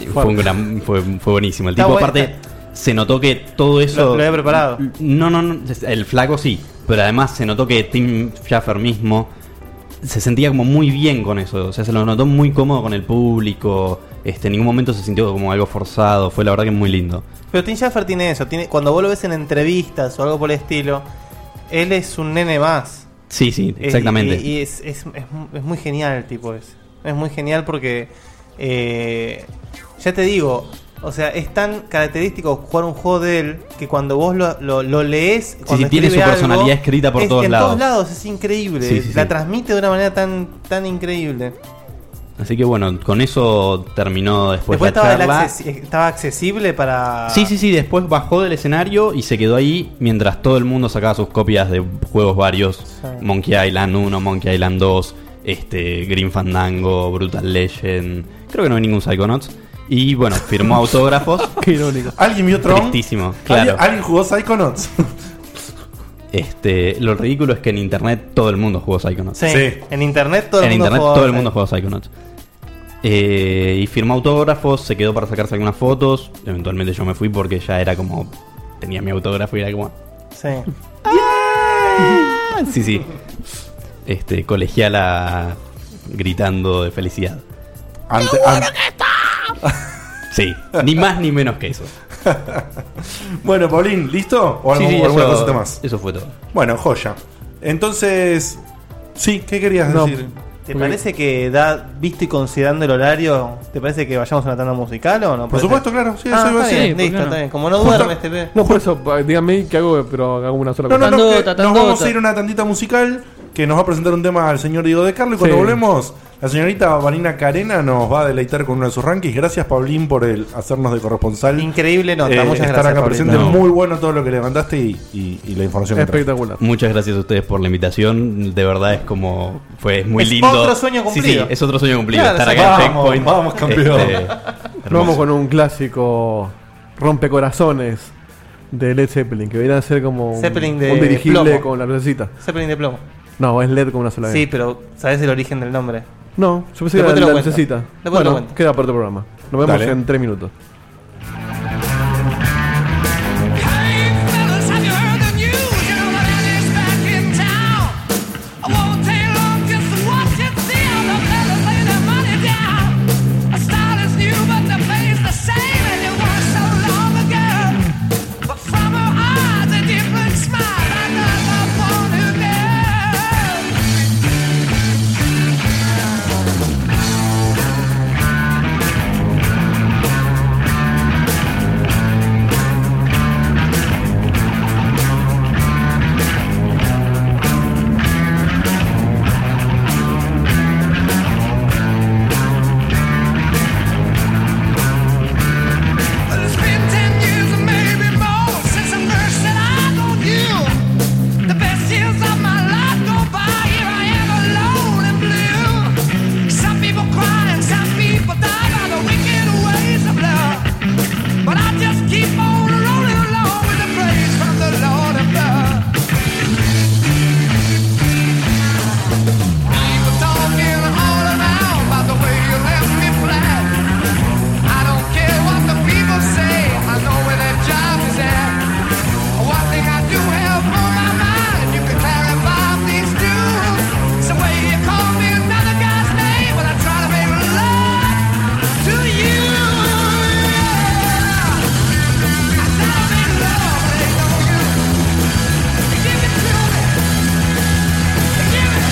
Y fue, un gran- fue- fue buenísimo. El Está tipo buena. aparte se notó que todo eso... Lo- lo había preparado. No, no, no, el flaco sí, pero además se notó que Tim Schaffer mismo se sentía como muy bien con eso, o sea, se lo notó muy cómodo con el público, este, en ningún momento se sintió como algo forzado, fue la verdad que muy lindo. Pero Tim Schafer tiene eso. Tiene, cuando vos lo ves en entrevistas o algo por el estilo, él es un nene más. Sí, sí, Eh, exactamente. Y, y es, es- es mu- es muy genial el tipo ese. Es muy genial porque. eh, ya te digo, o sea, es tan característico jugar un juego de él que cuando vos lo, lo, lo lees. cuando sí, tiene escribe su algo, personalidad escrita por es- todos en lados. todos lados, es increíble. Sí, sí, La sí. transmite de una manera tan, tan increíble. Así que bueno, con eso terminó después, Después Pues la estaba, el charla. accesi- estaba accesible para. Sí, sí, sí, después bajó del escenario y se quedó ahí mientras todo el mundo sacaba sus copias de juegos varios. Monkey Island 1, Monkey Island 2, este, Green Fandango, Brutal Legend. Creo que no hay ningún Psychonauts. Y bueno, firmó autógrafos. Qué irónico. ¿Alguien vio Tron? Tristísimo, ¿Alguien, claro. alguien jugó Psychonauts? Este, lo ridículo es que en internet todo el mundo jugó Psychonauts. Sí. En internet todo en el mundo internet jugó todo el Psychonauts. mundo jugó Psychonauts. Eh, y firmó autógrafos, se quedó para sacarse algunas fotos. Eventualmente yo me fui porque ya era como. Tenía mi autógrafo y era como. Sí. Sí, sí. Este, colegiala gritando de felicidad. Ante- an- Sí, ni más ni menos que eso. Bueno, Paulín, ¿listo? ¿O Sí, algo- sí, alguna eso- cosita más? Eso fue todo. Bueno, joya. Entonces, sí, ¿qué querías No. decir? ¿Te parece que da, visto y considerando el horario, ¿te parece que vayamos a una tanda musical o no? Por supuesto, claro, sí, eso iba a Ah, está decir. bien, Sí, ¿por listo, qué no? está bien. Como no Justo- duerme este pe... No, por eso, pa- díganme qué hago, pero hago una sola No, no, no, que nos vamos tandota. a ir a una tandita musical que nos va a presentar un tema al señor Diego de Carlo y cuando Sí. volvemos, la señorita Vanina Carena nos va a deleitar con uno de sus rankings. Gracias, Paulín, por el hacernos de corresponsal. Eh, Increíble nota, muchas estar gracias, acá Paulín. presente, No. muy bueno todo lo que levantaste y, y- y la información. que traes. Muchas gracias a ustedes por la invitación. De verdad es como. Fue es muy Es lindo. otro sueño Sí, cumplido. sí, es otro sueño cumplido. Claro, estar sí. acá en Vamos, Checkpoint. Este, vamos, campeón. Este, Nos hermoso. vamos con un clásico rompecorazones de Led Zeppelin, que debería ser como un, Zeppelin de un dirigible plomo. con la lucecita. Zeppelin de plomo. No, es LED con una sola vez. Sí, pero ¿sabes el origen del nombre? No, yo pensé que Después era te lo la cuento. lucecita. Después te lo Bueno, cuento. queda para otro programa. Nos vemos Dale. en tres minutos. Fellas, have you heard the news? You know that Ellie's back in town. I won't take long, just watch and see how the fellas lay their money down. The style is new, but the play's the same, and it was so long ago. But from her eyes, a different smile. I got the one who knows. It's been ten years and maybe more since I first said I love you. The best years of my life go by. Here I am alone and blue. Some people cry and some people die by the wicked ways of love. But I just keep on rolling along with the praise from the Lord above. People talking all around about the way you left me flat. I don't care what the people say. I know where their job is at. One thing I do have on my mind, and you can clarify these dudes. So when you call me another guy's name, when I try to make love to you. I try to make love, but ain't no use. Give it to me. Give it.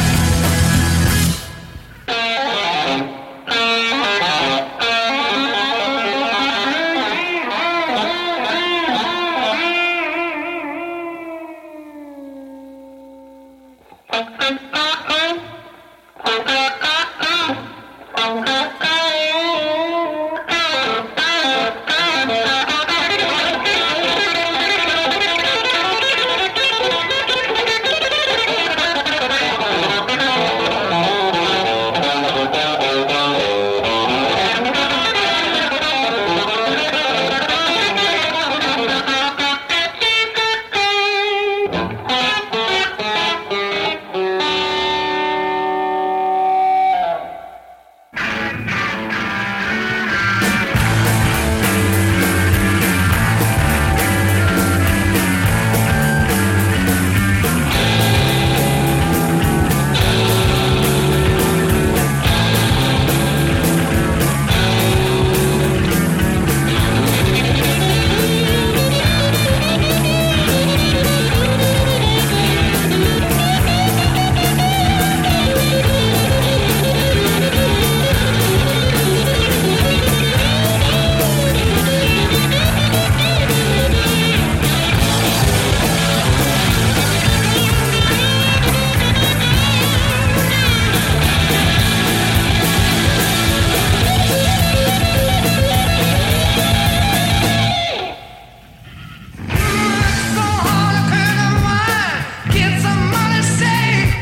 Get some money saved.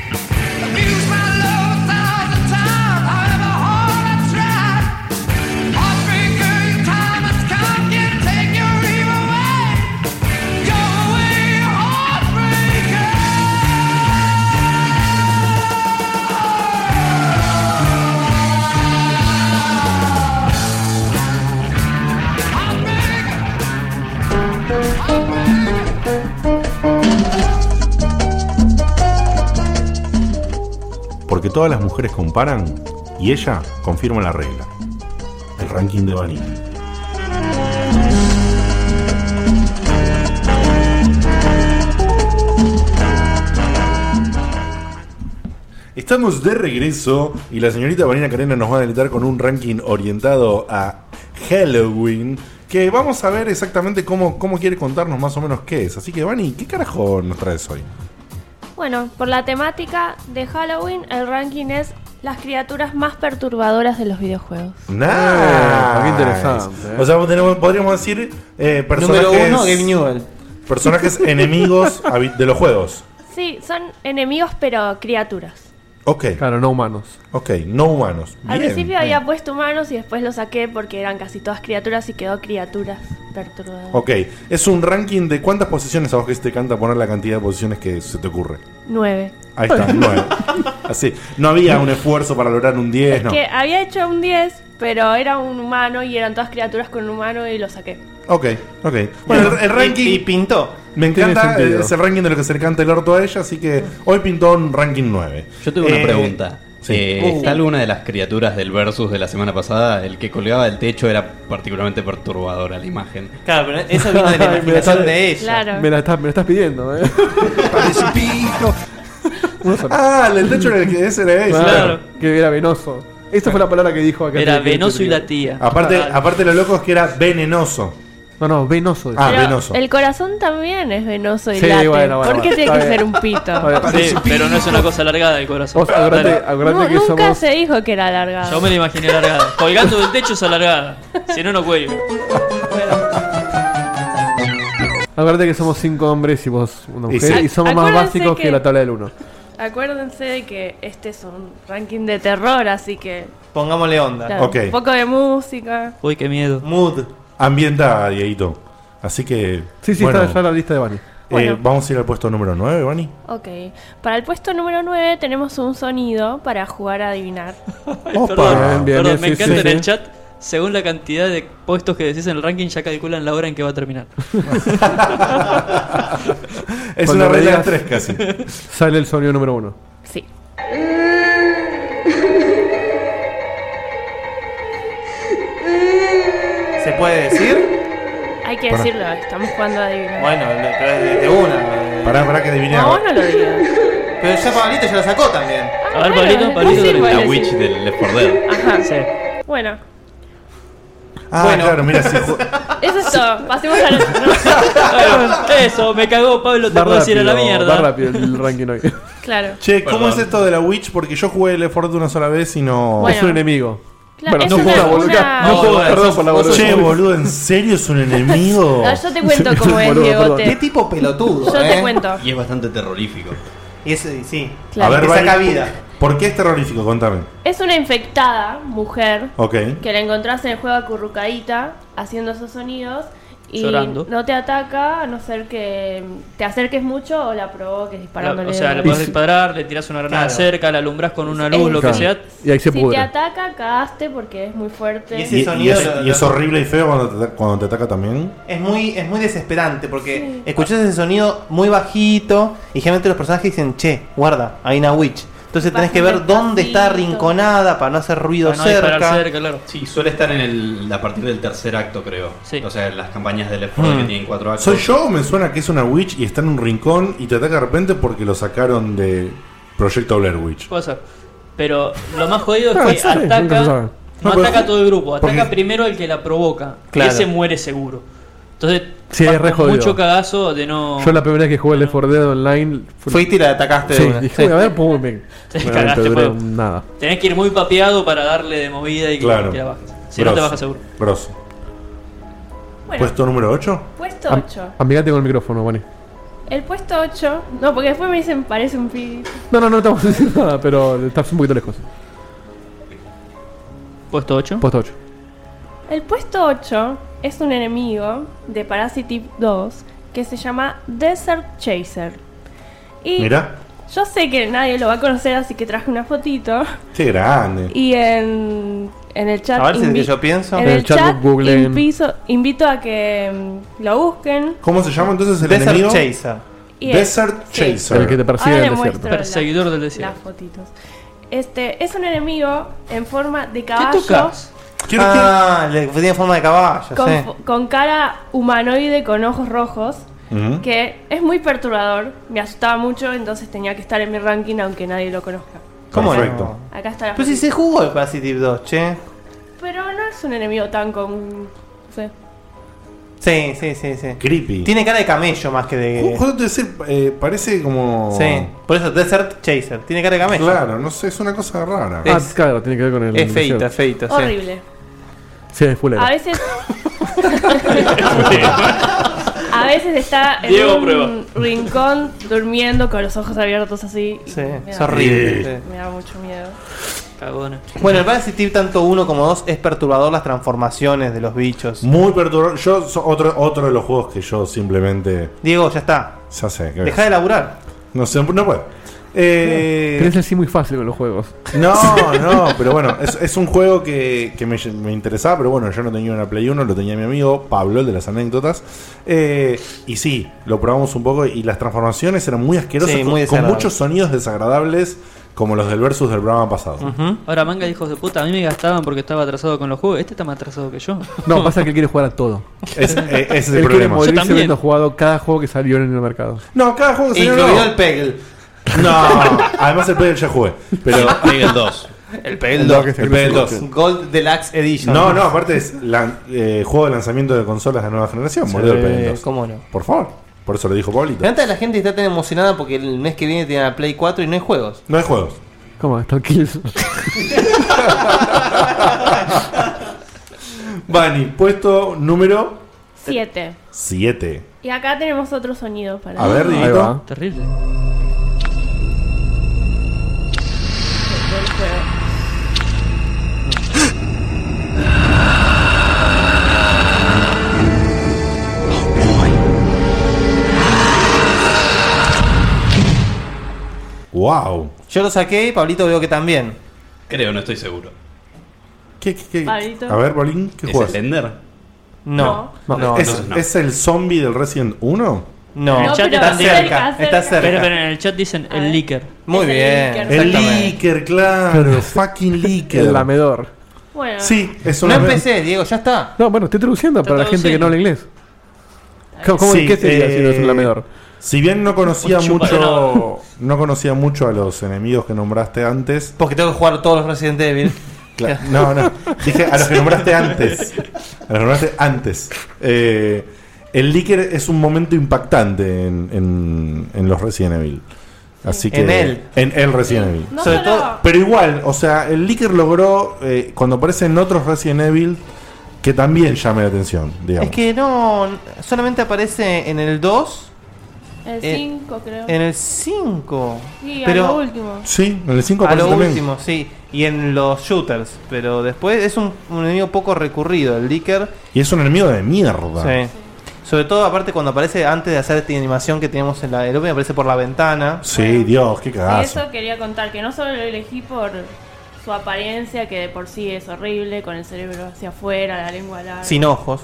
Abuse my love a thousand times. However hard I try. Heartbreaker, your time has come. Can take your eve away. Go away, heartbreaker. Porque todas las mujeres comparan y ella confirma la regla. el ranking de Bani. Estamos de regreso y la señorita Vanina Carena nos va a deleitar con un ranking orientado a Halloween. Que vamos a ver exactamente cómo, cómo quiere contarnos más o menos qué es. Así que, Vani, ¿qué carajo nos traes hoy? Bueno, por la temática de Halloween, el ranking es las criaturas más perturbadoras de los videojuegos. ¡Nah! Ah, qué interesante, eh. O sea, tenemos- podríamos decir eh, personajes. Número uno, Gabe Newell. Personajes enemigos habi- de los juegos. Sí, son enemigos pero criaturas. Ok. Claro, no humanos. Ok, no humanos. Al Bien. principio había puesto humanos y después lo saqué porque eran casi todas criaturas y quedó criaturas perturbadoras. Ok, es un ranking de cuántas posiciones a vos que se te canta poner la cantidad de posiciones que se te ocurre. Nueve. Ahí está, nueve. Así, no había un esfuerzo para lograr un 10, no. Que había hecho un 10, pero era un humano y eran todas criaturas con un humano y lo saqué. Ok, ok. Bueno, el, el ranking. Y, y pintó. Me Tiene encanta, sentido. eh, es el ranking de lo que se le canta el orto a ella, así que hoy pintó un ranking 9. Yo tengo una pregunta. Eh, Uh. ¿Está alguna de las criaturas del versus de la semana pasada? El que colgaba del techo era particularmente perturbadora la imagen. Claro, pero eso vino de Ay, me la la imaginación estás- de ella. Me la estás, me la estás pidiendo, eh. Ah, el techo era el que ese era ese. Claro. Que era venoso. Esa fue la palabra que dijo acá. Era venoso y la tía. Aparte, aparte lo loco es que era venenoso. No, no, venoso. Ah, Pero venoso. El corazón también es venoso y Sí, late. bueno, bueno, ¿Por qué bueno, tiene está que bien. ser un pito? Sí, pero no es una cosa alargada del corazón. acordate- Dale. acordate Nu- que nunca somos- se dijo que era alargado. Yo me la imaginé alargada. Colgando del techo es alargada. Si no, no cuelgo. Acuérdate que somos cinco hombres y vos una Y mujer. sí. Y somos más Acuérdense básicos que... que la tabla del uno. Acuérdense de que este es un ranking de terror, así que Pongámosle onda. claro, un poco de música. Uy, qué miedo. Mood. Ambienta, Dieguito. Así que. Eh, Sí, sí, está ya la lista de Bani. Bueno. Vamos a ir al puesto número 9, Bani. Ok. Para el puesto número 9 tenemos un sonido para jugar a adivinar. Oh. Perdón, Bien, bien, perdón, bien, me sí, encanta sí, en sí. el chat. Según la cantidad de puestos que decís en el ranking, ya calculan la hora en que va a terminar. Es Cuando una me regla de digas- tres casi. Sale el sonido número uno. Sí. ¿Se puede decir? Hay que Pará. decirlo, estamos jugando a adivinar. Bueno, lo- pero de, de una. Pará, pará que adiviné. no, vos no lo digas. Pero ya Pablito ya la sacó también. A ver, Pablito, Pablito. Sí, la bueno, witch sí. del Left 4 Dead. Ajá. Bueno, Ah, claro, mira, sí. ju- eso es todo. Pasemos a los... Bueno, eso, me cagó Pablo, te Va puedo decir a la rápido, mierda. Va rápido el ranking hoy. Claro. Che, ¿cómo Perdón. es esto de la Witch? Porque yo jugué el Effort una sola vez y no. Bueno. Es un enemigo. Claro, Bueno, es no una- puedo, boludo, una- no puedo, perdón por la boludez. Che, boludo, ¿en serio es un enemigo? Ah, yo te cuento cómo es, Boludo, Diego. perdón. Qué tipo pelotudo, Yo te eh. cuento. Y es bastante terrorífico. Y eso, y sí. Claro. A ver, Te saca Vani, vida. ¿Por qué es terrorífico? Contame. Es una infectada mujer Ok. que la encontrás en el juego acurrucadita, haciendo esos sonidos. Y Llorando. no te ataca a no ser que te acerques mucho o la provoques disparándole. O sea, le podés disparar, le tirás una granada Claro. cerca, la alumbrás con una luz, lo que Claro. sea. Y ahí se si te pudre. ataca, cagaste porque es muy fuerte. Y, y es, y es horrible y feo cuando te, ata- cuando te ataca también. Es muy, es muy desesperante porque escuchás ese sonido muy bajito y generalmente los personajes dicen, che, guarda, hay una witch. Entonces tenés que ver dónde está arrinconada para no hacer ruido Para no disparar cerca. cerca, claro. Sí, suele estar en el, a partir del tercer acto, creo. O sea, las campañas del Left 4 Dead que Hmm. tienen cuatro actos. ¿Soy yo o me suena que es una Witch y está en un rincón y te ataca de repente porque lo sacaron de Proyecto Blair Witch? Puede ser. Pero lo más jodido Ah, es sí, que nunca se sabe. ataca. No No, pero- ataca a todo el grupo, ataca porque- primero al que la provoca. Claro. Que ese muere seguro. Entonces, Sí, vas es re con jodido. mucho cagazo de no. Yo la primera vez que jugué el Left 4 Dead online. fue- Fuiste y la atacaste de Sí, una. dije, Sí. voy a ver, pum, me. Te realmente cagaste, duré Pablo. nada. Tenés que ir muy papeado para darle de movida y que, Claro. que la bajes. Si no, te Grosso, baja seguro. Grosso. Bueno. ¿Puesto número 8? Puesto Am- 8. Amigate con el micrófono, Bani. El puesto 8. No, porque después me dicen parece un pi. No, no, no estamos diciendo nada, pero estás un poquito lejos. Puesto 8. Puesto 8. El puesto 8 es un enemigo de Parasite 2 que se llama Desert Chaser. Y Mirá, yo sé que nadie lo va a conocer, así que traje una fotito. qué grande. Y en, en el chat. A ver si es el invi- que yo pienso. En, el chat, googleen. impiso- invito a que mm, lo busquen. ¿Cómo se llama entonces el Desert enemigo? Chaser. Y es- Desert sí. Chaser. El que te persigue Ahora en el le desierto. muestro la- Perseguidor del desierto. Las fotitos. Este es un enemigo en forma de caballo. tocas? ah, le- tiene forma de caballo. Con, sí. con cara humanoide con ojos rojos, que es muy perturbador, me asustaba mucho, entonces tenía que estar en mi ranking aunque nadie lo conozca. ¿Cómo Perfecto. no? Acá está la Pero si fotito. se jugó el Parasitive 2, che. Pero no es un enemigo tan con... no sé. Sí, sí, sí, sí. Creepy. Tiene cara de camello más que de. Justo te decir, eh, parece como. Sí, por eso Desert Chaser. Tiene cara de camello. Claro, no sé, es una cosa rara. Es- Ah, claro, tiene que ver con el. Es feito, es feito, sí. Horrible. Sí, es fulero. A veces... A veces está en Diego un prueba. rincón durmiendo con los ojos abiertos así. y Sí, me da- es horrible, Sí. Me da mucho miedo. Cagona. Bueno, el Parasitive tanto uno como dos es perturbador las transformaciones de los bichos. Muy perturbador. Yo, so- otro, otro de los juegos que yo simplemente. Diego, ya está. Ya sé. que- Deja de laburar. No sé, no puedo. Eh, Pero es así muy fácil con los juegos. No, no, pero bueno, es, es un juego que, que me, me interesaba, pero bueno, yo no tenía una Play 1, lo tenía mi amigo Pablo, el de las anécdotas. Eh, y sí, lo probamos un poco y las transformaciones eran muy asquerosas, Sí, con- muy con, desagradables. muchos sonidos desagradables, como los del versus del programa pasado. Ahora, manga de hijos de puta, a mí me gastaban porque estaba atrasado con los juegos. Este está más atrasado que yo. No, pasa que él quiere jugar a todo. Es- eh, ese es el él quiere problema. Yo morirse también. habiendo jugado cada juego que salió en el mercado. No, cada juego que salió, Incluido no. el Peggle. No, además el Pegel ya jugué. Pero Peggle 2. El Peggle El 2. que se El Peggle clasificó. 2. Gold Deluxe Edition. No, no, aparte es la- eh, juego de lanzamiento de consolas de nueva generación, Sí, boludo, el Pegel 2. cómo no. Por favor, por eso lo dijo Pablito. Tanta la gente está tan emocionada porque el mes que viene tiene la Play 4 y no hay juegos. No hay juegos. ¿Cómo? Tranquilos. Bani, puesto número Siete. 7. Y acá tenemos otro sonido para. A ver, Ahí Dieguito. va. Terrible. Del juego. Wow. Yo lo saqué y Pablito veo que también. Creo, no estoy seguro. ¿Qué, qué, qué? Pablito. A ver, Bolín, ¿qué ¿Es juegas? Slender? No. No. No, ¿Es, entonces no. es el zombie del Resident 1? No. En el chat están- está cerca. Pero, pero en el chat dicen el leaker. Muy Es el bien, leaker. El leaker, claro. fucking leaker. El lamedor. Bueno. Sí, es No empecé, Diego, ya está. No, bueno, estoy traduciendo para la gente que no habla inglés. ¿Cómo, cómo- Sí, ¿Qué sería eh, si no es un lamedor? Si bien no conocía Pues Un chupador. mucho no conocía mucho a los enemigos que nombraste antes. Porque tengo que jugar todos los Resident Evil. no, no. Dije a los que nombraste antes. A los que nombraste antes. Eh, el leaker es un momento impactante en, en- en los Resident Evil. Así que, En él. En el Resident Evil. No Sobre solo- todo- pero igual, o sea, el leaker logró, eh, cuando aparece en otros Resident Evil, que también llame la atención, digamos. Es que no, solamente aparece en el 2, El Eh, 5, creo. en el 5. Sí, pero- a lo último. Sí, en el 5 A aparece lo también. último, sí. Y en los shooters. Pero después es un, un enemigo poco recurrido, el Licker. Y es un enemigo de mierda. Sí. Sobre todo, aparte, cuando aparece antes de hacer esta animación que teníamos en la el opening, aparece por la ventana. Sí, Dios, qué Y eso quería contar, que no solo lo elegí por su apariencia, que de por sí es horrible, con el cerebro hacia afuera, la lengua larga. Sin ojos.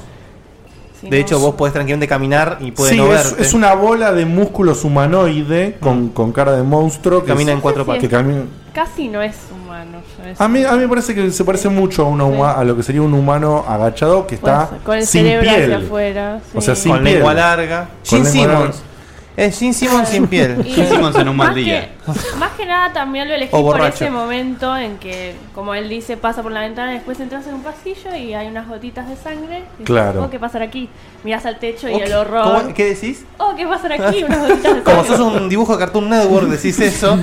Sin de hecho, ojos. vos podés tranquilamente caminar y puede Sí, no es, verte. Mm. es una bola de músculos humanoide con, con cara de monstruo que Camina es- en cuatro patas. que camina- Casi no es humano. ya es- a mí, a mí me parece que se parece mucho a, una huma- a lo que sería un humano agachado que Puede está ser, con el sin cerebro hacia piel. afuera. O sea, sin Con piel. lengua larga. Con Gene lengua Simmons. Es Gene Simmons sin piel. Y- más Que, más que nada también lo elegí O por borracho. ese momento en que, como él dice, pasa por la ventana, después entras en un pasillo y hay unas gotitas de sangre. y dices, Claro. Oh, ¿qué pasará aquí? Mirás al techo y Ok, el horror. ¿cómo- Oh, ¿Qué decís? Oh, ¿qué pasará aquí? Unas gotitas de sangre. Como sos un dibujo de Cartoon Network, decís eso.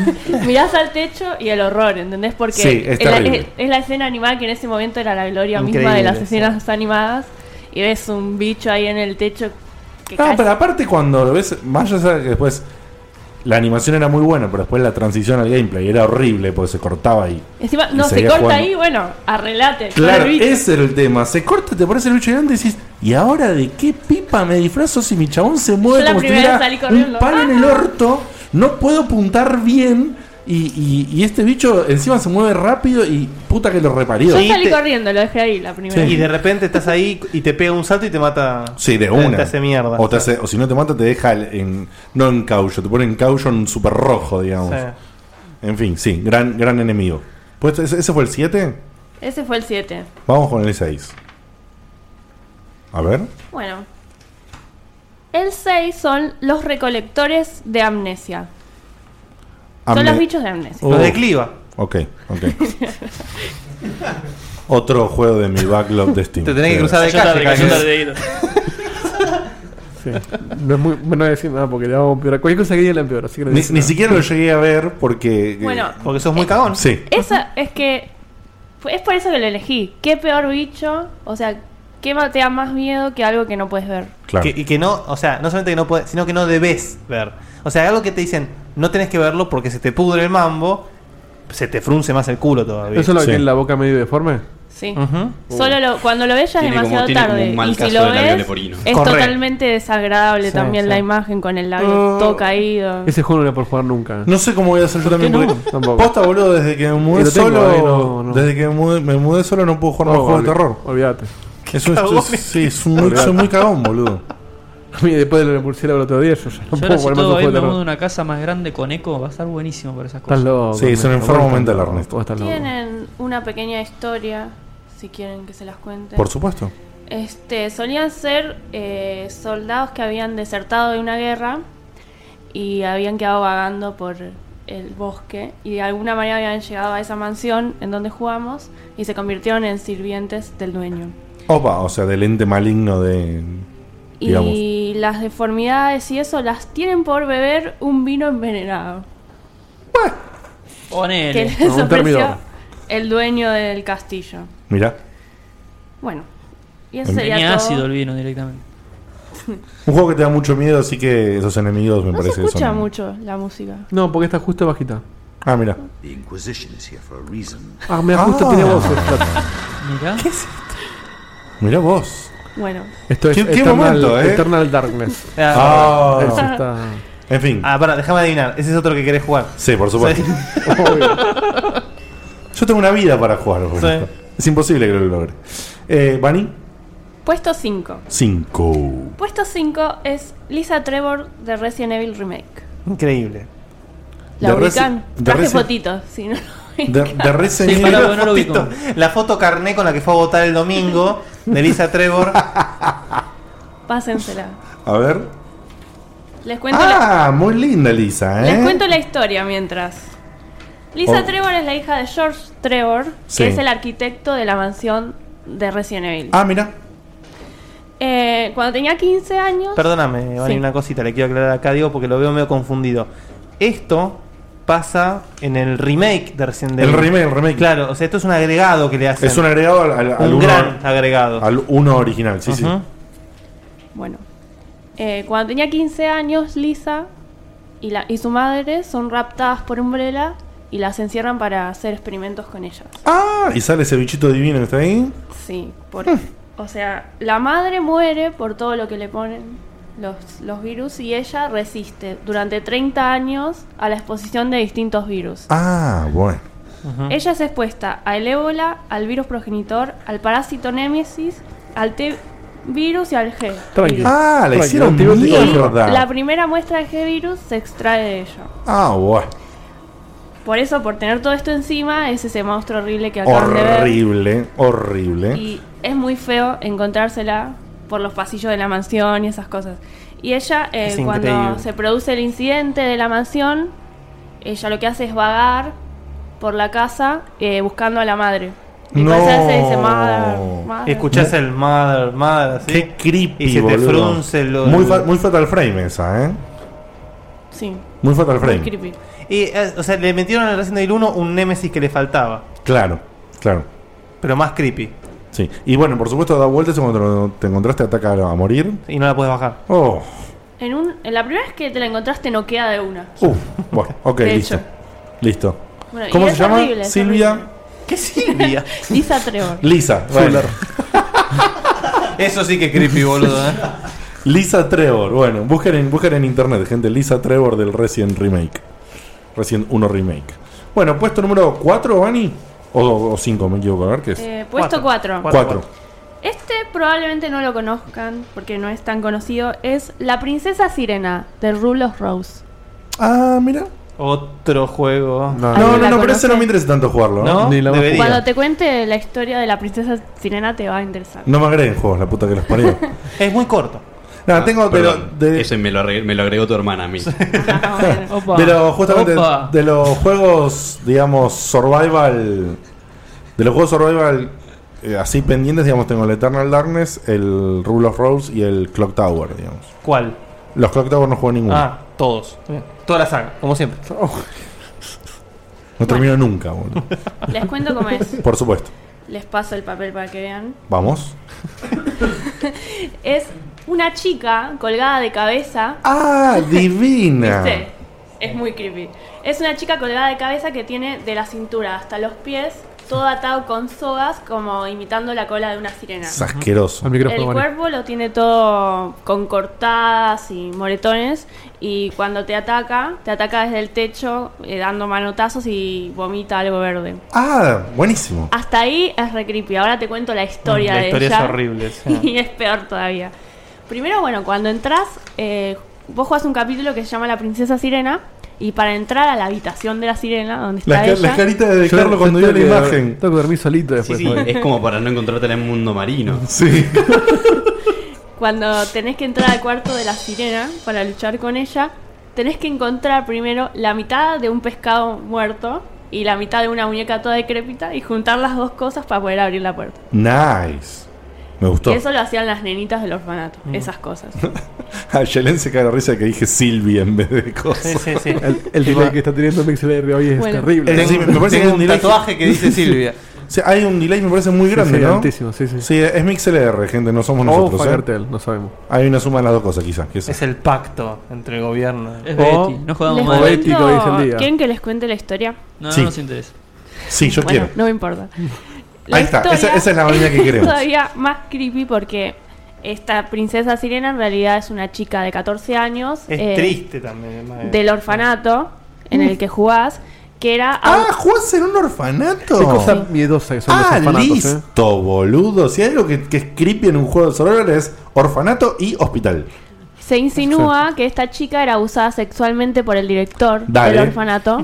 Mirás al techo y el horror, ¿entendés? Porque Sí, es es, la, terrible. es- es la escena animada que en ese momento era la gloria misma Increíble, de las sí. escenas animadas. Y ves un bicho ahí en el techo que Ah, cae. pero aparte cuando lo ves, más allá de que después la animación era muy buena, pero después la transición al gameplay era horrible porque se cortaba y. Encima, y no, se seguía corta jugando. ahí, bueno, arrelate. con Claro, el bicho. ese era el tema. Se corta, te parece el bicho grande y decís, ¿y ahora de qué pipa me disfrazo si mi chabón se mueve Yo la como si primera tuviera salí un corriendo. palo en el orto? No puedo apuntar bien y, y- y este bicho encima se mueve rápido y puta que lo reparió. Yo salí corriendo, lo dejé ahí la primera Y vez. de repente estás ahí y te pega un salto y te mata. Sí, de te- una. Te hace mierda. O, te hace- o si no te mata, te deja el- en, no en caucho, te pone en caucho en super rojo, digamos. Sí. En fin, sí, gran, gran enemigo. Pues, ¿Ese ese fue el 7? Ese fue el 7. Vamos con el 6. A ver. Bueno. El 6 son los recolectores de amnesia. Son los bichos de amnesia. Los de Cliva. Ok, ok. Otro juego de mi backlog de Steam. Te tenés que cruzar de Yo la calle. aplicación Javier. de Sí. No es muy bueno decir nada porque le vamos a empeorar. Cualquier cosa que diga la empeora. Así que no Ni, dice ni nada. siquiera lo llegué a ver porque. eh, Bueno, eh, porque sos muy cagón. Sí. Esa es que. fue- Es por eso que lo elegí. ¿Qué peor bicho? O sea, ¿qué ma- te da más miedo que algo que no puedes ver? Que- y que no, o sea, no solamente que no puedes, sino que no debes ver. O sea, algo que te dicen, no tenés que verlo porque se te pudre el mambo, se te frunce más el culo todavía. ¿Eso es lo que tiene la boca medio deforme? Sí. Ujú. Solo lo- cuando lo ves ya es Uh. Tiene como- demasiado tiene como tarde. un mal y si caso lo de labio ves, leporino. es Correcto. totalmente desagradable Sí, también sí. Uh. la imagen con el labio todo Ah. caído. Ese juego no era por jugar nunca. No sé cómo voy a hacer yo también. no? porque- Tampoco. Posta, boludo, desde que me Y mudé lo tengo solo. ahí, no, no. eh, Desde que me mudé, me mudé solo no puedo jugar No, más juegos de olvi- terror. Olvídate. Eso es- Cagones. sí, es un- soy muy cagón, boludo. A mí después de lo que murciélago el otro día, yo ya no Yo puedo jugar ahora si más un todo juego ahí de me mudo terror. a una casa más grande con eco, va a estar buenísimo para esas cosas. Estás loco. Sí, es un Ernesto, enfermo vos mental, estás loco, Ernesto. vos estás loco. Tienen una pequeña historia, si quieren que se las cuente. Por supuesto. Este, solían ser eh, soldados que habían desertado de una guerra y habían quedado vagando por el bosque y de alguna manera habían llegado a esa mansión en donde jugamos y se convirtieron en sirvientes del dueño. Opa, o sea, del ente maligno de. Digamos. Y las deformidades y eso las tienen por beber un vino envenenado. Que Ponele. les ofreció el dueño del castillo. Mirá. Bueno, y eso sería Tenía todo. ácido el vino directamente. Un juego que te da mucho miedo, así que esos enemigos me No se parece que escucha son. mucho la música. No, porque está justo bajita. Ah, mira. The Inquisition is here for a reason. Ah, mira, justo tiene voces. claro. Mirá. ¿Qué es esto? Mirá vos. Bueno. Esto es ¿Qué- qué Eternal, momento, eh? Eternal Darkness. Ah. Eso está. En fin. Ah, pará, déjame adivinar. Ese es otro que querés jugar. Sí, por supuesto. Sí. Yo tengo una vida para jugar. boludo. Sí. Es imposible que lo logre. Eh, Bani, Puesto 5. 5. Puesto 5 es Lisa Trevor de Resident Evil Remake. Increíble. La De Resi- ubican. de Traje Resi- fotitos, si no. lo De- ubican. de Resident Sí, Evil. pará, bueno, no lo ubico. Fotito, La foto carné con la que fue a votar el domingo de Lisa Trevor. Pásensela. A ver. Les cuento la- Ah, muy linda Lisa, ¿eh? Les cuento la historia mientras. Lisa Oh. Trevor es la hija de George Trevor, que Sí. es el arquitecto de la mansión de Resident Evil. Ah, mira. Eh, cuando tenía 15 años. Perdóname, Vani, Sí. una cosita, le quiero aclarar acá, digo, porque lo veo medio confundido. Esto pasa en el remake de Resident El Evil. remake, el remake. Claro, o sea, esto es un agregado que le hacen. Es un agregado al, al- al un uno- gran agregado. Al uno original, sí, sí. Bueno, eh, cuando tenía 15 años, Lisa y, la, y su madre son raptadas por Umbrella y las encierran para hacer experimentos con ellas. Ah, y sale ese bichito divino que está ahí. Sí, por, Ah. o sea, la madre muere por todo lo que le ponen los, los virus y ella resiste durante 30 años a la exposición de distintos virus. Ah, bueno. Ella es expuesta al ébola, al virus progenitor, al parásito némesis, al T virus y al G. Tranqui. virus. Ah, la Tranqui, hicieron antibiótico muy de gorda. La primera muestra de G virus se extrae de ella. Ah, bueno. Por eso, por tener todo esto encima, es ese monstruo horrible que acaban de ver. Horrible, horrible. Y es muy feo encontrársela por los pasillos de la mansión y esas cosas. Y ella, eh, Es cuando increíble. se produce el incidente de la mansión, ella lo que hace es vagar por la casa eh, buscando a la madre. Y No. cuando se hace, dice, "Madre, madre". Escuchás el mother, mother, así. Qué creepy, Y se te boludo. frunce lo- Muy, fa- muy fatal frame esa, ¿eh? Sí. Muy fatal frame. Y, eh, o sea, le metieron en Resident Evil 1 un Nemesis que le faltaba, Claro, claro. pero más creepy. Sí. Y bueno, por supuesto, da vueltas y cuando te encontraste, ataca a morir. Y no la puedes bajar. Oh, En un, en la primera vez que te la encontraste, no queda de una. uff. uh, Bueno, ok, De listo. hecho. Listo. Bueno, y ¿Cómo es se llama? horrible, es Silvia. ¿Qué Silvia? Lisa Trevor. Lisa. Fuller. bueno. Eso sí que es creepy, boludo. ¿eh? Lisa Trevor. Bueno, busquen en, busquen en internet, gente. Lisa Trevor del Resident Remake. Resident 1 Remake. Bueno, puesto número 4, Bani. O 5, me equivoco. A ver qué es. Eh, puesto 4. 4. Este probablemente no lo conozcan porque no es tan conocido. Es La Princesa Sirena de Rulos Rose. Ah, mira. Otro juego. Ah, No, no, no, pero ese no me interesa tanto jugarlo. ¿No? Ni la más Debería. jugada. Cuando te cuente la historia de la princesa sirena te va a interesar. No me agreguen juegos, la puta que los parió. es muy corto. Ah, No, tengo de, lo- Perdón, Ese me lo, agregó, me lo agregó tu hermana a mí. Pero justamente Opa. de los juegos, digamos, survival. De los juegos survival eh, así pendientes, digamos, tengo el Eternal Darkness, el Rule of Rose y el Clock Tower, digamos. ¿Cuál? Los Clock Tower no juego ninguno. Ah, todos. Toda la saga, como siempre. Oh. no termino nunca, boludo. Les cuento cómo es. Por supuesto. Les paso el papel para que vean. Vamos. Es una chica colgada de cabeza. ¡Ah! ¡Divina! ¿Viste? Es muy creepy. Es una chica colgada de cabeza que tiene de la cintura hasta los pies todo atado con sogas como imitando la cola de una sirena. Es asqueroso. Al micrófono, El vale. cuerpo lo tiene todo con cortadas y moretones y cuando te ataca, te ataca desde el techo eh, dando manotazos y vomita algo verde. ¡Ah! Buenísimo. Hasta ahí es re creepy. Ahora te cuento la historia Mm, La de historia ella. es horrible, sí. Y es peor todavía. Primero, bueno, cuando entras, eh, vos jugás un capítulo que se llama La Princesa Sirena. Y para entrar a la habitación de la sirena, donde está Las ca- ella. las caritas de Yo- Carlos yo cuando vio tengo la que- imagen. Tengo que dormir solito Sí, después. sí, es como para no encontrártela en mundo marino. Sí. Cuando tenés que entrar al cuarto de la sirena para luchar con ella, tenés que encontrar primero la mitad de un pescado muerto y la mitad de una muñeca toda decrépita y juntar las dos cosas para poder abrir la puerta. Nice. Me gustó. Y eso lo hacían las nenitas del orfanato, Mm. esas cosas. A Yelen se cae la risa que dije Silvia en vez de cosas. Sí, sí, sí. El, el delay que está teniendo MixLR hoy es Bueno. terrible. Es decir, me parece que hay delay O sea, hay un delay, me parece muy Sí, grande, sí, ¿no? altísimo, sí, sí. es MixLR, gente, no somos O nosotros. ¿eh? Fagertel, no sabemos. Hay una suma de las dos cosas, quizás. que Es el pacto entre el gobierno. Es Betty, no jugamos ¿Les más. cuento- ¿Quieren que les cuente la historia? No, Sí. no nos interesa. Sí, yo Bueno, quiero. no me importa. Ahí está, esa- historia esa es la manera que queremos. todavía más creepy porque esta princesa sirena en realidad es una chica de 14 años. Es eh, triste también. madre. Del orfanato en el que jugás, que era... Ah, jugás en un orfanato. Qué cosa miedosa que son los Ah, orfanatos, ¿eh? listo, boludo. Si hay algo que, que es creepy en un juego de survival es orfanato y hospital. Se insinúa que esta chica era abusada sexualmente por el director Dale. del orfanato.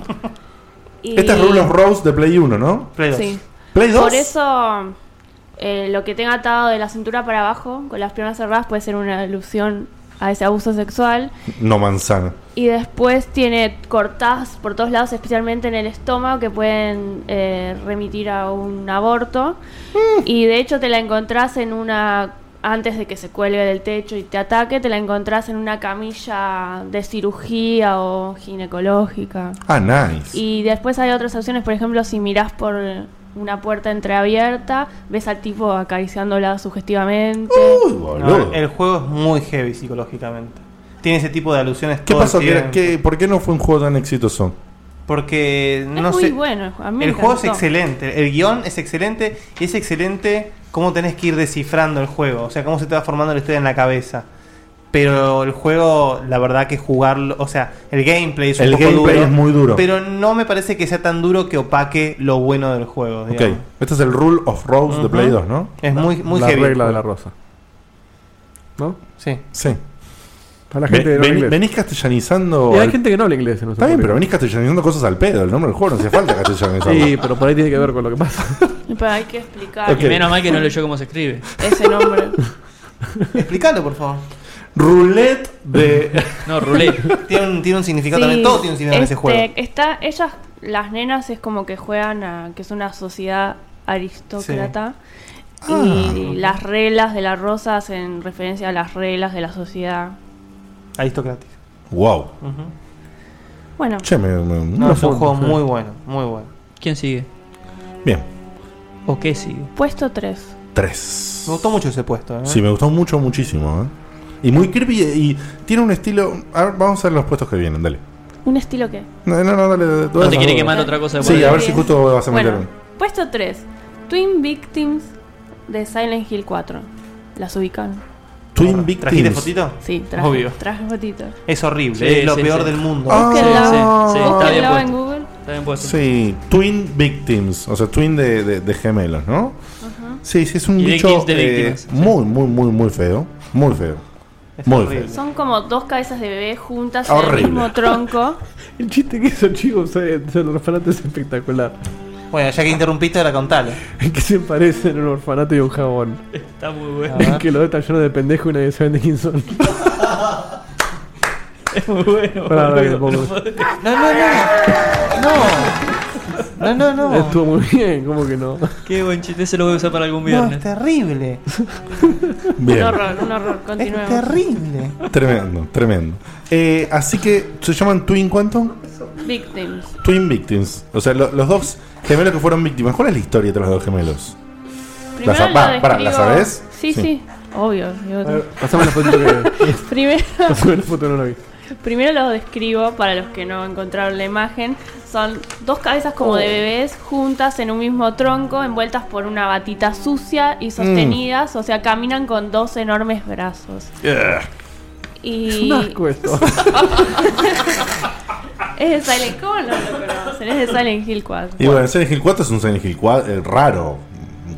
Y- Esta es Rule of Rose de Play 1, ¿no? Play Sí. ¿Play 2? Por eso, eh, lo que tenga atado de la cintura para abajo, con las piernas cerradas, puede ser una alusión a ese abuso sexual. No manzana. Y después tiene cortadas por todos lados, especialmente en el estómago, que pueden eh, remitir a un aborto. Mm. Y de hecho te la encontrás en una... Antes de que se cuelgue del techo y te ataque, te la encontrás en una camilla de cirugía o ginecológica. Ah, nice. Y después hay otras opciones, por ejemplo, si mirás por una puerta entreabierta, ves al tipo acariciándola sugestivamente. No, el juego es muy heavy psicológicamente. Tiene ese tipo de alusiones ¿Qué todo el pasó? ¿Qué era- tiempo. qué- ¿Por qué no fue un juego tan exitoso? Porque no es muy sé. bueno. A mí me el juego es encantó. excelente, el guión es excelente y es excelente cómo tenés que ir descifrando el juego, o sea, cómo se te va formando la historia en la cabeza. Pero el juego, la verdad que jugarlo, o sea, el gameplay es un El poco gameplay duro, es muy duro. Pero no me parece que sea tan duro que opaque lo bueno del juego. Ok. digamos. Este es el Rule of Rose de Ujú. Play 2, ¿no? Es muy, muy la heavy. regla de la rosa. ¿No? Sí. Sí. Para la gente que no habla Ven- inglés. venís castellanizando. Y hay al- gente que no habla inglés. en nuestro Está bien, pero venís público. castellanizando cosas al pedo. El nombre del juego no hace falta castellanizarlo. Sí, pero por ahí tiene que ver con lo que pasa. Pero hay que explicar Ok. Y menos mal que no leyó cómo se escribe. ese nombre. Explícalo, por favor. Roulette de. No, roulette. tiene, un, tiene un significado Sí, también. Todo tiene un significado este, en ese juego. Está, ellas, las nenas, es como que juegan a que es una sociedad aristócrata. Ah. Y las reglas de las rosas en referencia a las reglas de la sociedad. Aristocrático. Wow. Bueno, Che, me- me- No, es un me- juego muy bueno, muy bueno. ¿Quién sigue? Bien. ¿O qué sigue? puesto 3. Tres. Me gustó mucho ese puesto. ¿eh? Sí, me gustó mucho, muchísimo. ¿eh? Y muy creepy y tiene un estilo. A ver, vamos a ver los puestos que vienen, dale. ¿Un estilo qué? No, no, no, dale. No te quiere quemar otra cosa de por Sí, a ahí. ver si justo vas a meter Bueno, puesto 3. Twin Victims de Silent Hill 4. Las ubican. Twin Victims. ¿Trajiste fotito? Sí, traje, Obvio. traje fotitos. Es horrible, Sí, es lo sí, peor sí. del mundo. Ah. Búsquenlo, Sí, sí, está bien búsquenlo puesto. en Google. Sí, Twin Victims. O sea, Twin de, de- de gemelos, ¿no? Sí, sí, es un Y bicho Victims de eh, víctimas, muy, muy, muy, muy feo. Muy feo. Es Muy horrible. Son como dos cabezas de bebé juntas en Horrible. el mismo tronco. El chiste que hizo Chivo sobre sobre el orfanato es espectacular. Bueno, ya que interrumpiste, ahora contale. Que se parecen en un orfanato y un jabón. Está muy bueno. Es que los dos están llenos de pendejos y nadie sabe de quién son. Es muy bueno. Pará, pará, que boludo, lo pongo. no podés. No, no, no. Estuvo muy bien, ¿cómo que no? Qué buen chiste, ese lo voy a usar para algún viernes. es terrible. Bien. Un horror, un horror. Continuemos. Es terrible. Tremendo, tremendo. Eh, así que se llaman Twin Quantum, Victims. Twin Victims. O sea, lo- los dos gemelos que fueron víctimas. ¿Cuál es la historia de los dos gemelos? Primero sa- lo va, pará, ¿la describo- sabes? Sí, sí, Obvio. yo- Pasame la fotito que. Primero, Pasame la foto, no la vi. primero los describo para los que no encontraron la imagen. Son dos cabezas como Oh. de bebés juntas en un mismo tronco, envueltas por una batita sucia Mm. y sostenidas. O sea, caminan con dos enormes brazos. Y... Es un asco esto. Es de Silent ¿cómo no lo conocen? Es de Silent Hill 4. Y bueno, el Silent Hill 4 es un Silent Hill 4 eh, raro.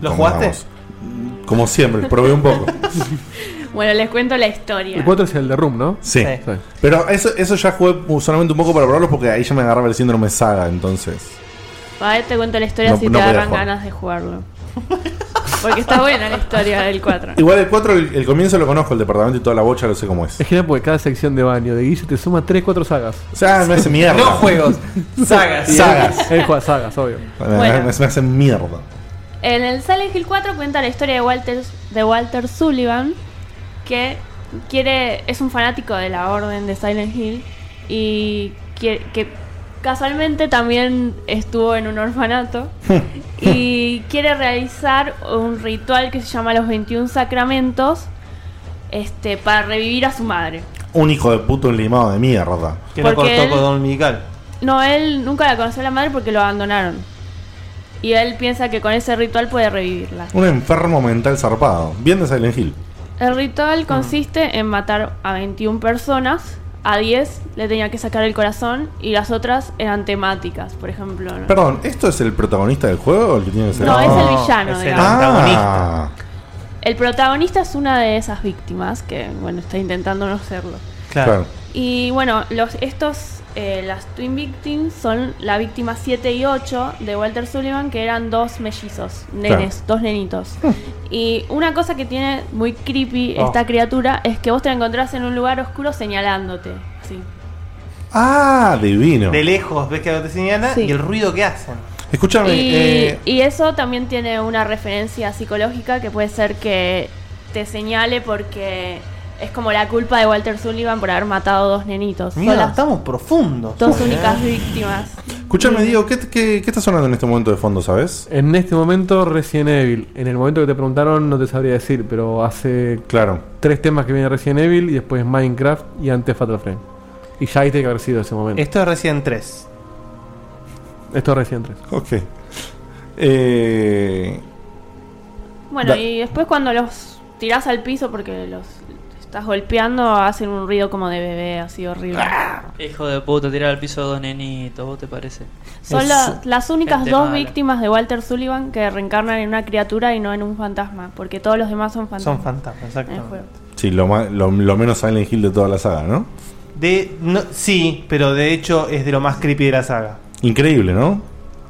¿Lo como jugaste? digamos. Como siempre, probé un poco. Bueno, les cuento la historia. El 4 es el de Room, ¿no? Sí. Pero eso, eso ya jugué solamente un poco para probarlos porque ahí ya me agarraba el síndrome saga, entonces. Vale, eh, te cuento la historia No- si no te podía agarran jugar. ganas de jugarlo. Porque está buena la historia del 4. Igual el 4, el, el comienzo lo conozco, el departamento y toda la bocha, lo sé cómo es. Es genial porque cada sección de baño de Guille te suma 3-4 sagas. O sea, me hace mierda. No juegos, sagas. Sagas. Él juega sagas, obvio. Me- me, me hacen mierda. En el Silent Hill 4 cuenta la historia de Walter, de Walter Sullivan, que quiere es un fanático de la orden de Silent Hill y que, que casualmente también estuvo en un orfanato y quiere realizar un ritual que se llama los 21 sacramentos este, para revivir a su madre. Un hijo de puto, un limado de mierda. Que no Porque cortó él- cordón umbilical. No, él nunca la conoció a la madre porque lo abandonaron. Y él piensa que con ese ritual puede revivirla. Un enfermo mental zarpado. Bien de Silent Hill. El ritual consiste en matar a 21 personas. A 10 le tenía que sacar el corazón y las otras eran temáticas, por ejemplo. ¿no? Perdón, ¿esto es el protagonista del juego o el que tiene que ser? Ah. No, es el villano, es el digamos. antagonista. El protagonista es una de esas víctimas que, bueno, está intentando no serlo. Claro. Y bueno, los, estos, eh, las Twin Victims son la víctima 7 y 8 de Walter Sullivan, que eran dos mellizos, nenes, dos nenitos. Y una cosa que tiene muy creepy Oh. esta criatura es que vos te la encontrás en un lugar oscuro señalándote. así. Ah, divino. De lejos, ves que te señala Sí. y el ruido que hacen. Escúchame, Y, eh, y eso también tiene una referencia psicológica que puede ser que te señale porque es como la culpa de Walter Sullivan por haber matado dos nenitos. Son Mira, las estamos profundos. dos únicas víctimas. escúchame, Diego, ¿qué, qué, qué está sonando en este momento de fondo, sabes? En este momento, Resident Evil. En el momento que te preguntaron, no te sabría decir, pero hace. Claro. Tres temas que viene Resident Evil y después Minecraft y antes Fatal Frame. Y ya ahí tiene que haber sido ese momento. Esto es recién 3. Esto es Resident 3. Ok. Eh, Bueno, Da- y después cuando los tirás al piso porque los estás golpeando, hacen un ruido como de bebé, así horrible. Ah, Hijo de puta, tirar al piso a dos nenitos, ¿vos te parece? Son la- las únicas Gente dos mala. víctimas de Walter Sullivan que reencarnan en una criatura y no en un fantasma, porque todos los demás son fantasmas. Son en fantasmas, el exacto. juego. sí, lo, ma- lo, lo menos Silent Hill de toda la saga, ¿no? De, no, sí, pero de hecho es de lo más creepy de la saga. Increíble, ¿no?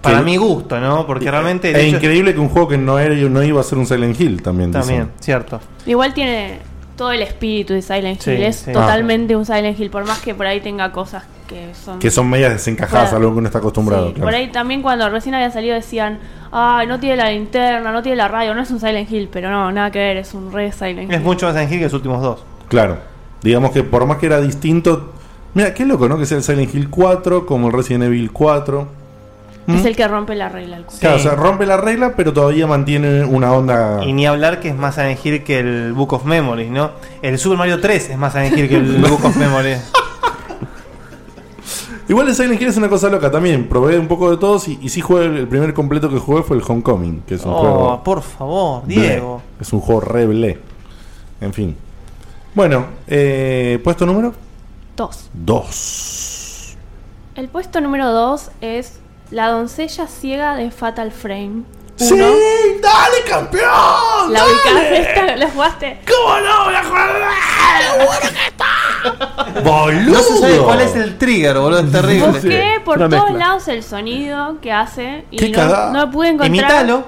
Para Que- Eh, mi gusto, ¿no? Porque realmente. de Es hecho- increíble que un juego que no, era, no iba a ser un Silent Hill también. dicen. También, cierto. Igual tiene todo el espíritu de Silent Hill, Sí, es sí. totalmente un Silent Hill, por más que por ahí tenga cosas que son... Que son medias desencajadas Claro. a lo que uno está acostumbrado. Sí, claro. Por ahí también cuando recién había salido decían, ay, no tiene la linterna, no tiene la radio, no es un Silent Hill, pero no, nada que ver, es un re Silent Es Hill. mucho más ángel que los últimos dos. Claro. Digamos que por más que era distinto. Mira, qué loco, ¿no? Que sea el Silent Hill 4, como el Resident Evil 4. Es el que rompe la regla. El culo. ¿Mm? Claro, o sea, rompe la regla, pero todavía mantiene una onda. Y ni hablar que es más Silent Hill que el Book of Memories, ¿no? El Super Mario 3 es más Silent Hill que el Book of Memories. Igual el Silent Hill es una cosa loca también. Probé un poco de todos y, y sí jugué. El primer completo que jugué fue el Homecoming, que es un Oh, juego. por favor, bleh. Diego. Es un juego re bleh. En fin. Bueno, eh, puesto número Dos. 2. El puesto número 2 es La doncella ciega de Fatal Frame. ¡Sí! ¡Dale, campeón! ¿La ubicaste esta? ¿La jugaste? ¿Cómo no? ¡La ¡Boludo! No se sabe cuál es el trigger, boludo, es terrible. Busqué por Una todos mezcla. lados el sonido que hace Qué y cagada. no, no pude encontrar. Imitalo.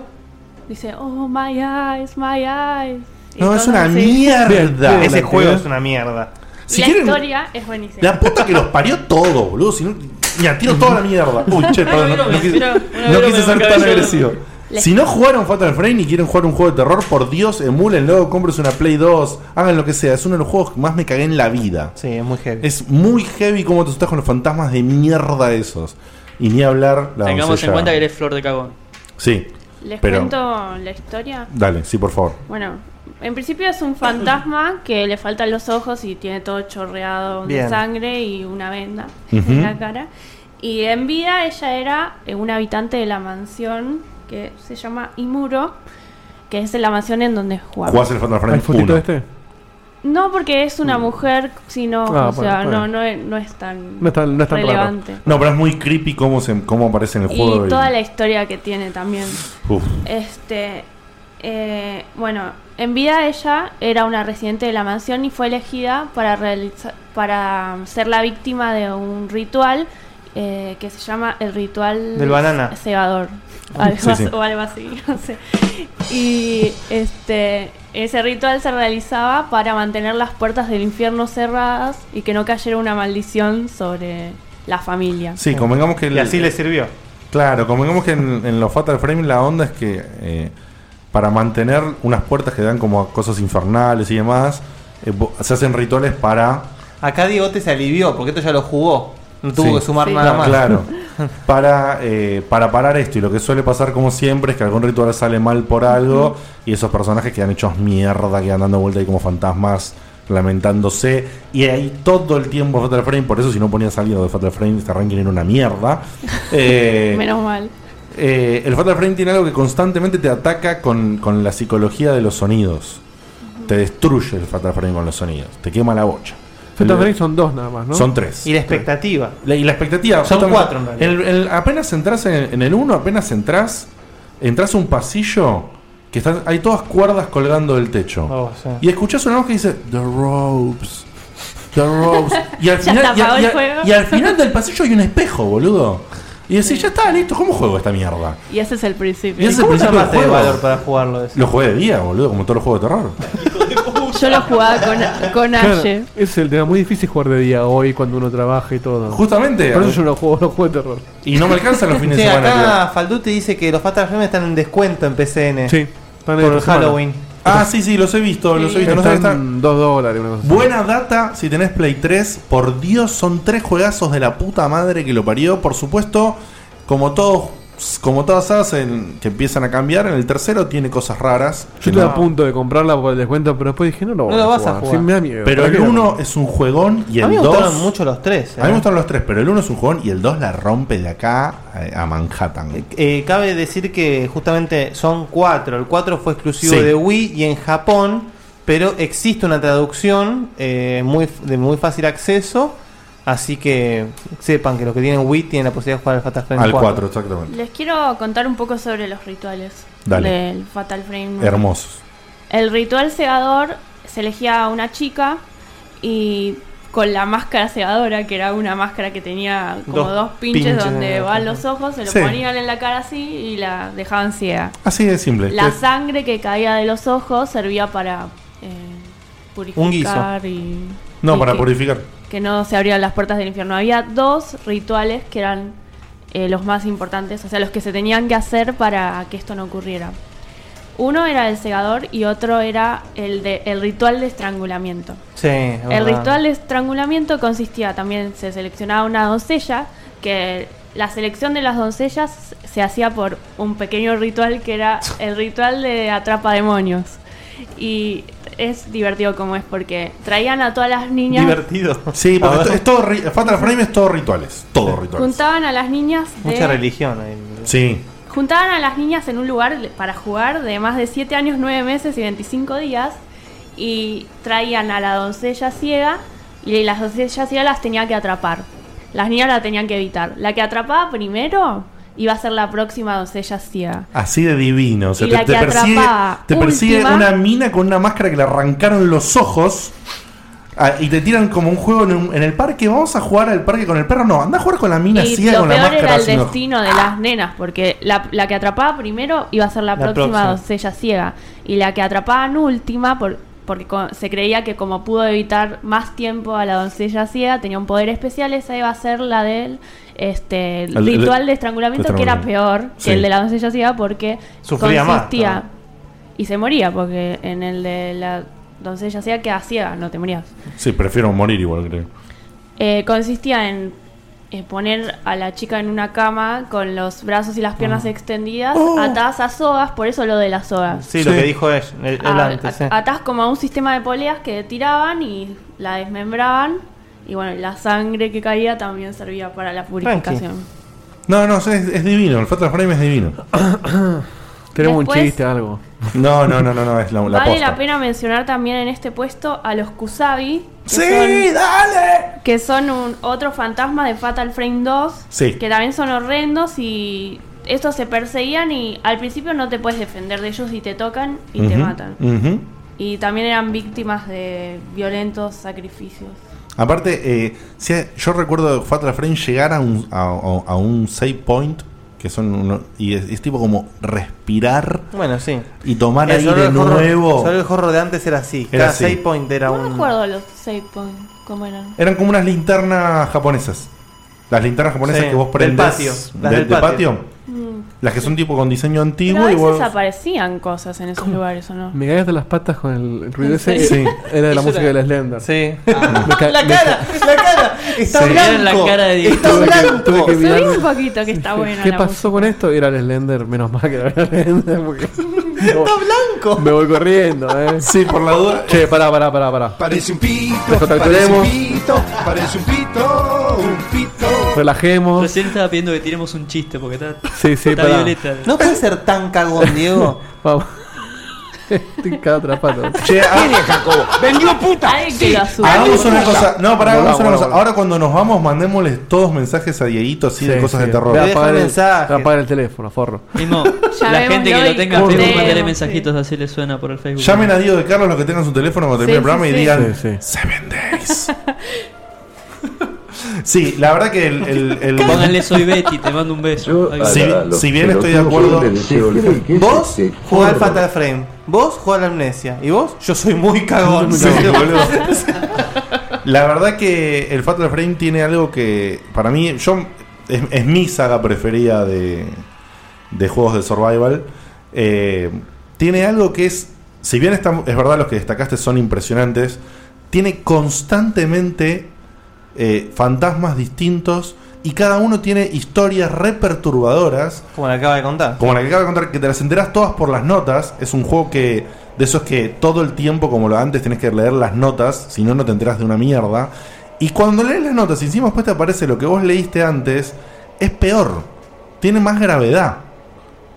Dice, oh my eyes, my eyes. Y No, es cosas una así. mierda. Ese La juego anterior. es una mierda. Si ¿eh? la quieren- historia es buenísima. La puta que los parió todo, boludo. Si no, mira, tiro toda la mierda. Uy, che, perdón, no, no quise, no quise ser tan agresivo. Les- Si no jugaron Fatal Frame y quieren jugar un juego de terror, por Dios, emúlenlo, compres una Play 2, hagan lo que sea. Es uno de los juegos que más me cagué en la vida. Sí, es muy heavy. Es muy heavy como te asustás con los fantasmas de mierda esos. Y ni hablar la Tengamos en doncella. cuenta que eres flor de cagón. Sí. Les pero- cuento la historia. Dale, sí, por favor. Bueno, en principio es un fantasma que le faltan los ojos y tiene todo chorreado Bien. de sangre y una venda Ujú. en la cara. Y en vida ella era eh, una habitante de la mansión que se llama Imuro, que es la mansión en donde jugaba. ¿Jugás el Mm. Fatal Frame ¿Al fotito 1? este? No porque es una mujer, sino, Ah, o sea, bueno, no, no, es, no es tan No es tan, no relevante. No, pero es muy creepy cómo, se, cómo aparece en el juego. Y toda la historia que tiene también. Uf. Este, eh, bueno, en vida ella era una residente de la mansión y fue elegida para realiza- para ser la víctima de un ritual eh, que se llama el ritual Del banana. cebador algo Sí, así- sí. o algo así, no sé. Y este ese ritual se realizaba para mantener las puertas del infierno cerradas y que no cayera una maldición sobre la familia. Sí, convengamos que. Y así le sirvió. Claro, convengamos que en, en los Fatal Frame la onda es que eh, para mantener unas puertas que dan como a cosas infernales y demás, eh, bo- se hacen rituales para. Acá Diego te se alivió, porque esto ya lo jugó. No tuvo Sí. que sumar nada más. Claro. Para, eh, para parar esto. Y lo que suele pasar, como siempre, es que algún ritual sale mal por algo y esos personajes quedan hechos mierda, quedan dando vuelta ahí como fantasmas, lamentándose. Y ahí todo el tiempo Fatal Frame. Por eso, si no ponías a alguien de Fatal Frame, este ranking era una mierda. Eh, Menos mal. eh, el Fatal Frame tiene algo que constantemente te ataca con, con la psicología de los sonidos. Te destruye el Fatal Frame con los sonidos. Te quema la bocha. Fatal El- Frame son dos nada más, ¿no? Son tres. Y la expectativa. La- y la expectativa. Son justamente, cuatro en realidad. el- el- apenas entras en, en el uno, apenas entras, entras a un pasillo que están, hay todas cuerdas colgando del techo. Oh, sí. Y escuchás una voz que dice The ropes. The ropes. Y al, Ya final, se y, apagó al- y el al- juego. y al final del pasillo hay un espejo, boludo. Y decís, ya está, listo, ¿cómo juego esta mierda? Y ese es el principio. Y ese es el ¿Cómo te principio del armaste de juego. valor para jugarlo? ese? Lo jugué de día, boludo, como todos los juegos de terror. Yo lo jugaba con, con Claro, Aye. es el tema muy difícil jugar de día hoy cuando uno trabaja y todo. Justamente. eh, Por eso yo no juego, no juego de terror. Y no me alcanzan los fines Sí, de semana. acá Falduti dice que los Fatal Frame están en descuento en PCN. Sí, Por están en el semana. Halloween. Ah, sí, sí, los he visto, los he visto. No sé, están- 2 dólares, una cosa así. Buena data si tenés Play 3. Por Dios, son tres juegazos de la puta madre que lo parió. Por supuesto, como todos. Como todas sagas en- que empiezan a cambiar, en el tercero tiene cosas raras. Yo estuve a punto de comprarla por el descuento, pero después dije, no lo voy lo a vas a jugar. jugar. Sí, me da miedo. Pero ¿Para el qué lo- 1 es un juegón y A el 2. mí me gustaron mucho los tres, A mí eh. me gustaron los tres, pero el 1 es un jugón y el 2 la rompe de acá a- a Manhattan. Eh, cabe decir que justamente son cuatro. El cuatro fue exclusivo Sí. de Wii y en Japón, pero existe una traducción eh, muy, f- de muy fácil acceso. Así que sepan que los que tienen Wii tienen la posibilidad de jugar al Fatal Frame Al 4. 4, exactamente. Les quiero contar un poco sobre los rituales Dale. del Fatal Frame. Hermosos. El ritual cegador se elegía a una chica y con la máscara cegadora, que era una máscara que tenía como Dos dos, pinches, pinches en donde el van ojo. los ojos, se lo Sí. ponían en la cara así y la dejaban ciega. Así de simple. La Te- sangre que caía de los ojos servía para eh, purificar Un guiso. y. No, y para que- purificar. que no se abrían las puertas del infierno. Había dos rituales que eran eh, los más importantes, o sea, los que se tenían que hacer para que esto no ocurriera. Uno era el segador y otro era el, de, el ritual de estrangulamiento. Sí, es El verdad. ritual de estrangulamiento consistía también, se seleccionaba una doncella, que la selección de las doncellas se hacía por un pequeño ritual que era el ritual de atrapa demonios. Y es divertido como es, porque traían a todas las niñas, Divertido. Sí, porque A ver. esto- es todo ri- Fatal Frame es todo rituales. Todo rituales. juntaban a las niñas de- Mucha religión. ahí. Sí. Juntaban a las niñas en un lugar le- para jugar de más de 7 años, 9 meses y 25 días y traían a la doncella ciega y las doncellas ciegas las tenía que atrapar. Las niñas la tenían que evitar. La que atrapaba primero y va a ser la próxima doncella ciega. Así de divino. O sea, Y te, la te que persigue, atrapa te persigue última. una mina con una máscara que le arrancaron los ojos. ah, Y te tiran como un juego en, un- en el parque. Vamos a jugar al parque con el perro. No, anda a jugar con la mina Y ciega lo con la peor máscara. era el haciendo- destino de las nenas, porque la, la que atrapaba primero iba a ser la, La próxima, próxima. doncella ciega. Y la que atrapaban última, por- porque co- se creía que como pudo evitar más tiempo a la doncella ciega, tenía un poder especial, esa iba a ser la del este, El- el- ritual de estrangulamiento, de que era peor estrangulamiento. que Sí. el de la doncella ciega porque Sufría más, consistía... ¿no? Y se moría, porque en el de la doncella ciega queda ciega, no te morías. Sí, prefiero morir igual, creo. Eh, consistía en eh, poner a la chica en una cama con los brazos y las Ah. piernas extendidas, Oh. atadas a sogas, por eso lo de las sogas. Sí, lo que dijo él, él A- antes. Ah, a- eh. Atás como a un sistema de poleas que tiraban y la desmembraban. Y bueno, la sangre que caía también servía para la purificación. No, no, es, es divino. El Fatal Frame es divino. Tenemos un Después- chiste, algo. No, no, no, no, no es la, la vale posta. la pena mencionar también en este puesto a los Kusabi. que ¡Sí, son- dale! Que son un, otro fantasma de Fatal Frame 2. Sí. Que también son horrendos y estos se perseguían y al principio no te puedes defender de ellos y te tocan y te Ujú, matan. ujú. Y también eran víctimas de violentos sacrificios. Aparte, eh, si hay- yo recuerdo Fatal Frame llegar a un, a, a- a un save point, que son uno- y es, es tipo como respirar Bueno, sí. Eh, y tomar El aire solo el horror- nuevo. solo el horror de antes era así. Era Cada así. save point era No un. recuerdo los save points, cómo eran. Eran como unas linternas japonesas. Las linternas japonesas Sí, que vos del prendes patio, las de- del de patio. Mm. Las que son tipo con diseño Pero antiguo a y veces vos... aparecían cosas en esos lugares, ¿o no? Me cagaste las patas con el ruido ¿En ese. serio? eh, Era de la Eso música era- de la Slender. Sí. Me ca- La me cara, la cara. Está Sí. blanco. Era la cara de Diego. Está Tuve que- blanco. tuve que Subí mirarme. un poquito que está buena ¿Qué la pasó con esto? Era el Slender, menos mal que era el Slender. Porque ¡Está blanco! Me voy corriendo, ¿eh? Sí, por la duda. Che, pará, pará, pará, pará. Parece un pito, Nos parece un contactaremos, pito, parece un pito, un pito. relajemos. Recién estaba pidiendo que tiremos un chiste porque está, Sí, sí, está pará. violeta. No puede ser tan cagón, Diego. Vamos. Estoy cada atrapado. Che, ah, ¡Vendió puta! que lo asuma. Hagamos Ah, una cosa, no, pará, Volá, hagamos una volá, cosa. volá. Ahora cuando nos vamos, mandémosles todos mensajes a Dieguito así de Sí, cosas sí. de terror. Voy a apagar el, voy a apagar el teléfono, forro. Mismo, Ya la vemos gente que lo tenga en lo y Facebook, cortemos. mandale mensajitos así le suena por el Facebook. Llamen a Diego de Carlos los que tengan su teléfono cuando termine Sí, el programa sí, y sí. digan Sí, sí. Seven Days. sí, la verdad que el, el, el- Pónganle soy Betty, te mando un beso. Ahí va. Si, si bien estoy de acuerdo. Vos jugás al Fatal Frame. Vos jugás a la amnesia. Y vos, yo soy muy cagón. Sí, boludo. La verdad que el Fatal Frame tiene algo que para mí yo es, es mi saga preferida de, de juegos de survival. Eh, tiene algo que es, si bien está- es verdad los que destacaste son impresionantes, tiene constantemente eh, fantasmas distintos y cada uno tiene historias re perturbadoras. Como la acaba de contar. Como la que acabo de contar, que te las enterás todas por las notas. Es un juego que. De esos que todo el tiempo, como lo antes, tenés que leer las notas. Si no, no te enterás de una mierda. Y cuando lees las notas y encima después te aparece lo que vos leíste antes, es peor. Tiene más gravedad.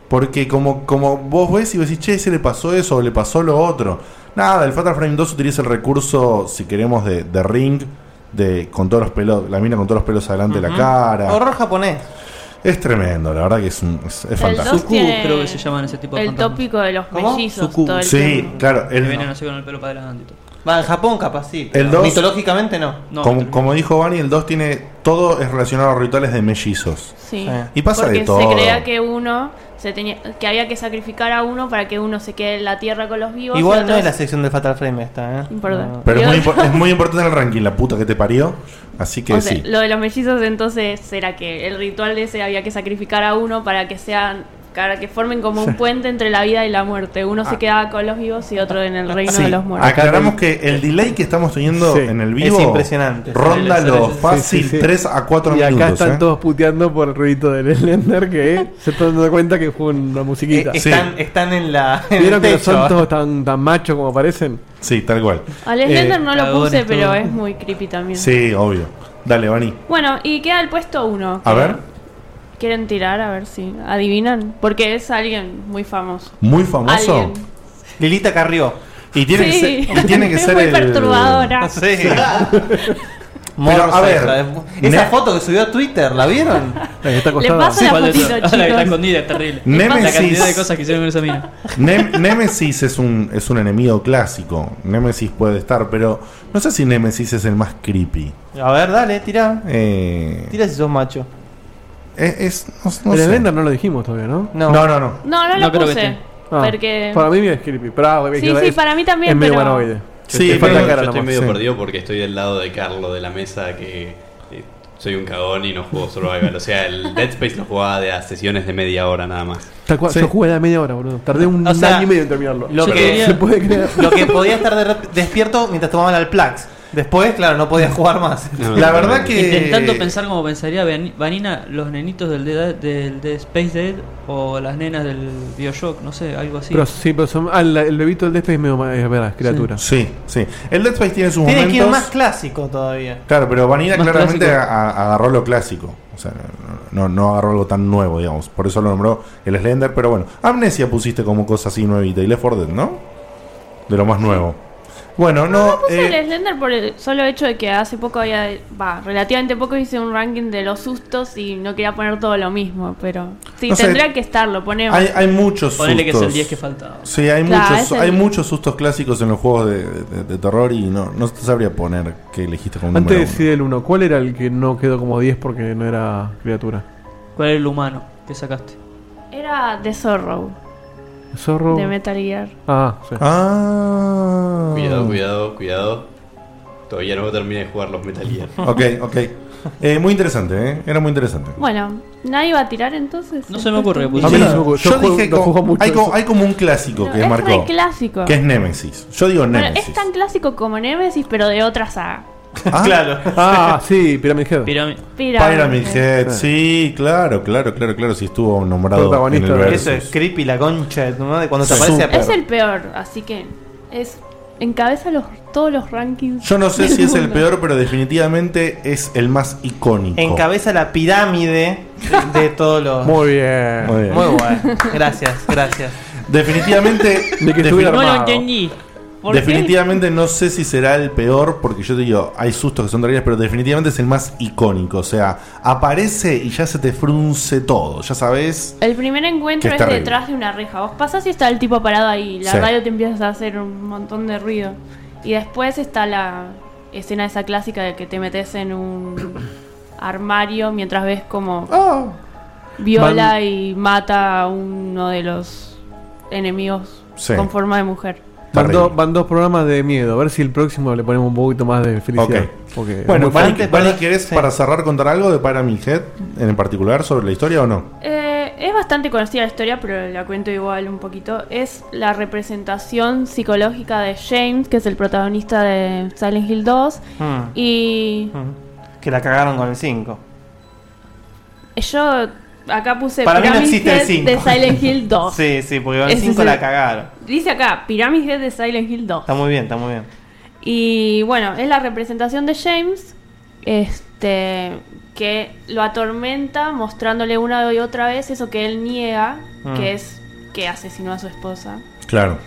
Porque como, como vos ves y vos decís, che, se le pasó eso o le pasó lo otro. Nada, el Fatal Frame 2 utiliza el recurso, si queremos, de, de ring. De, con todos los pelos, la mina con todos los pelos adelante de la Ujú. cara. Horror japonés. Es tremendo, la verdad que es, un- es, es El fantástico. dos tiene creo que se llaman ese tipo de El fantasmas. tópico de los ¿Cómo? mellizos. Sucubo. todo el Sí, tiempo. claro. Que vienen El, así con el pelo para adelante. y todo. Va, en Japón capaz sí. El pero dos- Mitológicamente no. Eh, como, como dijo Bani, el 2 tiene todo es relacionado a rituales de mellizos. Sí. Y pasa Porque de todo. se creía que uno se tenía que había que sacrificar a uno para que uno se quede en la tierra con los vivos. y Igual no otros- es la sección del Fatal Frame esta, ¿eh? Importa. No. Pero es muy, impo- es muy importante el ranking, la puta que te parió. Así que O sea, sí. Lo de los mellizos entonces era que el ritual ese había que sacrificar a uno para que sean para que formen como un puente entre la vida y la muerte. Uno se quedaba con los vivos y otro en el reino Ah. Sí, de los muertos. aclaramos que el delay que estamos teniendo Sí, en el vivo es impresionante. ronda Sí, los sí, fácil Sí, sí, sí. 3 a 4 y minutos. acá están ¿eh? todos puteando por el ruidito del Slender que se están dando cuenta que fue una musiquita. Eh, Están, están en la. en el ¿Vieron que no techo. son todos tan, tan machos como parecen? Sí, tal cual. Al Eh, Slender no lo cagones puse, pero todos. es muy creepy también. Sí, obvio. Dale, Bani. Bueno, y queda el puesto uno. A ver, ¿Quieren tirar? A ver si adivinan. Porque es alguien muy famoso. muy famoso. Alguien. Lilita Carrió. Y tiene que Sí. ser, y tiene que Es ser muy el perturbadora. Sí. Morsa, Pero, a ver, esa, esa ne- foto que subió a Twitter, ¿la vieron? Le paso la fotito, Ahora que está escondida, es terrible. Nemesis. La cantidad de cosas que hicieron con esa mina. Nem- Nemesis es un, es un enemigo clásico. Nemesis puede estar, pero no sé si Nemesis es el más creepy. A ver, dale, tira. Eh, Tira si sos macho. Es, en el sé. Ender no lo dijimos todavía, ¿no? No, no, no. No, No, no lo puse. Porque- Para mí es creepy. pero, ah, es Sí, que sí, es- para mí también, Es medio pero- humanoide. Sí, Le yo, falta yo cara estoy nomás, medio sí. perdido porque estoy del lado de Carlos de la mesa que eh, soy un cagón y no juego survival. o sea, el Dead Space lo jugaba de a sesiones de media hora nada más. Tal cual, Yo jugué a la media hora, boludo. Tardé un O sea, año y medio en terminarlo. Lo que, se puede creer. lo que podía estar de- despierto mientras tomaban al Plax. Después, claro, no podía jugar más. Intentando pensar como pensaría Van- Vanina los nenitos del, Dead- del de Space Dead o las nenas del Bioshock, no sé, algo así. Pero sí, pero son, ah, la- el bebito del Death Space es medio ma- es verdad, criatura. Sí, sí. El Dead Space tiene sus Tiene que ir momentos. más clásico todavía. Claro, pero Vanilla Más claramente clásico. a- agarró lo clásico. O sea, no, no agarró algo tan nuevo, digamos. Por eso lo nombró el Slender. Pero bueno, Amnesia pusiste como cosa así nuevita. Y Left 4 Dead, ¿no? De lo más nuevo. Bueno, no. pues Puse eh, el Slender por el solo hecho de que hace poco había. Va, relativamente poco hice un ranking de los sustos y no quería poner todo lo mismo, pero. Sí, No sé. tendría que estarlo, ponemos. hay, hay muchos Ponele que es el sustos. 10 que faltaba. Sí, hay, Claro, muchos, es el- hay muchos sustos clásicos en los juegos de, de- de terror y no, no te sabría poner que elegiste como Antes de número uno. decir el 1, ¿cuál era el que no quedó como 10 porque no era criatura? ¿Cuál es el humano que sacaste? Era The Zorro Zorro. de Metal Gear. Ah, sí. Ah. Cuidado, cuidado, cuidado. Todavía no terminé de jugar los Metal Gear. Ok, ok. Eh, muy interesante, ¿eh? Era muy interesante. Bueno, ¿nadie va a tirar entonces? No se me pues. ocurre, A mí no, yo yo juego- dije lo como- juego mucho hay, como, eso. hay como un clásico que es marcó. re clásico. Que es Nemesis. Yo digo Bueno, Nemesis. es tan clásico como Nemesis, pero de otra saga. Claro. Ah, sí, Pyramid Head. Pyramid Pyramid Head, sí, claro, claro, claro, claro. Si estuvo nombrado en el verso. Eso es creepy, la concha de tu madre. Cuando te Sí. aparece Súper. Es el peor, así que es encabeza los, todos los rankings. Yo no sé del si es el mundo. peor, pero definitivamente es el más icónico. Encabeza la pirámide de, de todos los. Muy bien. Oh. Muy bien. Muy bueno. Gracias, gracias. Definitivamente. De que defini- estuviera armado. ¿Por qué? Definitivamente no sé si será el peor, porque yo te digo, hay sustos que son terribles, pero definitivamente es el más icónico. O sea, aparece y ya se te frunce todo. Ya sabes. El primer encuentro Que es está horrible. detrás de una reja. Vos pasás y está el tipo parado ahí. La Sí. radio te empieza a hacer un montón de ruido. Y después está la escena esa clásica de que te metes en un armario mientras ves como viola Van- y mata a uno de los enemigos Sí. con forma de mujer. Van, do- van dos programas de miedo. A ver si el próximo le ponemos un poquito más de felicidad. Porque es Bueno, muy Vani, fuerte. Vani, ¿querés para cerrar contar algo de Pyramid Head en particular sobre la historia o no? Eh, es bastante conocida la historia, pero la cuento igual un poquito. Es la representación psicológica de James, que es el protagonista de Silent Hill 2. Mm. Y Que la cagaron con el 5. yo acá puse Para mí no Pyramid existe el Head 5. de Silent Hill 2. Sí, sí, porque con el Ese 5 es el- la cagaron. Dice acá, Pyramid Head de Silent Hill 2. Está muy bien, está muy bien. Y bueno, es la representación de James, este, que lo atormenta mostrándole una y otra vez eso que él niega, Mm. que es que asesinó a su esposa. Claro.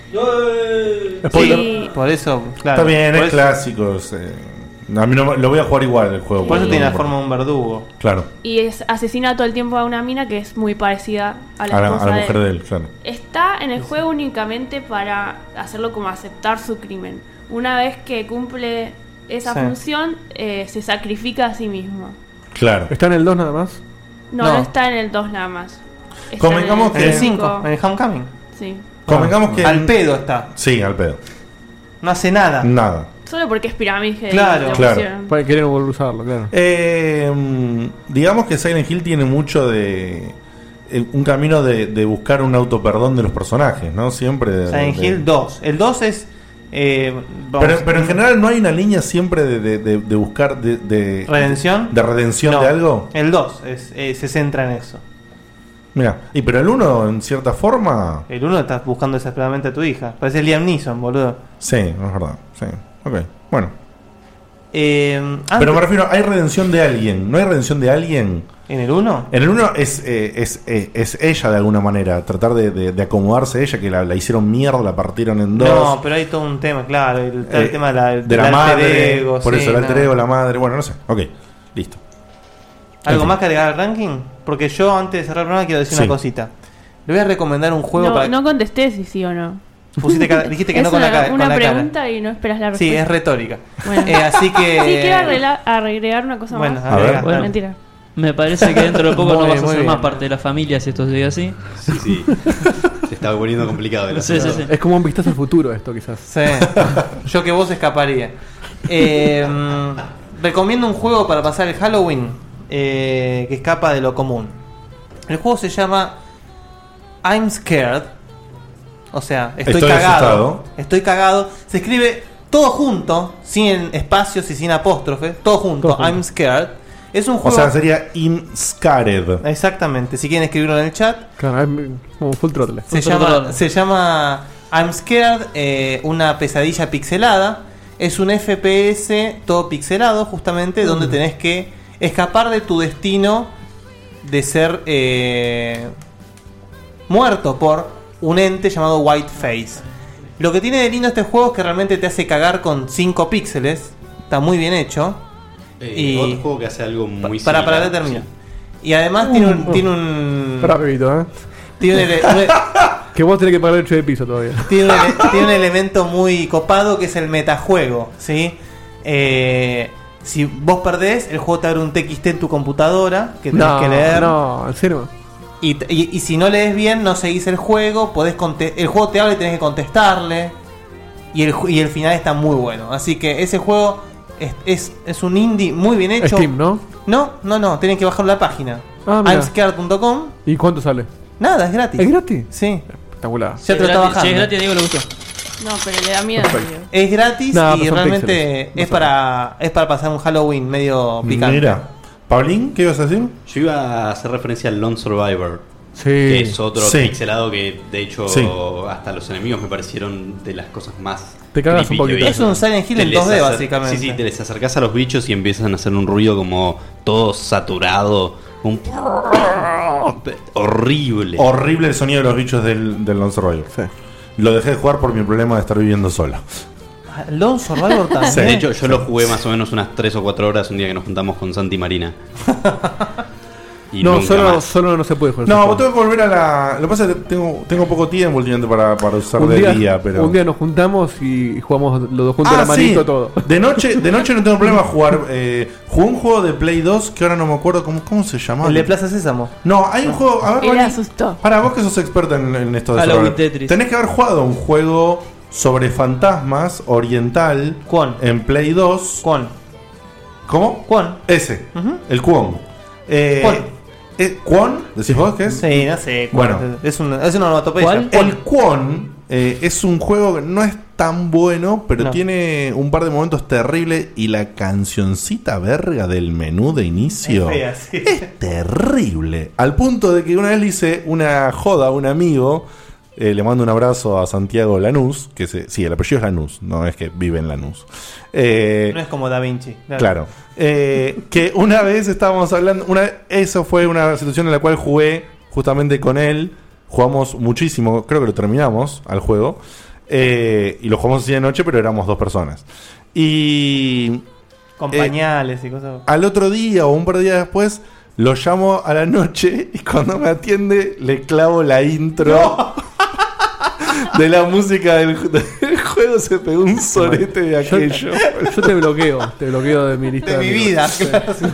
Spoiler. Por eso, claro. Está bien, por es eso- clásico. es, eh, a mí no- lo voy a jugar igual el juego. Por eso porque no tiene la me importa. forma de un verdugo. Claro, Y es, asesina todo el tiempo a una mina que es muy parecida a la, a la, esposa a la mujer de él, claro. Está en el juego únicamente para hacerlo como aceptar su crimen. Una vez que cumple esa Sí. función, eh, se sacrifica a sí mismo. Claro. ¿Está en el 2 nada más? No, no, No. está en el 2 nada más. Está Convengamos que- En el cinco. cinco, en el Homecoming. Sí. Convengamos que. Al pedo está. Sí, al pedo. No hace nada. Nada. Solo porque es pirámide. que lo pusieron. Para querer volver a usarlo, claro. Eh, mm, digamos que Silent Hill tiene mucho de. el- un camino de, de buscar un auto perdón de los personajes, ¿no? Siempre. de- Silent de- Hill 2. El 2 es. eh, vamos- Pero, pero en general no hay una línea siempre de, de- de- de buscar de, de- ¿Redención? De redención No, de algo. El 2 es, eh, se centra en eso. Mira, y pero el uno en cierta forma, El 1 estás buscando desesperadamente a tu hija. Parece Liam Neeson, boludo. sí, es verdad, sí. Ok. Bueno, Eh, antes- Ah. pero me refiero, hay redención de alguien, no hay redención de alguien. ¿En el 1? En el 1 es, eh, es, eh, es ella de alguna manera, tratar de, de- de acomodarse ella, que la, la hicieron mierda, la partieron en dos. No, pero hay todo un tema, claro. El, está el Eh, tema de la, de la del alter madre. ego, por sí, eso, el alter no. ego, la madre. Bueno, no sé. Ok, listo. ¿Algo Ok. más que agregar al ranking? Porque yo antes de cerrar el programa quiero decir Sí. una cosita. Le voy a recomendar un juego no, para no contesté si sí o no. Pusiste cara- dijiste que Es no con la una, cara- con una la cara. pregunta y no esperas la Sí, respuesta. es retórica. Bueno. Eh, así que. Sí, quiero arregla- agregar una cosa Bueno, más. a ver. Bueno, Bueno. mentira. Me parece que dentro de poco Muy no bien, vas a muy ser bien. más parte de la familia si esto sigue así. Sí, sí. Se está volviendo complicado. el Sí, sí, asunto. sí. Es como un vistazo al futuro esto, quizás. Sí. Yo que vos escaparía. Eh, mm, recomiendo un juego para pasar el Halloween eh, que escapa de lo común. El juego se llama I'm Scared. O sea, estoy, Estoy cagado. asustado. Estoy cagado. Se escribe todo junto, sin espacios y sin apóstrofes. Todo junto. I'm Scared. Es un O juego. sea, sería Inscared. Exactamente. Si quieren escribirlo en el chat. Claro, es como full throttle. Se llama, se llama I'm Scared, eh, una pesadilla pixelada. Es un FPS todo pixelado, justamente, donde tenés que escapar de tu destino de ser eh, muerto por un ente llamado Whiteface. Lo que tiene de lindo este juego es que realmente te hace cagar con 5 píxeles. Está muy bien hecho. Eh, y otro juego que hace algo muy para, para similar, terminar. Y además tiene un... Tiene un, Rapidito, ¿eh? tiene un ele- un- Que vos tenés que pagar el 8 de piso todavía. tiene, un ele- tiene un elemento muy copado que es el metajuego, ¿sí? Eh, si vos perdés, el juego te abre un TXT en tu computadora que tenés No, que leer. no, en serio. Y, t- y- y si no lees bien, no seguís el juego, podés conte- el juego te habla y tenés que contestarle. Y el, ju- y el final está muy bueno. Así que ese juego es, es- es un indie muy bien hecho. Steam, ¿no? No, no, no, tienen que bajar la página. Ah, mira. Imscared.com. ¿Y cuánto sale? Nada, es gratis. ¿Es gratis? Sí. Espectacular. Ya te lo está bajando. Diego le gustó. No, pero le da miedo. Perfecto. digo. Es gratis No, pero pues y son realmente píxeles. es para, es para pasar un Halloween medio picante. Mira. Pablín, ¿qué ibas a decir? Yo iba a hacer referencia al Lone Survivor. Sí. Que es otro Sí. pixelado que, de hecho, Sí. hasta los enemigos me parecieron de las cosas más. Te cagas creepy un que poquito. vi. Es un Silent Hill Te en les 2D acer- básicamente. Sí, sí, te les acercás a los bichos y empiezan a hacer un ruido como todo saturado. Un horrible. Horrible el sonido de los bichos del, del Lone Survivor. Lo dejé de jugar por mi problema de estar viviendo solo. Lone Survivor también. De hecho, yo lo jugué más o menos unas 3 o 4 horas un día que nos juntamos con Santi Marina. Y No, nunca solo, más. solo no se puede jugar. No, ese vos juego. tengo que volver a la. Lo que pasa es que tengo, tengo poco tiempo últimamente para, para usar un de día, día, pero. un día nos juntamos y jugamos los dos juntos Ah, la manito sí. todo. De noche, de noche no tengo problema jugar. Eh, jugué un juego de Play 2 que ahora no me acuerdo cómo, cómo se llamaba. El de Plaza Sésamo. No, hay un juego. A ver, Y le Vani, asustó. para vos que sos experta en, en esto de Halloween survival, Tetris. Tenés que haber jugado un juego sobre fantasmas oriental. En Play 2. ¿Cómo? Quan. Ese. El Kwon. Eh, Quan. eh, ¿Kwon? ¿Decís vos qué es? Sí, no sé. Bueno. Es una, es una onomatopeya. El Kwon eh, es un juego que no es tan bueno, pero No. tiene un par de momentos terribles y la cancioncita verga del menú de inicio. Fea, sí. Este. terrible. Al punto de que una vez le hice una joda a un amigo. eh, le mando un abrazo a Santiago Lanús, que se, sí, el apellido es Lanús, no es que vive en Lanús. Eh, No es como Da Vinci. Claro. Eh, que una vez estábamos hablando. Una, eso fue una situación en la cual jugué justamente con él. Jugamos muchísimo, creo que lo terminamos al juego. Eh, y lo jugamos así de noche, pero éramos dos personas. Y. Con eh, pañales y cosas. al otro día o un par de días después, lo llamo a la noche y cuando me atiende le clavo la intro de la música del, del juego. Se pegó un sorete de aquello. Yo te bloqueo, te bloqueo de mi lista. De mi amigos. vida. Sí.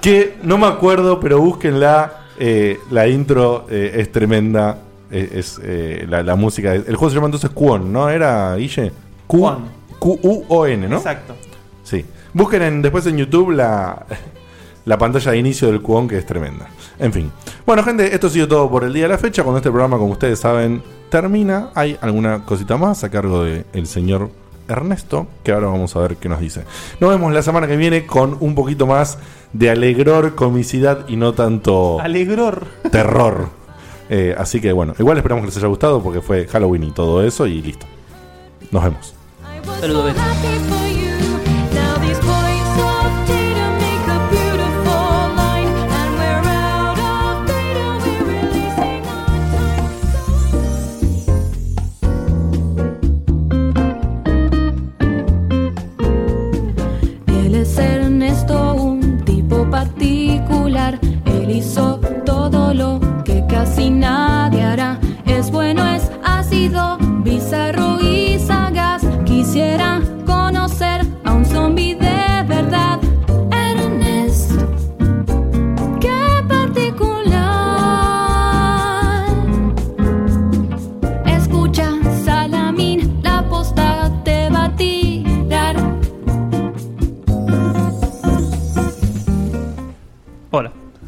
Que no me acuerdo, pero búsquenla. eh, la intro eh, es tremenda. eh, es eh, la, la música. El juego se llama entonces Quon, ¿no? Era Guille. Q- Q-U-O-N, ¿no? Exacto. Sí. Busquen en- después en YouTube la, la pantalla de inicio del Quon, que es tremenda. En fin. Bueno, gente, esto ha sido todo por el día de la fecha. Cuando este programa, como ustedes saben, termina, hay alguna cosita más a cargo del señor Ernesto, que ahora vamos a ver qué nos dice. Nos vemos la semana que viene con un poquito más de alegror, comicidad y no tanto Alegror. terror. Eh, así que bueno, igual esperamos que les haya gustado porque fue Halloween y todo eso y listo. Nos vemos. Saludos, Beto. Now these points of data make a beautiful line, and wherever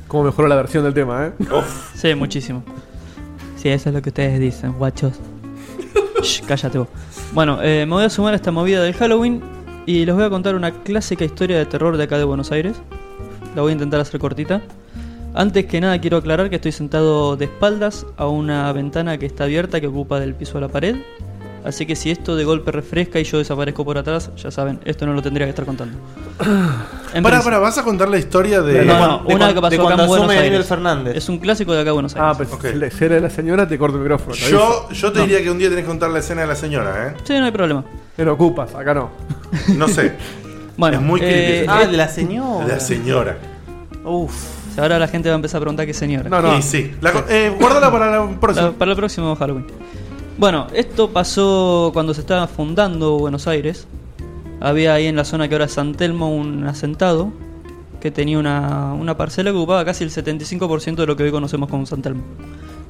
Cómo mejoró la versión del tema, ¿eh? Sí, muchísimo. Sí, eso es lo que ustedes dicen, guachos. Shh, cállate vos. Bueno, eh, me voy a sumar a esta movida del Halloween y les voy a contar una clásica historia de terror de acá de Buenos Aires. La voy a intentar hacer cortita. Antes que nada quiero aclarar que estoy sentado de espaldas a una ventana que está abierta que ocupa del piso a la pared. Así que si esto de golpe refresca y yo desaparezco por atrás, ya saben, esto no lo tendría que estar contando. En Pará, principio- pará, ¿vas a contar la historia de.? No, no, una que pasó acá en Buenos Aires. Fernández. Es un clásico de acá en Buenos Aires. Ah, pues la- si era la señora, te corto el micrófono. te Yo, aviso. yo te No. diría que un día tenés que contar la escena de la señora, ¿eh? Sí, no hay problema. Pero ocupas, acá no. No sé. Bueno, es muy eh, creepy. ah, de la señora. La señora. Uf, ahora la gente va a empezar a preguntar qué señora. No, no. Y sí. La co- eh, guárdala para la próxima. para el próximo Halloween. Bueno, esto pasó cuando se estaba fundando Buenos Aires. Había ahí en la zona que ahora es San Telmo un asentado que tenía una, una parcela que ocupaba casi el 75% de lo que hoy conocemos como San Telmo.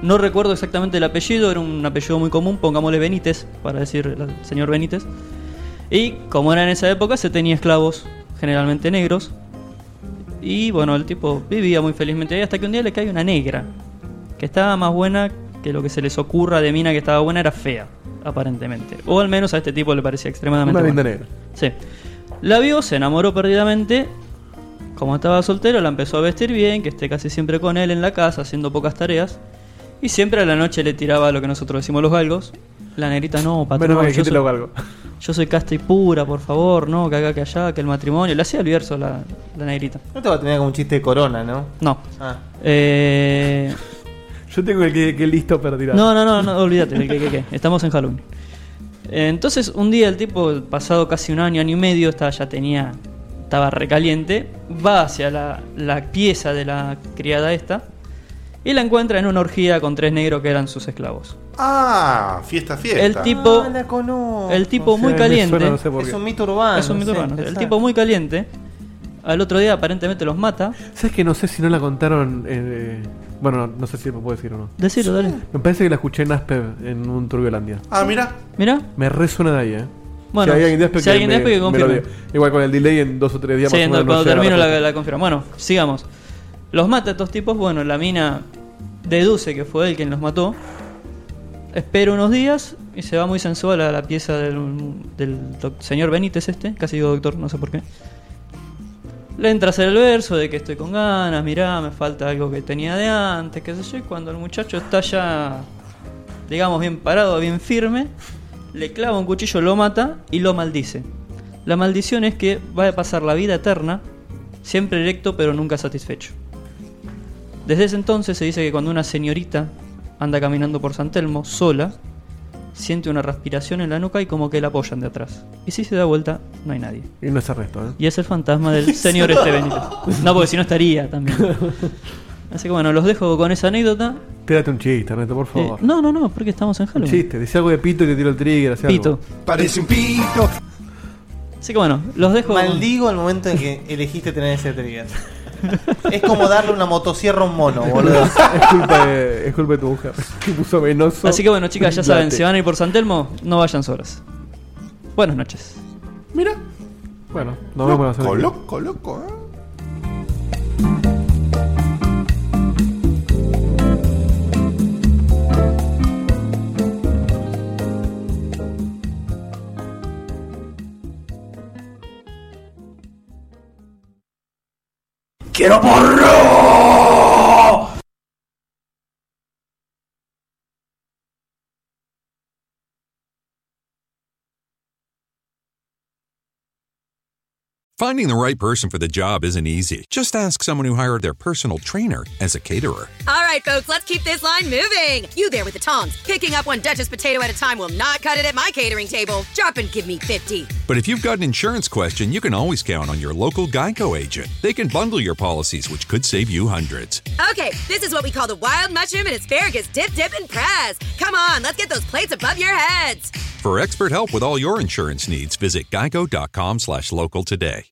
No recuerdo exactamente el apellido, era un apellido muy común, pongámosle Benítez, para decir el señor Benítez. Y como era en esa época, se tenía esclavos, generalmente negros. Y bueno, el tipo vivía muy felizmente ahí hasta que un día le cae una negra, que estaba más buena que lo que se les ocurra de mina que estaba buena era fea, aparentemente. O al menos a este tipo le parecía extremadamente Una linda buena. Sí. La vio, se enamoró perdidamente. Como estaba soltero, la empezó a vestir bien, que esté casi siempre con él en la casa, haciendo pocas tareas. Y siempre a la noche le tiraba lo que nosotros decimos los galgos. La negrita, no, patrón. Menos mal que dijiste yo soy- los galgos. yo soy casta y pura, por favor, no, que acá, que allá, que el matrimonio. Le hacía el verso la, la negrita. No te va a tener como un chiste de corona, ¿no? No. Ah. Eh, Yo tengo el que, que listo para tirar. No, no, no, no olvídate. que- que- que- Estamos en Halloween. Eh, Entonces, un día el tipo, pasado casi un año, año y medio, estaba, ya tenía. Estaba recaliente. Va hacia la, la pieza de la criada esta. Y la encuentra en una orgía con tres negros que eran sus esclavos. Ah, fiesta, fiesta. El tipo- Ah, la conozco. El tipo muy Sí, caliente. me suena, no sé por qué. Es un mito urbano, Es un mito sí, urbano. El exacto. tipo muy caliente. Al otro día aparentemente los mata. ¿Sabes que no sé si no la contaron? eh, bueno, no, no sé si me puedo decir o no. Decilo, dale. Me parece que la escuché en Aspev en un Turbiolandia. Ah, mira. Mira. Me resuena de ahí, eh. Bueno, si hay alguien me- de Aspev que me lo confirme. diga. Igual con el delay en dos o tres días Sí, más o no, menos cuando llega la termino la, respuesta. la confirmo. Bueno, sigamos. Los mata a estos tipos. Bueno, la mina deduce que fue él quien los mató. Espera unos días y se va muy sensual a la pieza del, del doc- señor Benítez este. Casi digo doctor, no sé por qué. Le entra a hacer el verso de que estoy con ganas, mirá, me falta algo que tenía de antes, qué sé yo. Y cuando el muchacho está ya, digamos, bien parado, bien firme, le clava un cuchillo, lo mata y lo maldice. La maldición es que va a pasar la vida eterna, siempre erecto pero nunca satisfecho. Desde ese entonces se dice que cuando una señorita anda caminando por San Telmo sola, siente una respiración en la nuca y como que la apoyan de atrás. Y si se da vuelta, no hay nadie. Y no es arresto, ¿eh? Y es el fantasma del señor este Benítez. No, porque si no estaría también. Eh, Así que bueno, los dejo con esa anécdota. Tírate un chiste, Ernesto, por Eh, favor. no, no, no, porque estamos en un Halloween. chiste, dice algo de pito y te tiro el trigger. hace Pito. algo. Parece un pito. Así que bueno, los dejo. Maldigo el momento en que elegiste tener ese trigger. es como darle una motosierra a un mono, boludo. es, culpa de, es culpa de tu mujer. Que puso venoso. Así que bueno, chicas, ya Plate. saben, si van a ir por San Telmo, no vayan solas. Buenas noches. Mira. Bueno, nos vemos la Loco, semana que viene. loco, loco, ¿eh? ¡Quiero porro! Finding the right person for the job isn't easy. Just ask someone who hired their personal trainer as a caterer. All right, folks, let's keep this line moving. You there with the tongs. Picking up one Duchess potato at a time will not cut it at my catering table. Drop and give me 50. But if you've got an insurance question, you can always count on your local Geico agent. They can bundle your policies, which could save you hundreds. Okay, this is what we call the wild mushroom and asparagus dip, dip, and press. Come on, let's get those plates above your heads. For expert help with all your insurance needs, visit geico.com slash local today.